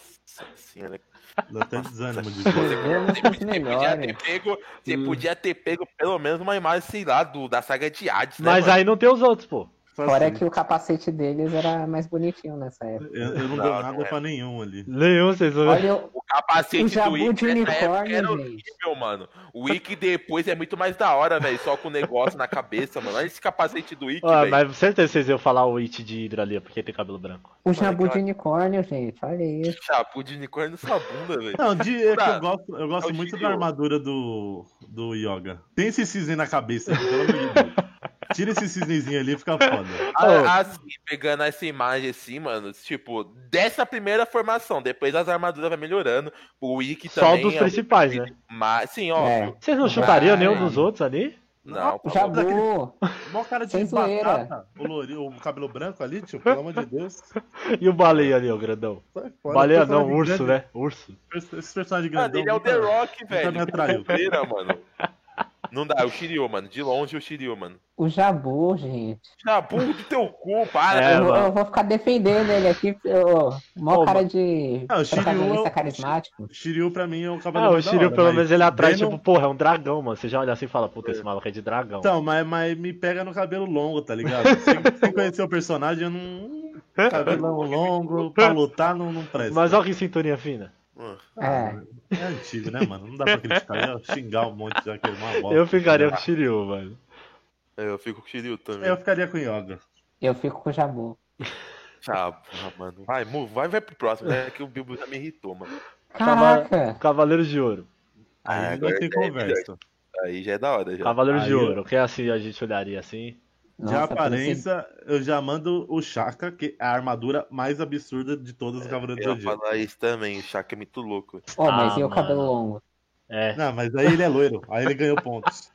Speaker 3: senhora.
Speaker 2: Dá até desânimo de ver.
Speaker 5: Vemos os
Speaker 3: Podia ter
Speaker 5: melhores.
Speaker 3: pego, você
Speaker 4: Hum.
Speaker 3: podia ter pego pelo menos uma imagem, sei lá, do, da saga de Hades, né,
Speaker 4: Mas
Speaker 3: mano?
Speaker 4: aí não tem os outros, pô.
Speaker 2: Só
Speaker 5: Fora é
Speaker 2: assim.
Speaker 5: que o capacete deles era mais bonitinho nessa época.
Speaker 2: Eu, eu não
Speaker 3: Não,
Speaker 2: dou
Speaker 3: não
Speaker 2: nada
Speaker 3: é.
Speaker 2: pra nenhum ali.
Speaker 4: Nenhum, vocês vão ver.
Speaker 5: Olha o...
Speaker 3: O capacete
Speaker 5: O jabu
Speaker 3: do
Speaker 5: de
Speaker 3: Ikki nessa época
Speaker 5: unicórnio,
Speaker 3: era
Speaker 5: gente.
Speaker 3: horrível, mano. O Ikki depois é muito mais da hora, velho. Só com o negócio na cabeça, mano. Olha esse capacete do Ikki,
Speaker 4: Ah,
Speaker 3: velho.
Speaker 4: mas certeza vocês iam falar o It de Hydra ali, porque tem cabelo branco.
Speaker 5: o jabu de unicórnio, gente. Olha isso.
Speaker 3: Chapu de unicórnio na sua bunda, velho.
Speaker 2: Não, de, é que
Speaker 3: Tá.
Speaker 2: eu gosto, eu
Speaker 3: É
Speaker 2: gosto
Speaker 3: o
Speaker 2: muito da
Speaker 3: Shiryu.
Speaker 2: armadura do, do Yoga. Tem esse cisne na cabeça, pelo amor de Deus. Tira esse cisnezinho ali e fica foda.
Speaker 4: Oh.
Speaker 3: A- Assim, pegando essa imagem assim, mano, tipo, dessa primeira formação, depois as armaduras vai melhorando, o Ikki
Speaker 4: Só
Speaker 3: também...
Speaker 4: dos
Speaker 3: é
Speaker 4: principais, né?
Speaker 3: Mas, sim,
Speaker 5: É.
Speaker 3: óbvio.
Speaker 4: Vocês não chutariam
Speaker 5: Vai.
Speaker 4: nenhum dos outros ali?
Speaker 3: Não,
Speaker 5: O
Speaker 3: tá bom.
Speaker 5: jabu.
Speaker 2: Mó cara de
Speaker 5: Sem zoeira.
Speaker 2: batata, o, lori- o cabelo branco ali, tio, pelo amor de Deus.
Speaker 4: E o baleia ali, ó, grandão.
Speaker 2: Sai fora.
Speaker 4: Baleia
Speaker 2: Personagem
Speaker 4: não, urso,
Speaker 2: grande-
Speaker 4: né? Urso.
Speaker 2: pers- Esse personagem
Speaker 3: Mano,
Speaker 2: grandão.
Speaker 3: ele é o
Speaker 2: nunca-
Speaker 3: The Rock, velho.
Speaker 2: me atraiu.
Speaker 3: Bobeira, mano. Não dá, é o Shiryu, mano. De longe é o Shiryu, mano.
Speaker 5: O jabu, gente.
Speaker 3: Jabu do teu cu, para.
Speaker 4: É,
Speaker 5: eu, vou-
Speaker 4: mano.
Speaker 5: eu vou ficar defendendo ele aqui. Eu... Mó
Speaker 4: Ô,
Speaker 5: cara
Speaker 4: mano.
Speaker 5: de
Speaker 2: Ah, o Shiryu é
Speaker 5: protagonista
Speaker 2: o-
Speaker 5: carismático.
Speaker 2: Shiryu pra mim é o cabelo
Speaker 4: Ah, o
Speaker 2: mais da
Speaker 4: Shiryu
Speaker 2: hora,
Speaker 4: pelo
Speaker 2: mas
Speaker 4: menos ele atrai,
Speaker 2: Venom-
Speaker 4: tipo, porra, é um dragão, mano. Você já olha assim e fala, puta, esse maluco é de dragão.
Speaker 2: Então, mas, mas me pega no cabelo longo, tá ligado? sem, sem conhecer o personagem, eu não. Cabelão longo, pra lutar não, não presta.
Speaker 3: é.
Speaker 4: Mas olha que cinturinha fina.
Speaker 5: É.
Speaker 2: É antigo, né, mano? Não dá pra criticar. Eu ia xingar um monte já que é uma bosta.
Speaker 4: Eu ficaria com o Shiryu, mano.
Speaker 3: Eu fico com o Shiryu também.
Speaker 2: Eu ficaria com o Yoga.
Speaker 5: Eu fico com o Jabu.
Speaker 3: Tá, ah, mano. Vai, mu- vai, vai pro próximo, né? Que o Bilbo já me irritou, mano.
Speaker 4: Acaba-
Speaker 5: Caraca!
Speaker 4: Cavaleiro de Ouro.
Speaker 3: Ah,
Speaker 2: Aí não
Speaker 3: agora
Speaker 2: tem
Speaker 3: já é
Speaker 2: conversa.
Speaker 3: Aí já é da hora, já.
Speaker 4: Cavaleiro de
Speaker 2: Aí, ó.
Speaker 4: Ouro, que é assim a gente olharia assim.
Speaker 2: De
Speaker 5: Nossa,
Speaker 2: aparência, eu já mando o Chaka, que é a armadura mais absurda de todas os Cavaleiros do
Speaker 3: É, Eu ia
Speaker 2: Zodíaco.
Speaker 3: falar isso também, o Shaq é muito louco.
Speaker 5: Ó, mas
Speaker 4: Ah,
Speaker 5: e o
Speaker 4: mano.
Speaker 5: cabelo longo?
Speaker 4: É.
Speaker 2: Não, mas aí ele é loiro, aí ele ganhou pontos.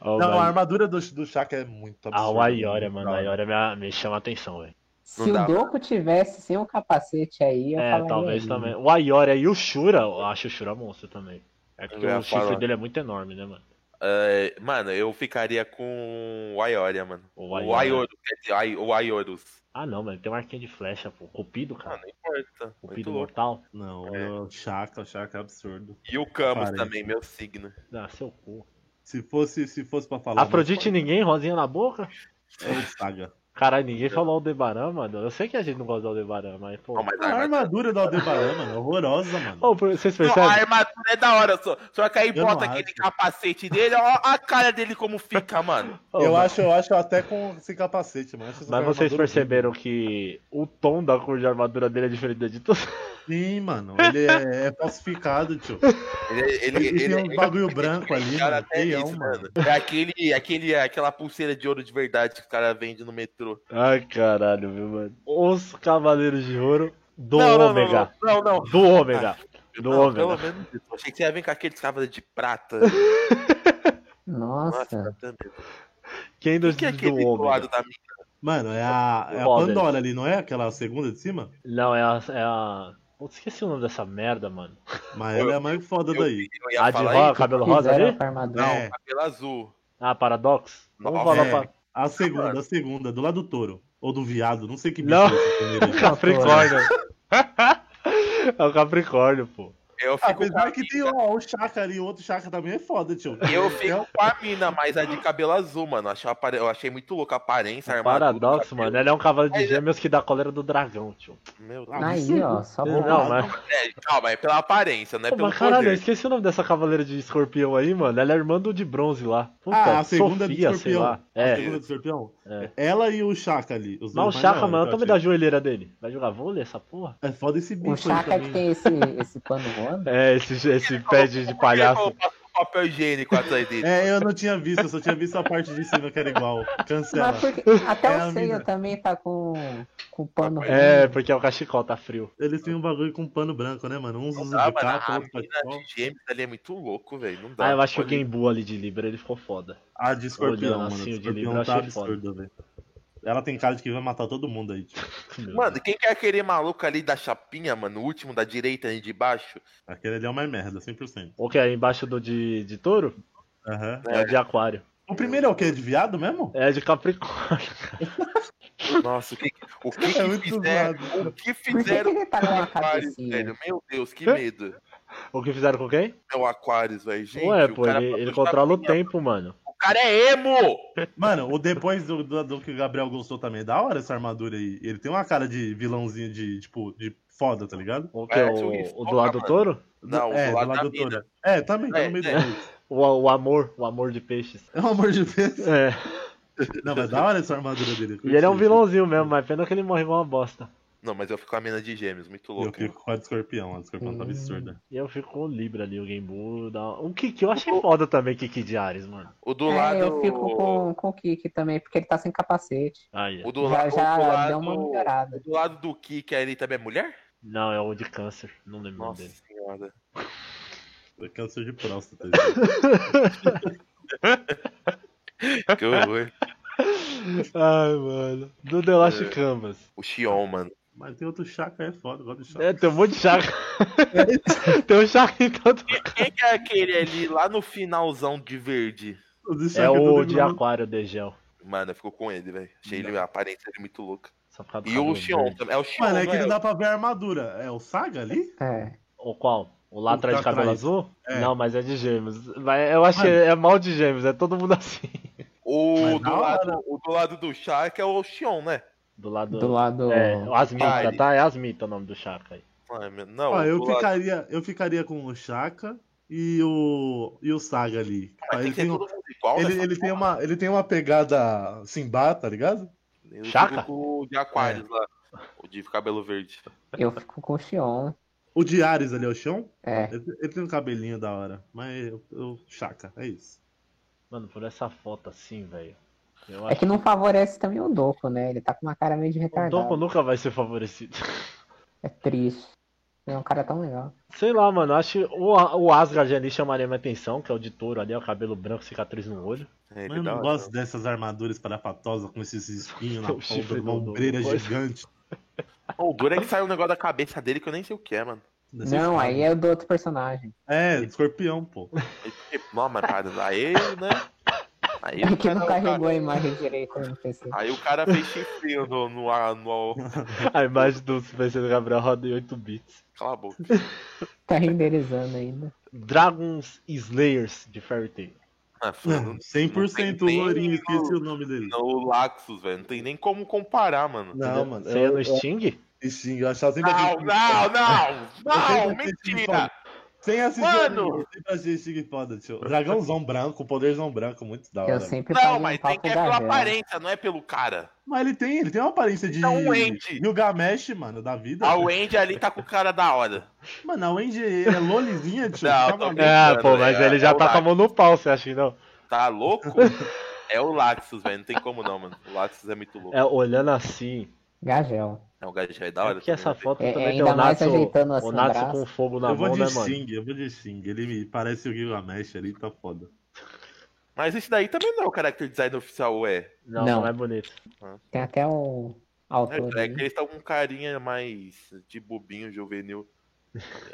Speaker 4: Ó,
Speaker 2: Não, a
Speaker 4: mas-
Speaker 2: armadura do, do Chaka é muito absurda.
Speaker 4: Ah, o Ayora,
Speaker 2: muito
Speaker 4: mano.
Speaker 2: da
Speaker 4: A
Speaker 2: hora.
Speaker 4: Ayora me, me chama a atenção, velho.
Speaker 5: Se
Speaker 3: Não
Speaker 5: o
Speaker 3: dá.
Speaker 5: Doku tivesse sem o capacete aí, eu
Speaker 4: É,
Speaker 5: falaria
Speaker 4: talvez
Speaker 5: ele.
Speaker 4: também. O Ayora e o Shura, eu acho o Shura monstro também. É porque
Speaker 3: Eu ia
Speaker 4: o chifre
Speaker 3: falar.
Speaker 4: dele é muito enorme, né, mano?
Speaker 3: É, mano, eu ficaria com o Ayoria, mano.
Speaker 4: O
Speaker 3: O
Speaker 4: Ayora.
Speaker 3: Ayorus, quer dizer, Ay- o Ayorus.
Speaker 4: Ah, não, mano. Ele tem um arquinho de flecha, pô. Cupido,
Speaker 3: Ah,
Speaker 4: cara.
Speaker 3: não importa. Muito
Speaker 4: Cupido
Speaker 3: louco.
Speaker 4: mortal.
Speaker 2: Não,
Speaker 3: É.
Speaker 2: o Chaka, o Chaka é absurdo.
Speaker 3: E o Camus
Speaker 2: Parece.
Speaker 3: também, meu signo.
Speaker 4: Ah, seu cu.
Speaker 3: é
Speaker 2: Se fosse, se fosse pra falar.
Speaker 4: Afrodite ninguém, rosinha na boca?
Speaker 2: É o Saga.
Speaker 4: Caralho, ninguém falou Aldebaran, mano. Eu sei que a gente não gosta do Aldebaran, mas, pô.
Speaker 3: É. Não, mas
Speaker 2: A armadura do Aldebaran, mano, é horrorosa, mano.
Speaker 4: Ô, vocês
Speaker 3: Não, a
Speaker 4: percebem?
Speaker 3: armadura é da hora, só. Só que aí
Speaker 2: Eu não
Speaker 3: bota aquele
Speaker 2: acho.
Speaker 3: capacete dele, ó a cara dele como fica, mano.
Speaker 4: Ô,
Speaker 2: eu
Speaker 4: mano,
Speaker 2: acho, eu acho até com esse capacete, mano. Acho essa
Speaker 4: Mas vocês
Speaker 2: armadura
Speaker 4: perceberam que o tom da cor de armadura dele é diferente da de todos?
Speaker 2: horrível. Sim, mano. Ele é, é falsificado, tio.
Speaker 3: Ele, ele,
Speaker 2: E
Speaker 3: ele,
Speaker 2: tem um bagulho branco ali,
Speaker 3: cara,
Speaker 2: mano.
Speaker 3: até
Speaker 2: Feião,
Speaker 3: isso,
Speaker 2: mano.
Speaker 3: mano. É aquele, aquele, aquela pulseira de ouro de verdade que o cara vende no metrô.
Speaker 4: Ai, caralho, meu mano. Os Cavaleiros de Ouro do
Speaker 3: não, não, não,
Speaker 4: Ômega.
Speaker 3: não, não, não. Ah,
Speaker 4: Do Ômega. Do
Speaker 3: Não,
Speaker 4: Ômega.
Speaker 3: pelo menos isso. Achei que você ia vir com aqueles cavalos de prata.
Speaker 5: Nossa,
Speaker 3: Nossa, também.
Speaker 4: Quem
Speaker 3: O
Speaker 4: dos
Speaker 3: que é
Speaker 4: do
Speaker 3: aquele do
Speaker 4: Ômega?
Speaker 3: lado da minha?
Speaker 2: Mano, é a, é a
Speaker 4: Robert.
Speaker 2: Pandora ali, não é? Aquela segunda de cima?
Speaker 4: Não, é a. É a... Putz, esqueci o nome dessa merda, mano.
Speaker 2: Mas ela é a mais foda
Speaker 3: Eu,
Speaker 2: daí.
Speaker 3: eu ia
Speaker 4: A de
Speaker 3: falar
Speaker 4: rosa,
Speaker 3: isso.
Speaker 4: cabelo rosa
Speaker 5: fizeram
Speaker 4: ali?
Speaker 5: com a armadura.
Speaker 3: Não,
Speaker 2: É.
Speaker 3: cabelo azul.
Speaker 4: Ah, Paradox? Vamos
Speaker 3: Nossa,
Speaker 4: falar
Speaker 2: é.
Speaker 4: pra.
Speaker 2: A segunda, a segunda, do lado do touro. Ou do viado, não sei que bicho
Speaker 4: Não.
Speaker 2: é esse primeiro.
Speaker 4: Capricórnio. é o Capricórnio, pô.
Speaker 3: Eu fico, com
Speaker 2: Ah, Apesar
Speaker 3: a
Speaker 2: que tem
Speaker 3: mina.
Speaker 2: ó, um chakra ali, o outro chakra também é um foda, tio.
Speaker 3: Eu fico com a mina, mas a de cabelo azul, mano. Achei uma apare- Eu achei muito louca a aparência, a armadura. cabelo.
Speaker 4: Paradox, É um mano. Ele é um cavalo
Speaker 3: Aí,
Speaker 4: de
Speaker 3: né?
Speaker 4: gêmeos que dá cólera do dragão, tio.
Speaker 3: Meu Deus.
Speaker 2: Ah,
Speaker 5: Tá Aí, ó,
Speaker 3: Tá
Speaker 5: só
Speaker 2: Não,
Speaker 5: pra
Speaker 4: Não, mas.
Speaker 3: É, calma, é pela aparência, não é
Speaker 4: Pô,
Speaker 3: pelo
Speaker 4: mas caralho, eu
Speaker 3: poder.
Speaker 4: esqueci o nome dessa cavaleira de escorpião aí, mano. Ela é irmã do de bronze lá. Puta,
Speaker 2: Ah, a segunda do
Speaker 4: Sofia, sei
Speaker 2: escorpião.
Speaker 4: lá.
Speaker 2: A
Speaker 4: É.
Speaker 2: segunda do escorpião?
Speaker 4: É.
Speaker 2: Ela e o chakra ali. Os
Speaker 4: Mas o
Speaker 2: dois mais da
Speaker 4: Chaka,
Speaker 2: hora,
Speaker 4: mano,
Speaker 2: eu
Speaker 4: toma
Speaker 2: achei.
Speaker 4: da joelheira dele. Vai jogar vôlei essa porra?
Speaker 2: É foda esse bicho
Speaker 5: O um Chaka
Speaker 2: aí
Speaker 5: que
Speaker 2: também.
Speaker 5: tem esse, esse pano voando?
Speaker 4: É, esse, esse pé de, de palhaço.
Speaker 3: Eu passo papel higiênico atrás dele.
Speaker 2: É, eu não tinha visto, eu só tinha visto a parte de cima que era igual. Cancela.
Speaker 5: Mas porque até
Speaker 2: É a
Speaker 5: o seio
Speaker 2: mina.
Speaker 5: também tá com, com pano
Speaker 4: É, porque é o cachecol, tá frio.
Speaker 2: Eles têm um bagulho com pano branco, né, mano? Uns
Speaker 3: Não
Speaker 2: usam
Speaker 3: dá,
Speaker 2: de
Speaker 3: mano.
Speaker 2: capa,
Speaker 3: A
Speaker 2: outros de
Speaker 3: mina
Speaker 2: sol.
Speaker 3: de gêmeos ali é muito louco, velho. Não dá.
Speaker 4: Ah, eu acho que o
Speaker 3: Olha,
Speaker 4: Game Buu ali de Libra, ele ficou foda.
Speaker 2: Ah, de escorpião,
Speaker 4: Olhando
Speaker 2: mano.
Speaker 4: assim,
Speaker 2: de
Speaker 4: o de livro,
Speaker 2: escorpião
Speaker 4: eu
Speaker 2: tá
Speaker 4: achei foda.
Speaker 2: absurdo, velho. Ela tem cara de que vai matar todo mundo aí, tipo.
Speaker 4: Meu
Speaker 3: Mano, quem que é aquele maluco ali da chapinha, mano? O último da direita ali de baixo?
Speaker 2: Aquele ali é uma merda, 100%.
Speaker 4: O que é embaixo do de, de touro?
Speaker 2: Aham.
Speaker 4: É. o de aquário.
Speaker 2: O primeiro é o quê? De viado mesmo?
Speaker 4: É de Capricórnio.
Speaker 3: Nossa, o que, o que,
Speaker 2: É
Speaker 3: que
Speaker 2: muito
Speaker 3: fizeram?
Speaker 2: zoado.
Speaker 3: O que
Speaker 5: Por que, que
Speaker 3: fizeram
Speaker 5: ele tá com
Speaker 3: com o
Speaker 5: uma
Speaker 3: Aquarius,
Speaker 5: cabecinha?
Speaker 3: velho? Meu Deus, que medo.
Speaker 4: O que fizeram com quem?
Speaker 3: É o Aquarius, velho. Gente,
Speaker 4: Ué,
Speaker 3: o
Speaker 4: pô,
Speaker 3: cara tá
Speaker 4: ele,
Speaker 3: passou
Speaker 4: ele
Speaker 3: de
Speaker 4: controla o
Speaker 3: chapinha.
Speaker 4: tempo, mano.
Speaker 3: O cara é emo!
Speaker 2: Mano, o depois do, do, do que o Gabriel gostou também, é da hora essa armadura aí. Ele tem uma cara de vilãozinho de, tipo, de foda, tá ligado?
Speaker 4: O que?
Speaker 3: Parece um
Speaker 4: O, o do
Speaker 3: Ifoca,
Speaker 4: lado do
Speaker 3: mano.
Speaker 4: touro?
Speaker 3: Não,
Speaker 2: é,
Speaker 3: o lado da
Speaker 2: do
Speaker 3: mina.
Speaker 2: touro. É, também, tá
Speaker 3: É,
Speaker 2: no meio
Speaker 3: é.
Speaker 2: do dois.
Speaker 4: O, o amor, o amor de peixes.
Speaker 2: É um amor de Deus.
Speaker 4: É.
Speaker 2: Não, mas da hora essa armadura dele.
Speaker 4: E ele é um
Speaker 2: curti,
Speaker 4: vilãozinho mesmo, mas pena que ele morre igual uma bosta.
Speaker 3: Não, mas eu fico com a mina de gêmeos, muito
Speaker 2: Eu
Speaker 3: louco.
Speaker 2: fico com a de escorpião, a de escorpião tá absurda.
Speaker 4: E eu fico com o Libra ali, o Game Boy. dá- O Kiki, eu achei foda também, Kiki de Ares, mano.
Speaker 3: O do lado.
Speaker 5: É, eu fico com, com o Kiki também, porque ele tá sem capacete.
Speaker 4: Aí,
Speaker 3: O do, la...
Speaker 5: Já, já
Speaker 3: o do lado.
Speaker 5: deu uma melhorada.
Speaker 3: Do lado do Kika ele também é mulher?
Speaker 4: não, é o de câncer, não lembro o nome
Speaker 3: Nossa
Speaker 4: dele.
Speaker 3: senhora.
Speaker 2: É câncer de próstata.
Speaker 3: Que horror.
Speaker 4: Ai, mano. Do The Last Canvas.
Speaker 3: o Xion, mano.
Speaker 2: mas tem outro chakra, é foda, eu gosto de chakra.
Speaker 4: É, tem um monte de chaco. tem um chaco em todo.
Speaker 3: Quem que é aquele ali lá no finalzão de verde?
Speaker 2: Os
Speaker 4: É
Speaker 2: chakras
Speaker 4: o
Speaker 2: tudo
Speaker 4: de
Speaker 2: vilão.
Speaker 4: Aquário, o Degel.
Speaker 3: Mano, eu fico com ele, velho. Achei ele, a aparência dele muito louca.
Speaker 4: Só por causa do
Speaker 3: E o
Speaker 4: cabelo
Speaker 3: Xion
Speaker 4: verde.
Speaker 3: também. É o Xion,
Speaker 2: Mano, é
Speaker 3: não
Speaker 2: que
Speaker 3: é?
Speaker 2: não dá pra ver a armadura. É o Saga ali?
Speaker 5: É.
Speaker 4: O qual? O lá
Speaker 2: O
Speaker 4: atrás de
Speaker 2: lá
Speaker 4: cabelo
Speaker 2: atrás.
Speaker 4: azul?
Speaker 2: É.
Speaker 4: Não, mas é de gêmeos. Mas eu achei, é mal de gêmeos, é todo mundo assim.
Speaker 3: O
Speaker 2: Mas
Speaker 3: do,
Speaker 2: da hora.
Speaker 3: lado, o do lado do Shark é o Xion, né?
Speaker 4: Do lado.
Speaker 5: Do lado.
Speaker 4: É, o Asmita,
Speaker 3: Ares.
Speaker 4: tá? É Asmita o nome do chaco aí.
Speaker 3: Ai, meu- Não,
Speaker 2: Ó,
Speaker 3: o
Speaker 2: Ah, eu
Speaker 3: do lado-
Speaker 2: ficaria, eu ficaria com o Chaka e o, e o Saga ali.
Speaker 3: Mas
Speaker 2: Aí
Speaker 3: tem
Speaker 2: ele
Speaker 3: que ser
Speaker 2: tem um-
Speaker 3: todo mundo igual,
Speaker 2: Ele,
Speaker 3: né?
Speaker 2: ele, tem uma, ele tem uma pegada Simba, tá ligado?
Speaker 3: Eu
Speaker 4: Chaka?
Speaker 3: digo O de
Speaker 2: É.
Speaker 3: Aquários lá. O de cabelo verde.
Speaker 5: Eu fico com o Xion.
Speaker 2: O de Ares ali é o chão.
Speaker 5: É,
Speaker 2: Ele, ele tem um cabelinho da hora. Mas eu, eu chaca, é isso.
Speaker 4: Mano, por essa foto assim, velho. Eu
Speaker 5: é
Speaker 4: acho
Speaker 5: que não favorece também o Doco, né? Ele tá com uma cara meio de
Speaker 4: que o Doco
Speaker 5: retardado.
Speaker 4: nunca vai ser favorecido.
Speaker 2: um
Speaker 5: É triste. Ele é um cara tão legal.
Speaker 4: Sei lá, mano. Acho que o, o Asgard ali chamaria minha atenção, que é o de touro ali, é o cabelo branco, cicatriz no olho.
Speaker 3: É,
Speaker 2: Mas eu não gosto dessas armaduras parapatosas com esses espinhos na
Speaker 4: O chifre
Speaker 2: ponta,
Speaker 4: do-
Speaker 2: uma ombreira
Speaker 4: do- coisa.
Speaker 2: gigante.
Speaker 3: O duro é que saiu um negócio da cabeça dele que eu nem sei o que é, mano.
Speaker 2: Deve ser
Speaker 5: não,
Speaker 2: foda.
Speaker 5: aí é o do outro personagem.
Speaker 2: É, escorpião, pô.
Speaker 3: Ele, tipo, não, mas cara, aí, né? Aí,
Speaker 5: É que
Speaker 3: o
Speaker 5: não
Speaker 3: cara-
Speaker 5: carregou a imagem direita no PC.
Speaker 3: aí o cara fez chifrinho no, no, a- no,
Speaker 4: A imagem do Super Saiyan Gabriel roda em 8 bits.
Speaker 3: Cala a boca.
Speaker 5: Tá renderizando ainda.
Speaker 4: Dragons Slayers de Fairy Tail.
Speaker 3: Ah, Fernando,
Speaker 2: 100%
Speaker 3: não tem nem
Speaker 2: lourinho, esqueci
Speaker 3: no-
Speaker 2: o nome dele.
Speaker 3: no Laxus, velho. Não tem nem como comparar, mano.
Speaker 2: Não, mano.
Speaker 4: Você ia
Speaker 2: Eu,
Speaker 4: no
Speaker 2: eu,
Speaker 4: Sting?
Speaker 2: sim, eu achava sempre
Speaker 3: é Não,
Speaker 2: assim-
Speaker 3: não, não! Não,
Speaker 2: Eu sempre assisti
Speaker 3: mentira!
Speaker 2: Sem assistir
Speaker 3: Mano!
Speaker 2: anime, eu sempre achei Sting foda, tio. Dragãozão branco, poderzão branco, muito da hora.
Speaker 5: Eu sempre pago
Speaker 3: Não,
Speaker 5: um
Speaker 3: mas
Speaker 5: pau
Speaker 3: tem que
Speaker 5: pro
Speaker 3: é pela
Speaker 5: Gavel.
Speaker 3: aparência, não é pelo cara.
Speaker 2: Mas ele tem, ele tem uma aparência de.
Speaker 3: Tá um ente.
Speaker 2: Gilgamesh, mano, da vida.
Speaker 3: A Wendy ali tá com o cara da hora.
Speaker 2: Mano, a Wendy é lolizinha, tio.
Speaker 3: Não,
Speaker 2: tá
Speaker 3: tô-
Speaker 2: maluco.
Speaker 4: Ah,
Speaker 3: Cara,
Speaker 4: pô, mas
Speaker 3: é-
Speaker 4: ele
Speaker 3: é
Speaker 4: já
Speaker 3: o
Speaker 4: tá com a
Speaker 3: Lax.
Speaker 4: mão no pau, você acha que não?
Speaker 3: Tá louco? É o Laxus, velho. Não tem como não, mano. O Laxus é muito louco.
Speaker 4: É, olhando assim,
Speaker 5: Gagel.
Speaker 3: É um gajo é da hora.
Speaker 4: é que essa
Speaker 3: também, velho.
Speaker 4: fogo
Speaker 5: É,
Speaker 4: também tem
Speaker 5: ainda
Speaker 4: o
Speaker 5: mais
Speaker 4: Natsu,
Speaker 5: ajeitando assim
Speaker 4: o
Speaker 5: o
Speaker 4: Natsu
Speaker 5: braço.
Speaker 4: com fogo na
Speaker 2: Eu vou
Speaker 4: mão,
Speaker 2: de
Speaker 4: né, mano?
Speaker 2: Sting, eu vou de Sting. Ele me parece o Gilgamesh ali, tá foda.
Speaker 3: Mas esse daí também não é o character design oficial, é.
Speaker 4: Não,
Speaker 5: Não.
Speaker 4: não é bonito.
Speaker 5: Tem até o
Speaker 3: É,
Speaker 5: autor.
Speaker 3: é
Speaker 5: aí.
Speaker 3: que eles estão com um carinha mais de bobinho, juvenil.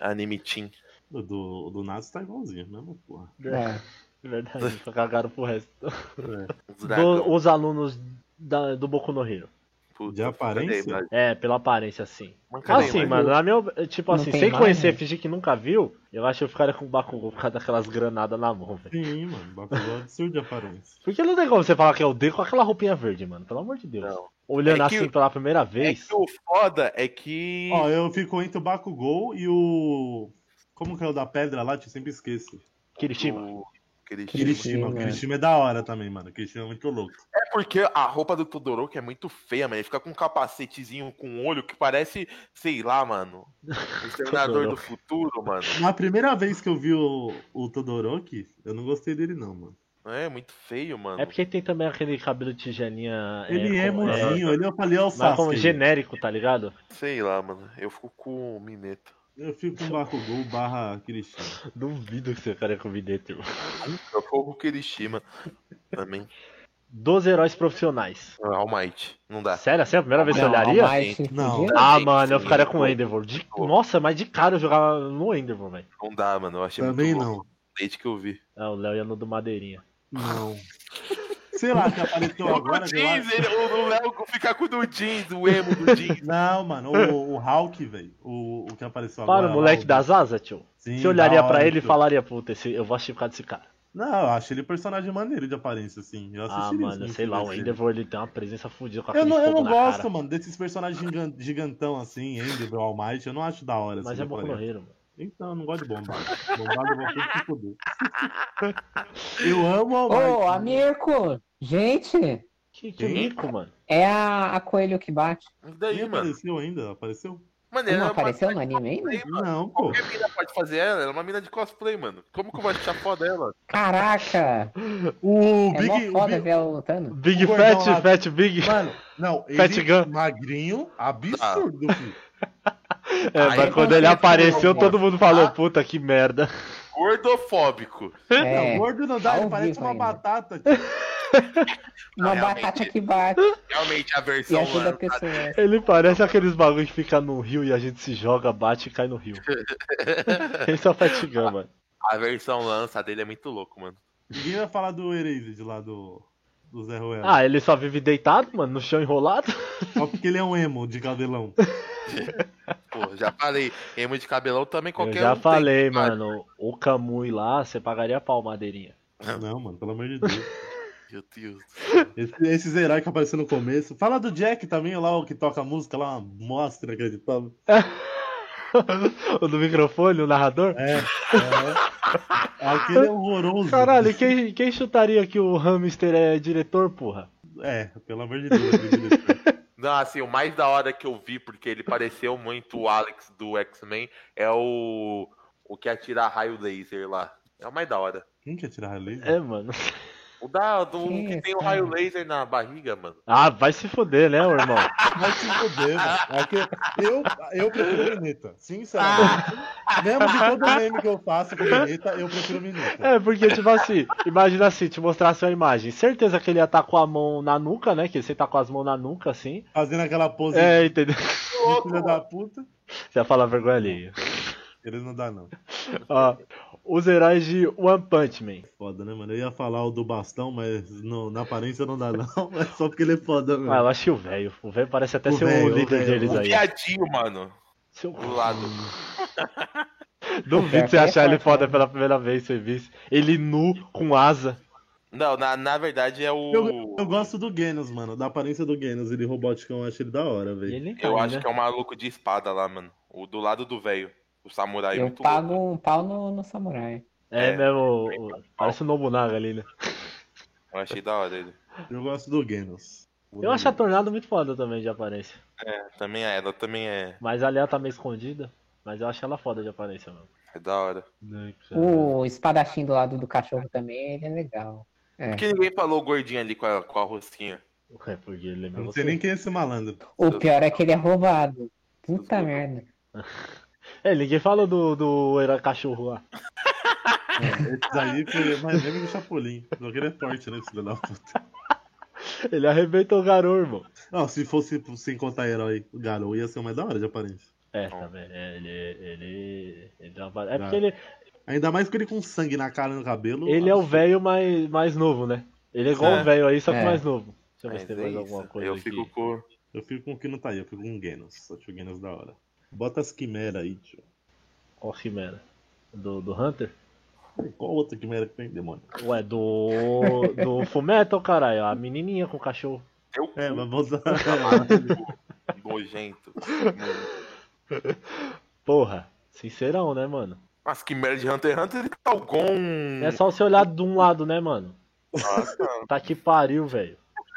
Speaker 3: Anime teen.
Speaker 2: O do, o do Natsu tá igualzinho, mesmo, porra.
Speaker 5: É.
Speaker 4: É verdade, só cagaram pro resto.
Speaker 3: Os
Speaker 4: Do-
Speaker 3: dragão.
Speaker 4: os alunos da- do Boku no Hero.
Speaker 3: Puta,
Speaker 2: De aparência?
Speaker 3: cadê a imagem?
Speaker 4: É, pela aparência, assim.
Speaker 3: Mas cadê a
Speaker 4: Assim,
Speaker 3: imagem?
Speaker 4: mano, na minha, tipo
Speaker 5: Não
Speaker 4: assim,
Speaker 5: tem
Speaker 4: sem
Speaker 5: mais,
Speaker 4: conhecer,
Speaker 5: né?
Speaker 4: fingir que nunca viu, eu acho que eu ficaria com o Bakugou por causa daquelas granadas na mão, velho.
Speaker 2: Sim, mano. Bakugou é um absurdo de aparência.
Speaker 4: Porque não tem como você falar que é o D com aquela roupinha verde, mano. Pelo amor de Deus.
Speaker 3: Não.
Speaker 4: Olhando
Speaker 3: É que-
Speaker 4: assim pela primeira
Speaker 3: É
Speaker 4: vez.
Speaker 3: que o foda é que.
Speaker 2: Ó, eu fico entre o Bakugou e o. Como que é o da pedra lá? tio? Eu sempre esqueço.
Speaker 4: Kirishima.
Speaker 3: o- aquele
Speaker 5: Kirishima.
Speaker 2: Kirishima.
Speaker 5: né?
Speaker 2: Kirishima é da hora também, mano. Kirishima é muito louco.
Speaker 3: É porque a roupa do Todoroki é muito feia, mano. Ele fica com um capacetezinho com um olho que parece, sei lá, mano. O Exterminador do Futuro, mano.
Speaker 2: Na primeira vez que eu vi o, o Todoroki, eu não gostei dele, não, mano.
Speaker 3: É muito feio, mano.
Speaker 4: É porque tem também aquele cabelo de tigelinha.
Speaker 2: Ele é,
Speaker 4: como-
Speaker 2: mozinho, ele eu falei, é o
Speaker 4: Mas como
Speaker 2: Sasuke.
Speaker 4: genérico, tá ligado?
Speaker 3: Sei lá, mano. Eu fico com o Mineta.
Speaker 2: Eu fico com Bakugou barra Kirishima.
Speaker 4: Duvido que você ficaria com o Vidente, irmão.
Speaker 3: Eu fico com o Kirishima. Também.
Speaker 4: 12 heróis profissionais.
Speaker 3: Ah, All Might. Não dá.
Speaker 4: Sério, assim, é a primeira vez que você
Speaker 5: Não,
Speaker 4: olharia?
Speaker 5: All Might,
Speaker 2: assim. Não.
Speaker 5: fudido.
Speaker 4: Ah,
Speaker 3: Sim,
Speaker 4: mano, eu
Speaker 3: sim.
Speaker 4: ficaria com o Endeavor. De- Nossa, mas de cara eu jogava no Endeavor, velho.
Speaker 3: Não dá, mano. Eu achei
Speaker 2: Também
Speaker 3: muito louco
Speaker 2: não.
Speaker 3: desde que eu vi.
Speaker 4: Ah, o Léo ia no do Madeirinha.
Speaker 2: Não. Sei lá, que apareceu agora.
Speaker 3: o
Speaker 2: eu
Speaker 3: jeans,
Speaker 2: acho.
Speaker 3: ele, o o Léo ficar com o do jeans, o emo do jeans.
Speaker 2: Não, mano, o, o Hulk, velho. O, o que apareceu agora.
Speaker 4: Para, o
Speaker 2: lá,
Speaker 4: moleque
Speaker 2: o-
Speaker 4: das asas, tio.
Speaker 2: Sim,
Speaker 4: Você olharia
Speaker 2: é da
Speaker 4: pra
Speaker 2: hora,
Speaker 4: ele e
Speaker 2: tio.
Speaker 4: falaria, puta, esse, eu vou assistir por causa desse cara.
Speaker 2: Não, eu acho ele personagem maneiro de aparência, assim. Eu
Speaker 4: Ah,
Speaker 2: assistiria
Speaker 4: mano,
Speaker 2: isso,
Speaker 4: sei lá, o
Speaker 2: assim.
Speaker 4: Endeavor ele tem uma presença fodida com
Speaker 2: Eu
Speaker 4: aquele
Speaker 2: não, eu
Speaker 4: fogo
Speaker 2: não
Speaker 4: na
Speaker 2: gosto,
Speaker 4: cara.
Speaker 2: mano, desses personagens gigan- gigantão assim, Endeavor, All Might, eu não acho da hora.
Speaker 4: Mas
Speaker 2: assim,
Speaker 4: é
Speaker 2: eu
Speaker 4: Boku no
Speaker 2: falei.
Speaker 4: Hero, mano.
Speaker 2: Então, eu não gosto de bombado. Bombado eu vou ter que se fuder. Eu amo All
Speaker 5: Ô,
Speaker 2: Might.
Speaker 5: a Mirko! Gente,
Speaker 4: Que, que mico, mano.
Speaker 5: é a, a coelho que bate.
Speaker 3: E
Speaker 2: Nem
Speaker 3: daí, mano?
Speaker 2: apareceu ainda, apareceu?
Speaker 3: Mano, ele
Speaker 5: Não
Speaker 3: é uma-
Speaker 5: apareceu no anime ainda?
Speaker 2: Não,
Speaker 5: É
Speaker 2: pô.
Speaker 3: Qualquer mina pode fazer ela, ela é uma mina de cosplay, mano. Como que eu vou achar foda ela?
Speaker 5: Caraca!
Speaker 2: O
Speaker 5: É
Speaker 2: Big.
Speaker 5: mó
Speaker 2: o
Speaker 5: foda
Speaker 2: Big...
Speaker 5: ver ela lutando.
Speaker 4: Big
Speaker 2: O gordão
Speaker 4: Fat,
Speaker 2: lá.
Speaker 4: Fat Big.
Speaker 2: Mano, não,
Speaker 4: Fat
Speaker 2: ele
Speaker 4: Gun.
Speaker 2: magrinho, absurdo, filho.
Speaker 4: É, mas
Speaker 3: Aí
Speaker 4: quando
Speaker 3: você
Speaker 4: ele apareceu,
Speaker 3: falou,
Speaker 4: todo mundo
Speaker 2: Ah.
Speaker 4: falou, puta que merda.
Speaker 3: Gordofóbico.
Speaker 5: É,
Speaker 2: Não, gordo não dá,
Speaker 5: Ao
Speaker 2: ele parece
Speaker 5: vivo
Speaker 2: uma
Speaker 5: ainda.
Speaker 2: batata.
Speaker 5: uma
Speaker 3: realmente.
Speaker 5: batata que bate
Speaker 3: Realmente a
Speaker 5: e
Speaker 3: versão.
Speaker 5: ajuda a
Speaker 3: mano,
Speaker 5: pessoa. é.
Speaker 4: Ele parece aqueles bagulho que fica no rio e a gente se joga, bate e cai no rio. Esse é o Fat Gun, mano.
Speaker 3: a versão lança dele é muito louco, mano.
Speaker 2: Ninguém vai falar do Erased lá do, do Zé Ruela.
Speaker 4: Ah, ele só vive deitado, mano, no chão enrolado.
Speaker 2: Só porque ele é um emo de cabelão.
Speaker 3: Pô, já falei. Emo de cabelão também
Speaker 4: Eu
Speaker 3: qualquer um.
Speaker 4: já
Speaker 3: tem.
Speaker 4: falei, mano, o Kamui lá, você pagaria pau, madeirinha.
Speaker 2: Não, mano, pelo amor de Deus.
Speaker 3: Meu Deus.
Speaker 2: Esse, esses heróis que apareceram no tá- começo. Fala do Jack também, lá o que toca a música, lá uma mostra acreditável.
Speaker 4: o do microfone, o narrador?
Speaker 2: É, é. Aquele é horroroso.
Speaker 4: Caralho, quem, quem chutaria que o hamster é diretor, porra?
Speaker 2: É, pelo amor de Deus. meu diretor.
Speaker 3: Não, assim, o mais da hora que eu vi, porque ele pareceu muito o Alex do X-Men, é o. O que atira raio laser lá. É o mais da hora.
Speaker 2: Quem quer tirar a laser?
Speaker 4: É, mano.
Speaker 3: O da, do que,
Speaker 5: Que
Speaker 3: tem o
Speaker 5: isso,
Speaker 3: raio
Speaker 5: cara?
Speaker 3: laser na barriga, mano.
Speaker 4: Ah, vai se foder, né, ô irmão?
Speaker 2: Vai se fuder, mano. É que eu, eu prefiro Mineta, sinceramente.
Speaker 4: Ah.
Speaker 2: Mesmo de todo meme que eu faço com Mineta, eu prefiro Mineta.
Speaker 4: É, porque, tipo assim, imagina assim, te mostrasse uma imagem. Certeza que ele ia estar com a mão na nuca, né? Que ele sempre tá com as mãos na nuca, assim.
Speaker 2: Fazendo aquela pose
Speaker 4: É, entendeu?
Speaker 2: de filha da puta,
Speaker 4: Você ia falar vergonha alheia.
Speaker 2: eles não dá, não.
Speaker 4: Ó, os heróis de One Punch Man.
Speaker 2: Foda, né, mano? Eu ia falar o do bastão, mas não- na aparência não dá, não. É só porque ele é foda,
Speaker 4: Ah, eu
Speaker 2: mano.
Speaker 4: acho que o velho. O velho parece até
Speaker 2: O
Speaker 4: ser
Speaker 2: velho,
Speaker 4: o
Speaker 2: o
Speaker 4: líder
Speaker 2: velho,
Speaker 4: deles
Speaker 2: o
Speaker 4: aí.
Speaker 3: Um Piadinho, mano.
Speaker 4: Seu
Speaker 3: Do lado.
Speaker 4: Duvido você
Speaker 5: É,
Speaker 4: achar ele
Speaker 5: é,
Speaker 4: foda
Speaker 5: é.
Speaker 4: pela primeira vez, você visse. Ele nu, com asa.
Speaker 3: Não, na, na verdade é o.
Speaker 2: Eu, um eu gosto do Genos, mano. Da aparência do Genos, ele robótico, eu acho ele da hora,
Speaker 4: E
Speaker 2: velho.
Speaker 4: ele
Speaker 3: Eu
Speaker 4: cai,
Speaker 3: acho
Speaker 4: né?
Speaker 3: que é o maluco de espada lá, mano. O do lado do velho. O samurai.
Speaker 5: Eu
Speaker 3: muito
Speaker 5: pago
Speaker 3: louco.
Speaker 5: um pau no, no samurai.
Speaker 4: É,
Speaker 3: É.
Speaker 4: mesmo. o- o- Parece o Nobunaga ali, né?
Speaker 3: Eu achei da hora ele.
Speaker 2: Eu gosto do Genos.
Speaker 4: é Eu acho a Tornado muito foda também de aparência.
Speaker 3: Também é, ela também é,
Speaker 4: Mas ali ela tá meio escondida. Mas eu acho ela foda de aparência, mano.
Speaker 3: é da hora. É.
Speaker 5: O espadachim do lado do cachorro também, ele é legal. É.
Speaker 3: Por que ninguém falou gordinho ali com a, com a rosquinha?
Speaker 4: É, porque ele lembra
Speaker 2: Eu não sei
Speaker 4: você.
Speaker 2: nem quem é esse malandro.
Speaker 5: O pior é que ele é roubado. Puta merda.
Speaker 4: É, ninguém falou do, do era cachorro lá.
Speaker 2: Esse É, aí foi mais meme do Chapolin. Só que ele é forte, né, esse filho da puta.
Speaker 4: Ele arrebentou o garoto, irmão.
Speaker 2: Não, se fosse sem contar herói, Garou ia ser o mais da hora de aparência.
Speaker 4: É, tá vendo? É, Ele. Ele. ele dá uma- é
Speaker 2: Ah.
Speaker 4: porque ele,
Speaker 2: Ainda mais com ele com sangue na cara e no cabelo.
Speaker 4: ele é o velho mais, mais novo, né? Ele é igual
Speaker 3: É.
Speaker 4: o velho aí, só que
Speaker 5: É.
Speaker 4: mais novo. Deixa eu ver
Speaker 3: Mas
Speaker 4: se tem
Speaker 3: é
Speaker 4: mais
Speaker 3: isso.
Speaker 4: alguma coisa
Speaker 3: eu
Speaker 4: aqui.
Speaker 3: fico com.
Speaker 2: Eu fico com o que não tá aí, eu fico com o Genos. Acho o Genos da hora. Bota as quimeras aí, tio.
Speaker 4: Qual quimera? Do, do Hunter?
Speaker 2: Qual outra quimera que tem, demônio?
Speaker 4: Ué, do. Do Fullmetal, caralho. A menininha com o cachorro.
Speaker 3: Eu
Speaker 2: É, mas bota.
Speaker 3: nojento.
Speaker 4: Porra. Sincerão, né, mano?
Speaker 3: Mas que merda de Hunter x Hunter ele tá o Gon.
Speaker 4: É só você olhar de um lado, né, mano?
Speaker 3: Nossa,
Speaker 4: Tá que pariu, velho.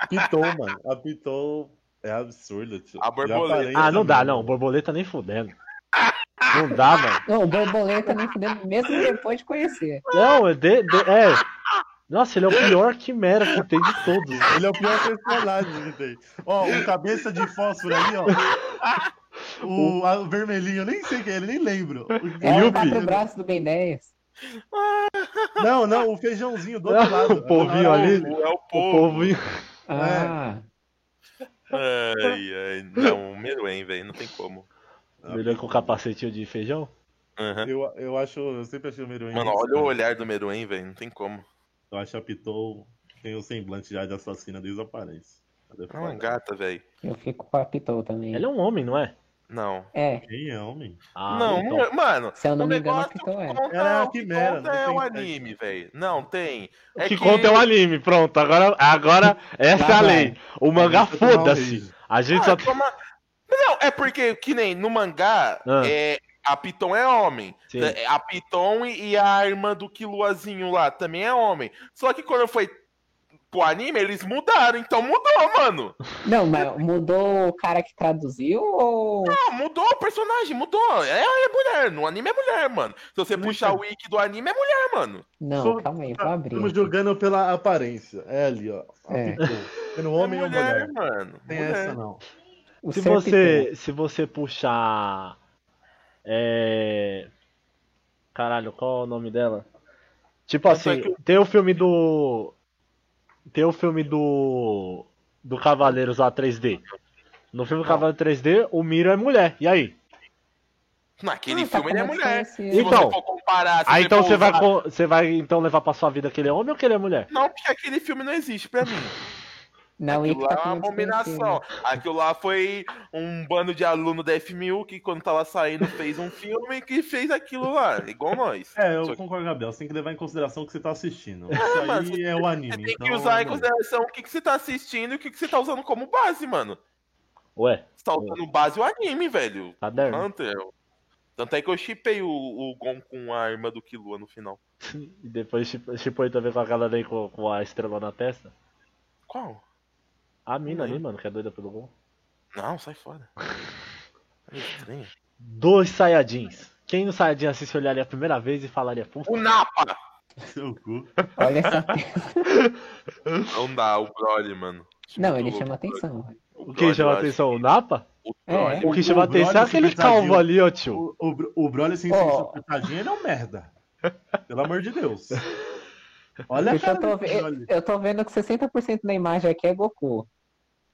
Speaker 2: Piton, mano. A Piton é absurda, tio.
Speaker 3: A borboleta.
Speaker 2: De aparência,
Speaker 4: Ah, não dá,
Speaker 2: mano.
Speaker 4: não. Borboleta nem fudendo. Não dá, mano.
Speaker 5: Não, o borboleta nem fudendo, mesmo depois de conhecer.
Speaker 4: Não, é, de- de- é. Nossa, ele é o pior quimera que tem de todos.
Speaker 2: Ele é o pior personagem que tem. Ó, o cabeça de fósforo ali, ó. O, a- o vermelhinho, eu nem sei quem é, ele nem lembro.
Speaker 5: É o
Speaker 4: Yupi.
Speaker 5: quatro braços do Ben 10.
Speaker 2: Não, não, o feijãozinho do outro lado.
Speaker 4: O povinho
Speaker 2: Ah,
Speaker 4: ali.
Speaker 3: é o
Speaker 4: O
Speaker 3: povo.
Speaker 4: povo.
Speaker 3: É.
Speaker 5: Ah,
Speaker 3: Ai, ai. Não, o Meruem, velho. Não tem como. Ah.
Speaker 4: Melhor é com o capacetinho de feijão.
Speaker 3: Aham.
Speaker 2: Eu, eu acho, eu sempre achei o Meruem.
Speaker 3: Mano, olha o olhar do Meruem, velho. Não tem como.
Speaker 2: Eu acho a Pitou tem o semblante já de assassina desde a aparência. Ela é
Speaker 3: É uma
Speaker 2: foda.
Speaker 3: gata, velho.
Speaker 5: eu fico com a Pitou também.
Speaker 4: Ele é um homem, não é?
Speaker 3: Não.
Speaker 5: É,
Speaker 2: Quem é, homem?
Speaker 4: Ah,
Speaker 3: não,
Speaker 4: então.
Speaker 3: mano.
Speaker 5: se eu não
Speaker 3: o
Speaker 5: me engano, a
Speaker 3: negócio
Speaker 5: Pitou é.
Speaker 3: que conta,
Speaker 2: Era
Speaker 3: o que
Speaker 2: quimera,
Speaker 3: conta
Speaker 2: não
Speaker 3: é
Speaker 2: tem
Speaker 3: o
Speaker 2: tanto.
Speaker 3: anime, velho. Não, tem.
Speaker 4: O que conta é o anime, pronto. Agora, agora essa é a
Speaker 5: Lá vai.
Speaker 4: lei. O mangá, foda-se. A gente só
Speaker 3: Ah,
Speaker 4: tem.
Speaker 3: toma- Não, é porque, que nem no mangá,
Speaker 4: Ah.
Speaker 3: é, a Piton é homem.
Speaker 4: Sim.
Speaker 3: É, A Piton e e a irmã do Kiluazinho lá também é homem. Só que quando foi pro anime, eles mudaram. Então mudou, mano.
Speaker 5: Não, mas mudou o cara que traduziu ou.
Speaker 3: Não, Ah, mudou o personagem, mudou. É, é mulher. No anime é mulher, mano. Se você puxar o wiki do anime, é mulher, mano.
Speaker 5: Não,
Speaker 2: Sou-
Speaker 5: calma aí, vou abrir.
Speaker 2: Estamos jogando pela aparência. É ali, ó. A
Speaker 5: É.
Speaker 2: Pitou. Sendo um homem
Speaker 3: é
Speaker 2: ou mulher. Não
Speaker 3: mano.
Speaker 2: tem
Speaker 3: Mulher.
Speaker 2: essa, não.
Speaker 5: O
Speaker 4: Se
Speaker 5: ser
Speaker 4: você, se você puxar. É. Caralho, qual é o nome dela? Tipo assim, tem o filme do. Tem o filme do. Do Cavaleiros lá 3D. No filme Cavaleiro 3D, o Miro é mulher. E aí?
Speaker 5: Pitou.
Speaker 3: Naquele
Speaker 5: Ah, tá
Speaker 3: filme ele é
Speaker 5: como eu
Speaker 3: mulher.
Speaker 5: conheci.
Speaker 3: Se
Speaker 4: Então.
Speaker 3: você for comparar, se
Speaker 4: Aí
Speaker 3: você
Speaker 4: então
Speaker 3: for
Speaker 4: você vai,
Speaker 3: usar-
Speaker 4: co- você vai então levar pra sua vida que ele é homem ou que ele é mulher?
Speaker 3: Não, porque aquele filme não existe pra mim.
Speaker 5: Não,
Speaker 3: Aquilo
Speaker 5: Wiki
Speaker 3: lá
Speaker 5: tá
Speaker 3: é uma
Speaker 5: com muito
Speaker 3: abominação.
Speaker 5: conhecido.
Speaker 3: Aquilo lá foi um bando de aluno da FMU que, quando tava saindo, fez um filme que fez aquilo lá, igual nós.
Speaker 2: É, eu
Speaker 3: Só que
Speaker 2: concordo, Gabriel. Você tem que levar em consideração o que você tá assistindo. Isso
Speaker 3: mas
Speaker 2: aí é o anime.
Speaker 3: Você tem que
Speaker 2: então,
Speaker 3: usar em
Speaker 2: mano,
Speaker 3: consideração o que, que você tá assistindo e o que, que você tá usando como base, mano.
Speaker 4: Ué,
Speaker 3: Você tá usando base o anime, velho.
Speaker 4: É. caderno.
Speaker 3: Hunter. Tanto é que eu chipei o, o Gon com a irmã do Killua no final.
Speaker 4: E depois chip- chipou ele também com aquela ali com, com a estrela na testa.
Speaker 3: Qual?
Speaker 4: A mina ali,
Speaker 3: Uhum.
Speaker 4: mano, que é doida pelo gol.
Speaker 3: Não, sai fora. Olha que estranho.
Speaker 4: Dois Saiyajins. Quem no Saiyajin assiste olharia a primeira vez e falaria, puta,
Speaker 3: O Napa!
Speaker 2: Seu cu.
Speaker 5: Olha essa.
Speaker 3: Não dá, É o Broly, mano.
Speaker 5: Não, ele
Speaker 3: Muito
Speaker 5: chama
Speaker 3: louco,
Speaker 5: atenção.
Speaker 4: o
Speaker 3: Broly.
Speaker 4: que
Speaker 3: Broly, eu
Speaker 4: chama
Speaker 3: acho.
Speaker 4: atenção? O Napa?
Speaker 3: O
Speaker 5: É.
Speaker 3: Broly.
Speaker 4: O que chama
Speaker 2: o Broly
Speaker 4: atenção é aquele
Speaker 2: Super Saiyajin.
Speaker 4: calvo ali, ó, tio.
Speaker 2: O, o, Bro- o Broly sem
Speaker 5: Ó.
Speaker 2: oh. ele é um merda. Pelo amor de Deus. Olha a
Speaker 4: Então
Speaker 5: Bicho,
Speaker 2: cara do
Speaker 5: eu, tô, ve- eu-
Speaker 2: Broly.
Speaker 5: eu tô vendo que 60% da imagem aqui é Goku.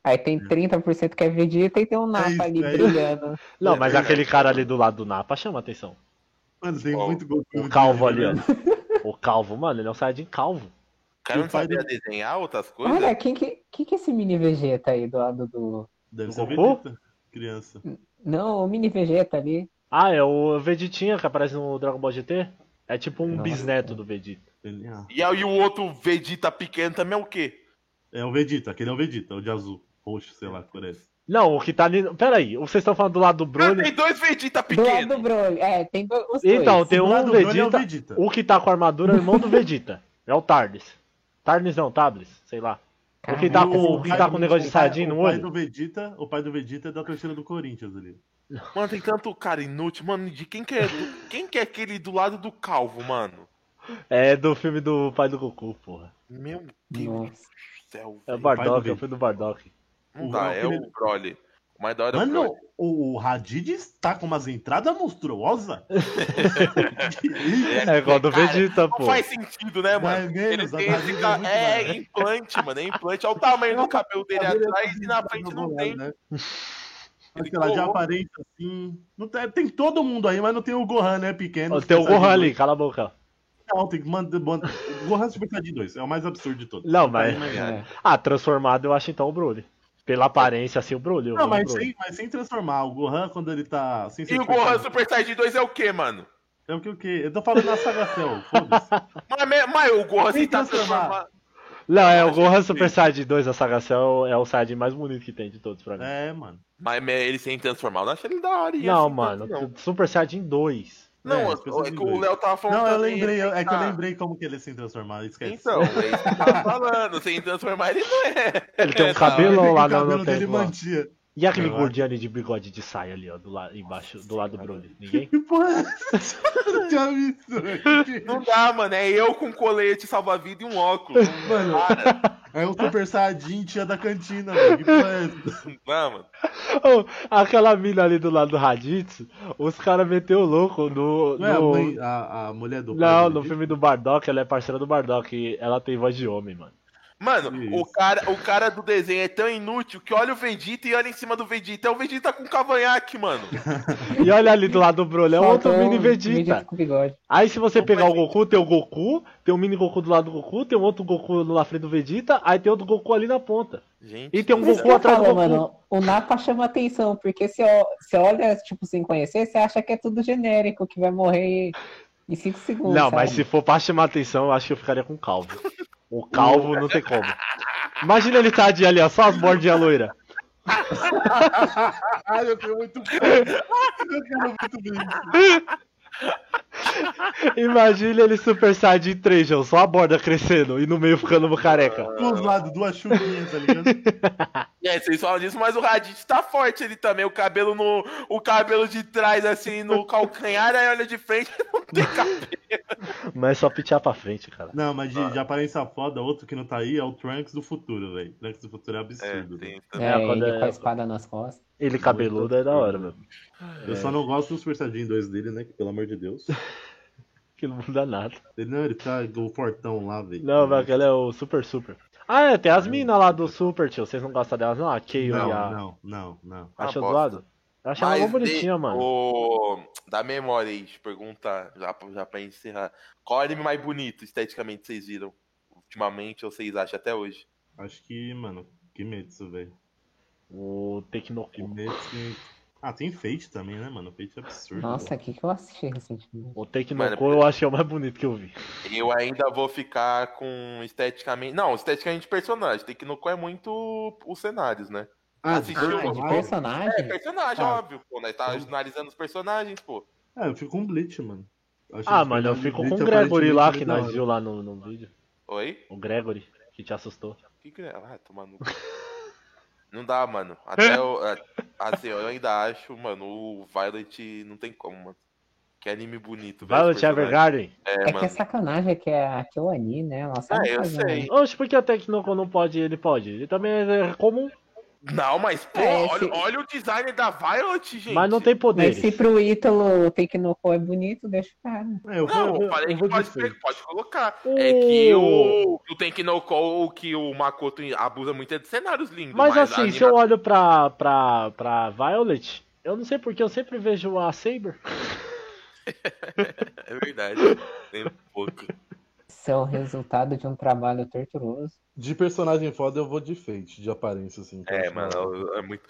Speaker 5: Aí tem 30% que é Vegeta e tem um Napa
Speaker 2: isso,
Speaker 5: ali
Speaker 2: é isso.
Speaker 5: brilhando.
Speaker 4: Não, mas aquele cara ali do lado do Napa chama atenção.
Speaker 2: Mano, tem
Speaker 3: Ó,
Speaker 2: muito Goku.
Speaker 4: O
Speaker 2: de-
Speaker 4: calvo ali, ó. O calvo, mano, ele é um Saiyajin calvo.
Speaker 3: O cara não
Speaker 2: o pai
Speaker 3: sabia desenhar outras coisas?
Speaker 5: Olha, quem que, quem que é esse mini Vegeta aí do lado do.
Speaker 2: Deve
Speaker 4: O
Speaker 2: ser
Speaker 4: Goku?
Speaker 2: Vegeta, criança.
Speaker 5: Não, o mini Vegeta ali.
Speaker 4: Ah, é o Vegetinha que aparece no Dragon Ball GT? É tipo um
Speaker 5: Nossa.
Speaker 4: bisneto do Vegeta.
Speaker 2: Ele- ah,
Speaker 3: E aí o outro Vegeta pequeno também é o quê?
Speaker 2: É o Vegeta, aquele é o Vegeta, o de azul. Roxo, sei lá, que cor é essa.
Speaker 4: Não, o que tá ali. Pera aí, vocês estão falando do lado do
Speaker 3: Mas
Speaker 4: Broly.
Speaker 3: Ah, Tem dois Vegeta
Speaker 5: Do lado do
Speaker 3: pequenos.
Speaker 5: Broly. É, tem do- os
Speaker 4: Então,
Speaker 5: dois.
Speaker 4: tem
Speaker 2: Do lado
Speaker 4: um
Speaker 2: do Broly é o
Speaker 4: Vegeta,
Speaker 2: Vegeta.
Speaker 4: O que tá com a armadura é o irmão do Vegeta. É o Tardes. Tardes não, Tablis, sei lá. O que tá
Speaker 5: Caraca,
Speaker 4: com o que
Speaker 5: esse-
Speaker 4: tá com o negócio de
Speaker 2: pai-
Speaker 4: sardinha no
Speaker 2: o pai
Speaker 4: olho?
Speaker 2: Do Vegeta, o pai do Vegeta é da torcida do Corinthians ali.
Speaker 3: Mano, tem tanto cara inútil. Mano, de quem que é, do- quem que é aquele do lado do calvo, mano?
Speaker 4: É do filme do pai do Goku, porra.
Speaker 3: Meu Deus
Speaker 5: Nossa.
Speaker 3: do céu,
Speaker 4: É o
Speaker 3: velho.
Speaker 2: pai do
Speaker 4: Bardock, é o
Speaker 2: Vegeta.
Speaker 4: filme do Bardock.
Speaker 3: Não
Speaker 2: O-
Speaker 3: dá,
Speaker 2: o
Speaker 3: é
Speaker 2: primeiro-
Speaker 3: o Broly. O mais da hora é o
Speaker 2: Mano,
Speaker 3: Broly.
Speaker 2: o, o Hadid está com umas entradas monstruosas.
Speaker 4: É igual do
Speaker 3: Cara,
Speaker 4: Vegeta,
Speaker 3: Não
Speaker 4: pô.
Speaker 3: faz sentido, né, mano?
Speaker 2: Mais
Speaker 3: Ele
Speaker 2: menos, a
Speaker 3: tem esse
Speaker 2: barriga é
Speaker 3: ca-
Speaker 2: muito
Speaker 3: É,
Speaker 2: maior. é
Speaker 3: implante, mano, é implante. Olha o tamanho do cabelo dele
Speaker 2: tá
Speaker 3: atrás e na frente não tem.
Speaker 2: Né?
Speaker 3: Ele
Speaker 2: Aquela de
Speaker 3: colou.
Speaker 2: aparência assim. Não tem, tem todo mundo aí, mas não tem o Gohan, né? Pequeno.
Speaker 4: Ó, Tem o
Speaker 2: Super
Speaker 4: Gohan
Speaker 2: Saiyajin
Speaker 4: ali, cala a boca.
Speaker 2: dois. Não, tem que mandar. mandar- O Gohan Super Saiyajin 2. É o mais absurdo de todos.
Speaker 4: Não, mas.
Speaker 5: É.
Speaker 4: Ah, transformado eu acho então o Broly. Pela aparência, assim, o Broly. eu
Speaker 2: Não,
Speaker 4: amo o
Speaker 2: mas
Speaker 4: Broly.
Speaker 2: sem, mas sem transformar. O Gohan, quando ele tá. Sem
Speaker 3: E
Speaker 2: ser
Speaker 3: o Gohan
Speaker 2: Saiyajin,
Speaker 3: Super Saiyajin 2 é o quê, mano?
Speaker 2: É o que o quê? Eu tô falando na saga Cell, foda-se.
Speaker 3: Mas, me- mas o Gohan
Speaker 2: Tem
Speaker 3: se tá
Speaker 2: que transformar.
Speaker 3: transformado.
Speaker 4: Não, é o
Speaker 3: Acho que
Speaker 4: Gohan
Speaker 3: sim.
Speaker 4: Super Saiyajin 2 da Saga Cell é o Saiyajin mais bonito que tem de todos pra mim.
Speaker 2: É, mano.
Speaker 3: Mas me- ele sem transformar, eu não acho ele da hora. e
Speaker 4: não,
Speaker 3: assim,
Speaker 4: mano,
Speaker 3: Não,
Speaker 4: Super Saiyajin 2.
Speaker 3: não
Speaker 2: É,
Speaker 3: é,
Speaker 2: as pessoas
Speaker 3: é que
Speaker 2: doidam.
Speaker 3: o Léo tava falando.
Speaker 2: Não, eu
Speaker 3: também,
Speaker 2: lembrei, eu-
Speaker 3: ele
Speaker 2: é que eu
Speaker 3: tá-
Speaker 2: lembrei como que ele se transformava, esquece.
Speaker 3: Então, é isso que eu tava falando, sem transformar ele não é.
Speaker 4: Ele tem um
Speaker 3: É, tá.
Speaker 4: cabelão lá
Speaker 2: o
Speaker 4: no,
Speaker 2: cabelo
Speaker 4: no
Speaker 2: dele
Speaker 4: tempo. lá.
Speaker 2: mantia.
Speaker 4: E aquele
Speaker 2: Vai lá.
Speaker 4: gordinho ali de bigode de saia ali, ó, do lado embaixo, do lado do Broly. Ninguém?
Speaker 2: Que porra é essa? Eu não tinha visto.
Speaker 3: Não dá, mano, é eu com colete salva-vida e um óculos. Não para.
Speaker 2: É o Super Saiyajin, tia da cantina, velho. Que porra é essa?
Speaker 3: Não dá, mano.
Speaker 4: Ô, aquela mina ali do lado do Raditz, os caras meteu o louco no.
Speaker 2: Não é a,
Speaker 4: no-
Speaker 2: mãe, né? a, a mulher do
Speaker 4: Não,
Speaker 2: pai
Speaker 4: no
Speaker 2: dele?
Speaker 4: filme do Bardock, ela é parceira do Bardock e ela tem voz de homem, mano.
Speaker 3: Mano,
Speaker 2: Isso.
Speaker 3: o cara, o cara do desenho é tão inútil que olha o Vegeta e olha em cima do Vegeta. É o Vegeta com cavanhaque, mano.
Speaker 4: E olha ali do lado do Broly, é um outro
Speaker 5: Faltou
Speaker 4: mini
Speaker 5: um
Speaker 4: Vegeta.
Speaker 5: com bigode.
Speaker 4: Aí se você
Speaker 3: Não
Speaker 4: pegar
Speaker 3: faz
Speaker 4: o Goku, tem o Goku, tem o mini Goku do lado do Goku, tem um outro Goku na frente do Vegeta, aí tem outro Goku ali na ponta.
Speaker 3: Gente,
Speaker 4: E tem um
Speaker 5: Por isso que
Speaker 4: Goku
Speaker 5: eu
Speaker 4: atrás do
Speaker 5: falo,
Speaker 4: Goku.
Speaker 5: mano, o Napa chama atenção, porque se ó- se olha, tipo, sem conhecer, você acha que é tudo genérico, que vai morrer em 5 segundos.
Speaker 4: Não, mas se
Speaker 5: sabe?
Speaker 4: for pra chamar atenção, eu acho que eu ficaria com o Calvo. O Calvo não tem como. Imagina ele tá de ali, ó, só as bordinhas loiras.
Speaker 2: Ai, eu tenho muito medo. Eu quero muito bem.
Speaker 4: Imagina ele Super Saiyajin 3, João, só a borda crescendo e no meio ficando uma careca.
Speaker 2: Dos lados, duas chuvinhas, tá ligado?
Speaker 3: é, vocês falam disso, mas o Raditz tá forte ali também. O cabelo no. O cabelo de trás, assim, no calcanhar, aí olha de frente não tem cabelo.
Speaker 4: Mas é só pitear pra frente, cara.
Speaker 2: Não, mas de, de aparência foda, outro que não tá aí é o Trunks do futuro, velho. Trunks do futuro é absurdo. velho.
Speaker 5: É,
Speaker 4: É, quando
Speaker 5: ele
Speaker 4: é-
Speaker 5: com a espada nas costas.
Speaker 4: Ele cabeludo é da hora, meu.
Speaker 2: Eu só não gosto do Super Saiyajin 2 dele, né? Que, pelo amor de Deus.
Speaker 4: Que não muda nada.
Speaker 2: Ele, não, ele tá o fortão lá, velho.
Speaker 4: Não, mas aquele é o Super Super. Ah, é, tem as minas lá do Super, tio. Vocês não gostam delas, não? A Kayle e a.
Speaker 2: Não, não, não, não.
Speaker 4: Acha
Speaker 3: Ah, bosta.
Speaker 4: zoado? Eu achei ela mó bonitinha, mano.
Speaker 3: O... Da memória aí, te perguntar, já, pra- já pra encerrar. Qual anime mais bonito, esteticamente, vocês viram? Ultimamente, ou vocês acham até hoje?
Speaker 2: Acho que, mano, que medo isso, velho.
Speaker 4: O
Speaker 2: Que
Speaker 4: Tekinoku.
Speaker 2: medo que- Ah, tem Fate também, né, mano? Fate é absurdo.
Speaker 5: Nossa, o que, que eu assisti recentemente?
Speaker 4: O Tekinoku
Speaker 3: Mano,
Speaker 4: eu achei o mais bonito que eu vi.
Speaker 3: Eu ainda vou ficar com esteticamente. Não, esteticamente personagem. Tem que no qual é muito os cenários, né?
Speaker 2: Ah,
Speaker 3: assistiu,
Speaker 5: Ah, de
Speaker 3: mano.
Speaker 5: personagem?
Speaker 3: É personagem,
Speaker 2: Ah.
Speaker 3: óbvio, pô. Nós tá analisando os personagens, pô.
Speaker 2: Ah, eu fico com o Bleach, mano. Acho
Speaker 4: Ah,
Speaker 2: que
Speaker 4: mano, eu
Speaker 2: Bleach
Speaker 4: fico com o
Speaker 2: aparentemente
Speaker 4: Gregory lá
Speaker 2: é
Speaker 4: que
Speaker 2: da
Speaker 4: nós
Speaker 2: hora.
Speaker 4: viu lá no, no vídeo.
Speaker 3: Oi?
Speaker 4: O Gregory, que te assustou.
Speaker 3: Que que é? Ah, toma no. cu. Não dá, mano. Até eu. Assim, eu ainda acho, mano, o Violet não tem como, mano. Que anime bonito, velho.
Speaker 4: Violet
Speaker 3: esse personagem.
Speaker 4: Evergarden.
Speaker 5: É
Speaker 3: É,
Speaker 5: que é
Speaker 3: mano.
Speaker 5: sacanagem que é a Kyoani, né? Ela sabe
Speaker 3: Ah, eu
Speaker 5: fazer,
Speaker 3: sei.
Speaker 4: Oxe, por que a Tecnoco não pode e ele pode? Ele também é comum,
Speaker 3: Não, mas, pô,
Speaker 5: É,
Speaker 3: olha,
Speaker 5: esse-
Speaker 3: olha o design da Violet, gente.
Speaker 4: mas não tem
Speaker 5: Mas
Speaker 4: poderes.
Speaker 5: se pro Ítalo o Tecnoco é bonito, deixa o cara.
Speaker 2: É, eu
Speaker 3: Não,
Speaker 2: vou-
Speaker 3: eu falei
Speaker 2: eu
Speaker 3: que
Speaker 2: vou
Speaker 3: pode,
Speaker 2: dizer.
Speaker 3: pegar, pode colocar.
Speaker 4: O-
Speaker 3: É que o, o Tenki no Call, o que o Makoto abusa muito é de cenários lindos.
Speaker 4: Mas assim,
Speaker 3: a
Speaker 4: se eu olho pra, pra, pra Violet, eu não sei porque eu sempre vejo a Saber.
Speaker 3: É verdade. Tem um pouco.
Speaker 5: Isso é o resultado de um trabalho torturoso.
Speaker 2: De personagem foda, eu vou de Fate, de aparência, assim. que eu
Speaker 3: É,
Speaker 2: acho
Speaker 3: mano,
Speaker 2: da hora.
Speaker 3: eu- é muito.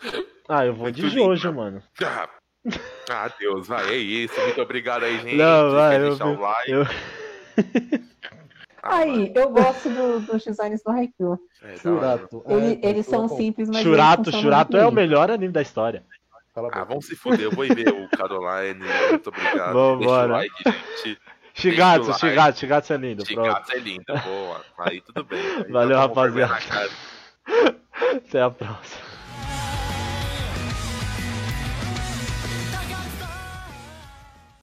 Speaker 4: Ah, eu vou
Speaker 3: Muito
Speaker 4: de
Speaker 3: lindo,
Speaker 4: Jojo, mano.
Speaker 3: Ah, Ah, Deus, vai, é isso. Muito obrigado aí, gente.
Speaker 4: Não, vai,
Speaker 3: Quer
Speaker 4: eu-
Speaker 3: deixar o like.
Speaker 4: eu-
Speaker 3: Ah, mano,
Speaker 5: Aí, eu gosto do- dos designs do Haikyuu.
Speaker 3: é, da hora.
Speaker 7: Churato.
Speaker 5: Ele-
Speaker 7: é,
Speaker 5: eles são
Speaker 7: pô,
Speaker 5: simples, mas.
Speaker 4: Churato,
Speaker 5: eles funcionam
Speaker 4: Churato
Speaker 5: muito
Speaker 4: é o
Speaker 5: bem.
Speaker 4: melhor anime da história.
Speaker 7: Cala a
Speaker 3: Ah,
Speaker 7: boca.
Speaker 3: vão se fuder, eu vou ir ver o Caroline. Muito obrigado. Deixa
Speaker 4: Vambora.
Speaker 3: o like, gente.
Speaker 4: Shigatsu,
Speaker 3: like.
Speaker 4: Shigatsu, Shigatsu é lindo. Pronto.
Speaker 3: Chicato é linda, boa. Aí tudo bem. Aí
Speaker 4: Valeu,
Speaker 3: tá bom,
Speaker 4: rapaziada.
Speaker 3: vergonha na cara.
Speaker 4: Até a próxima.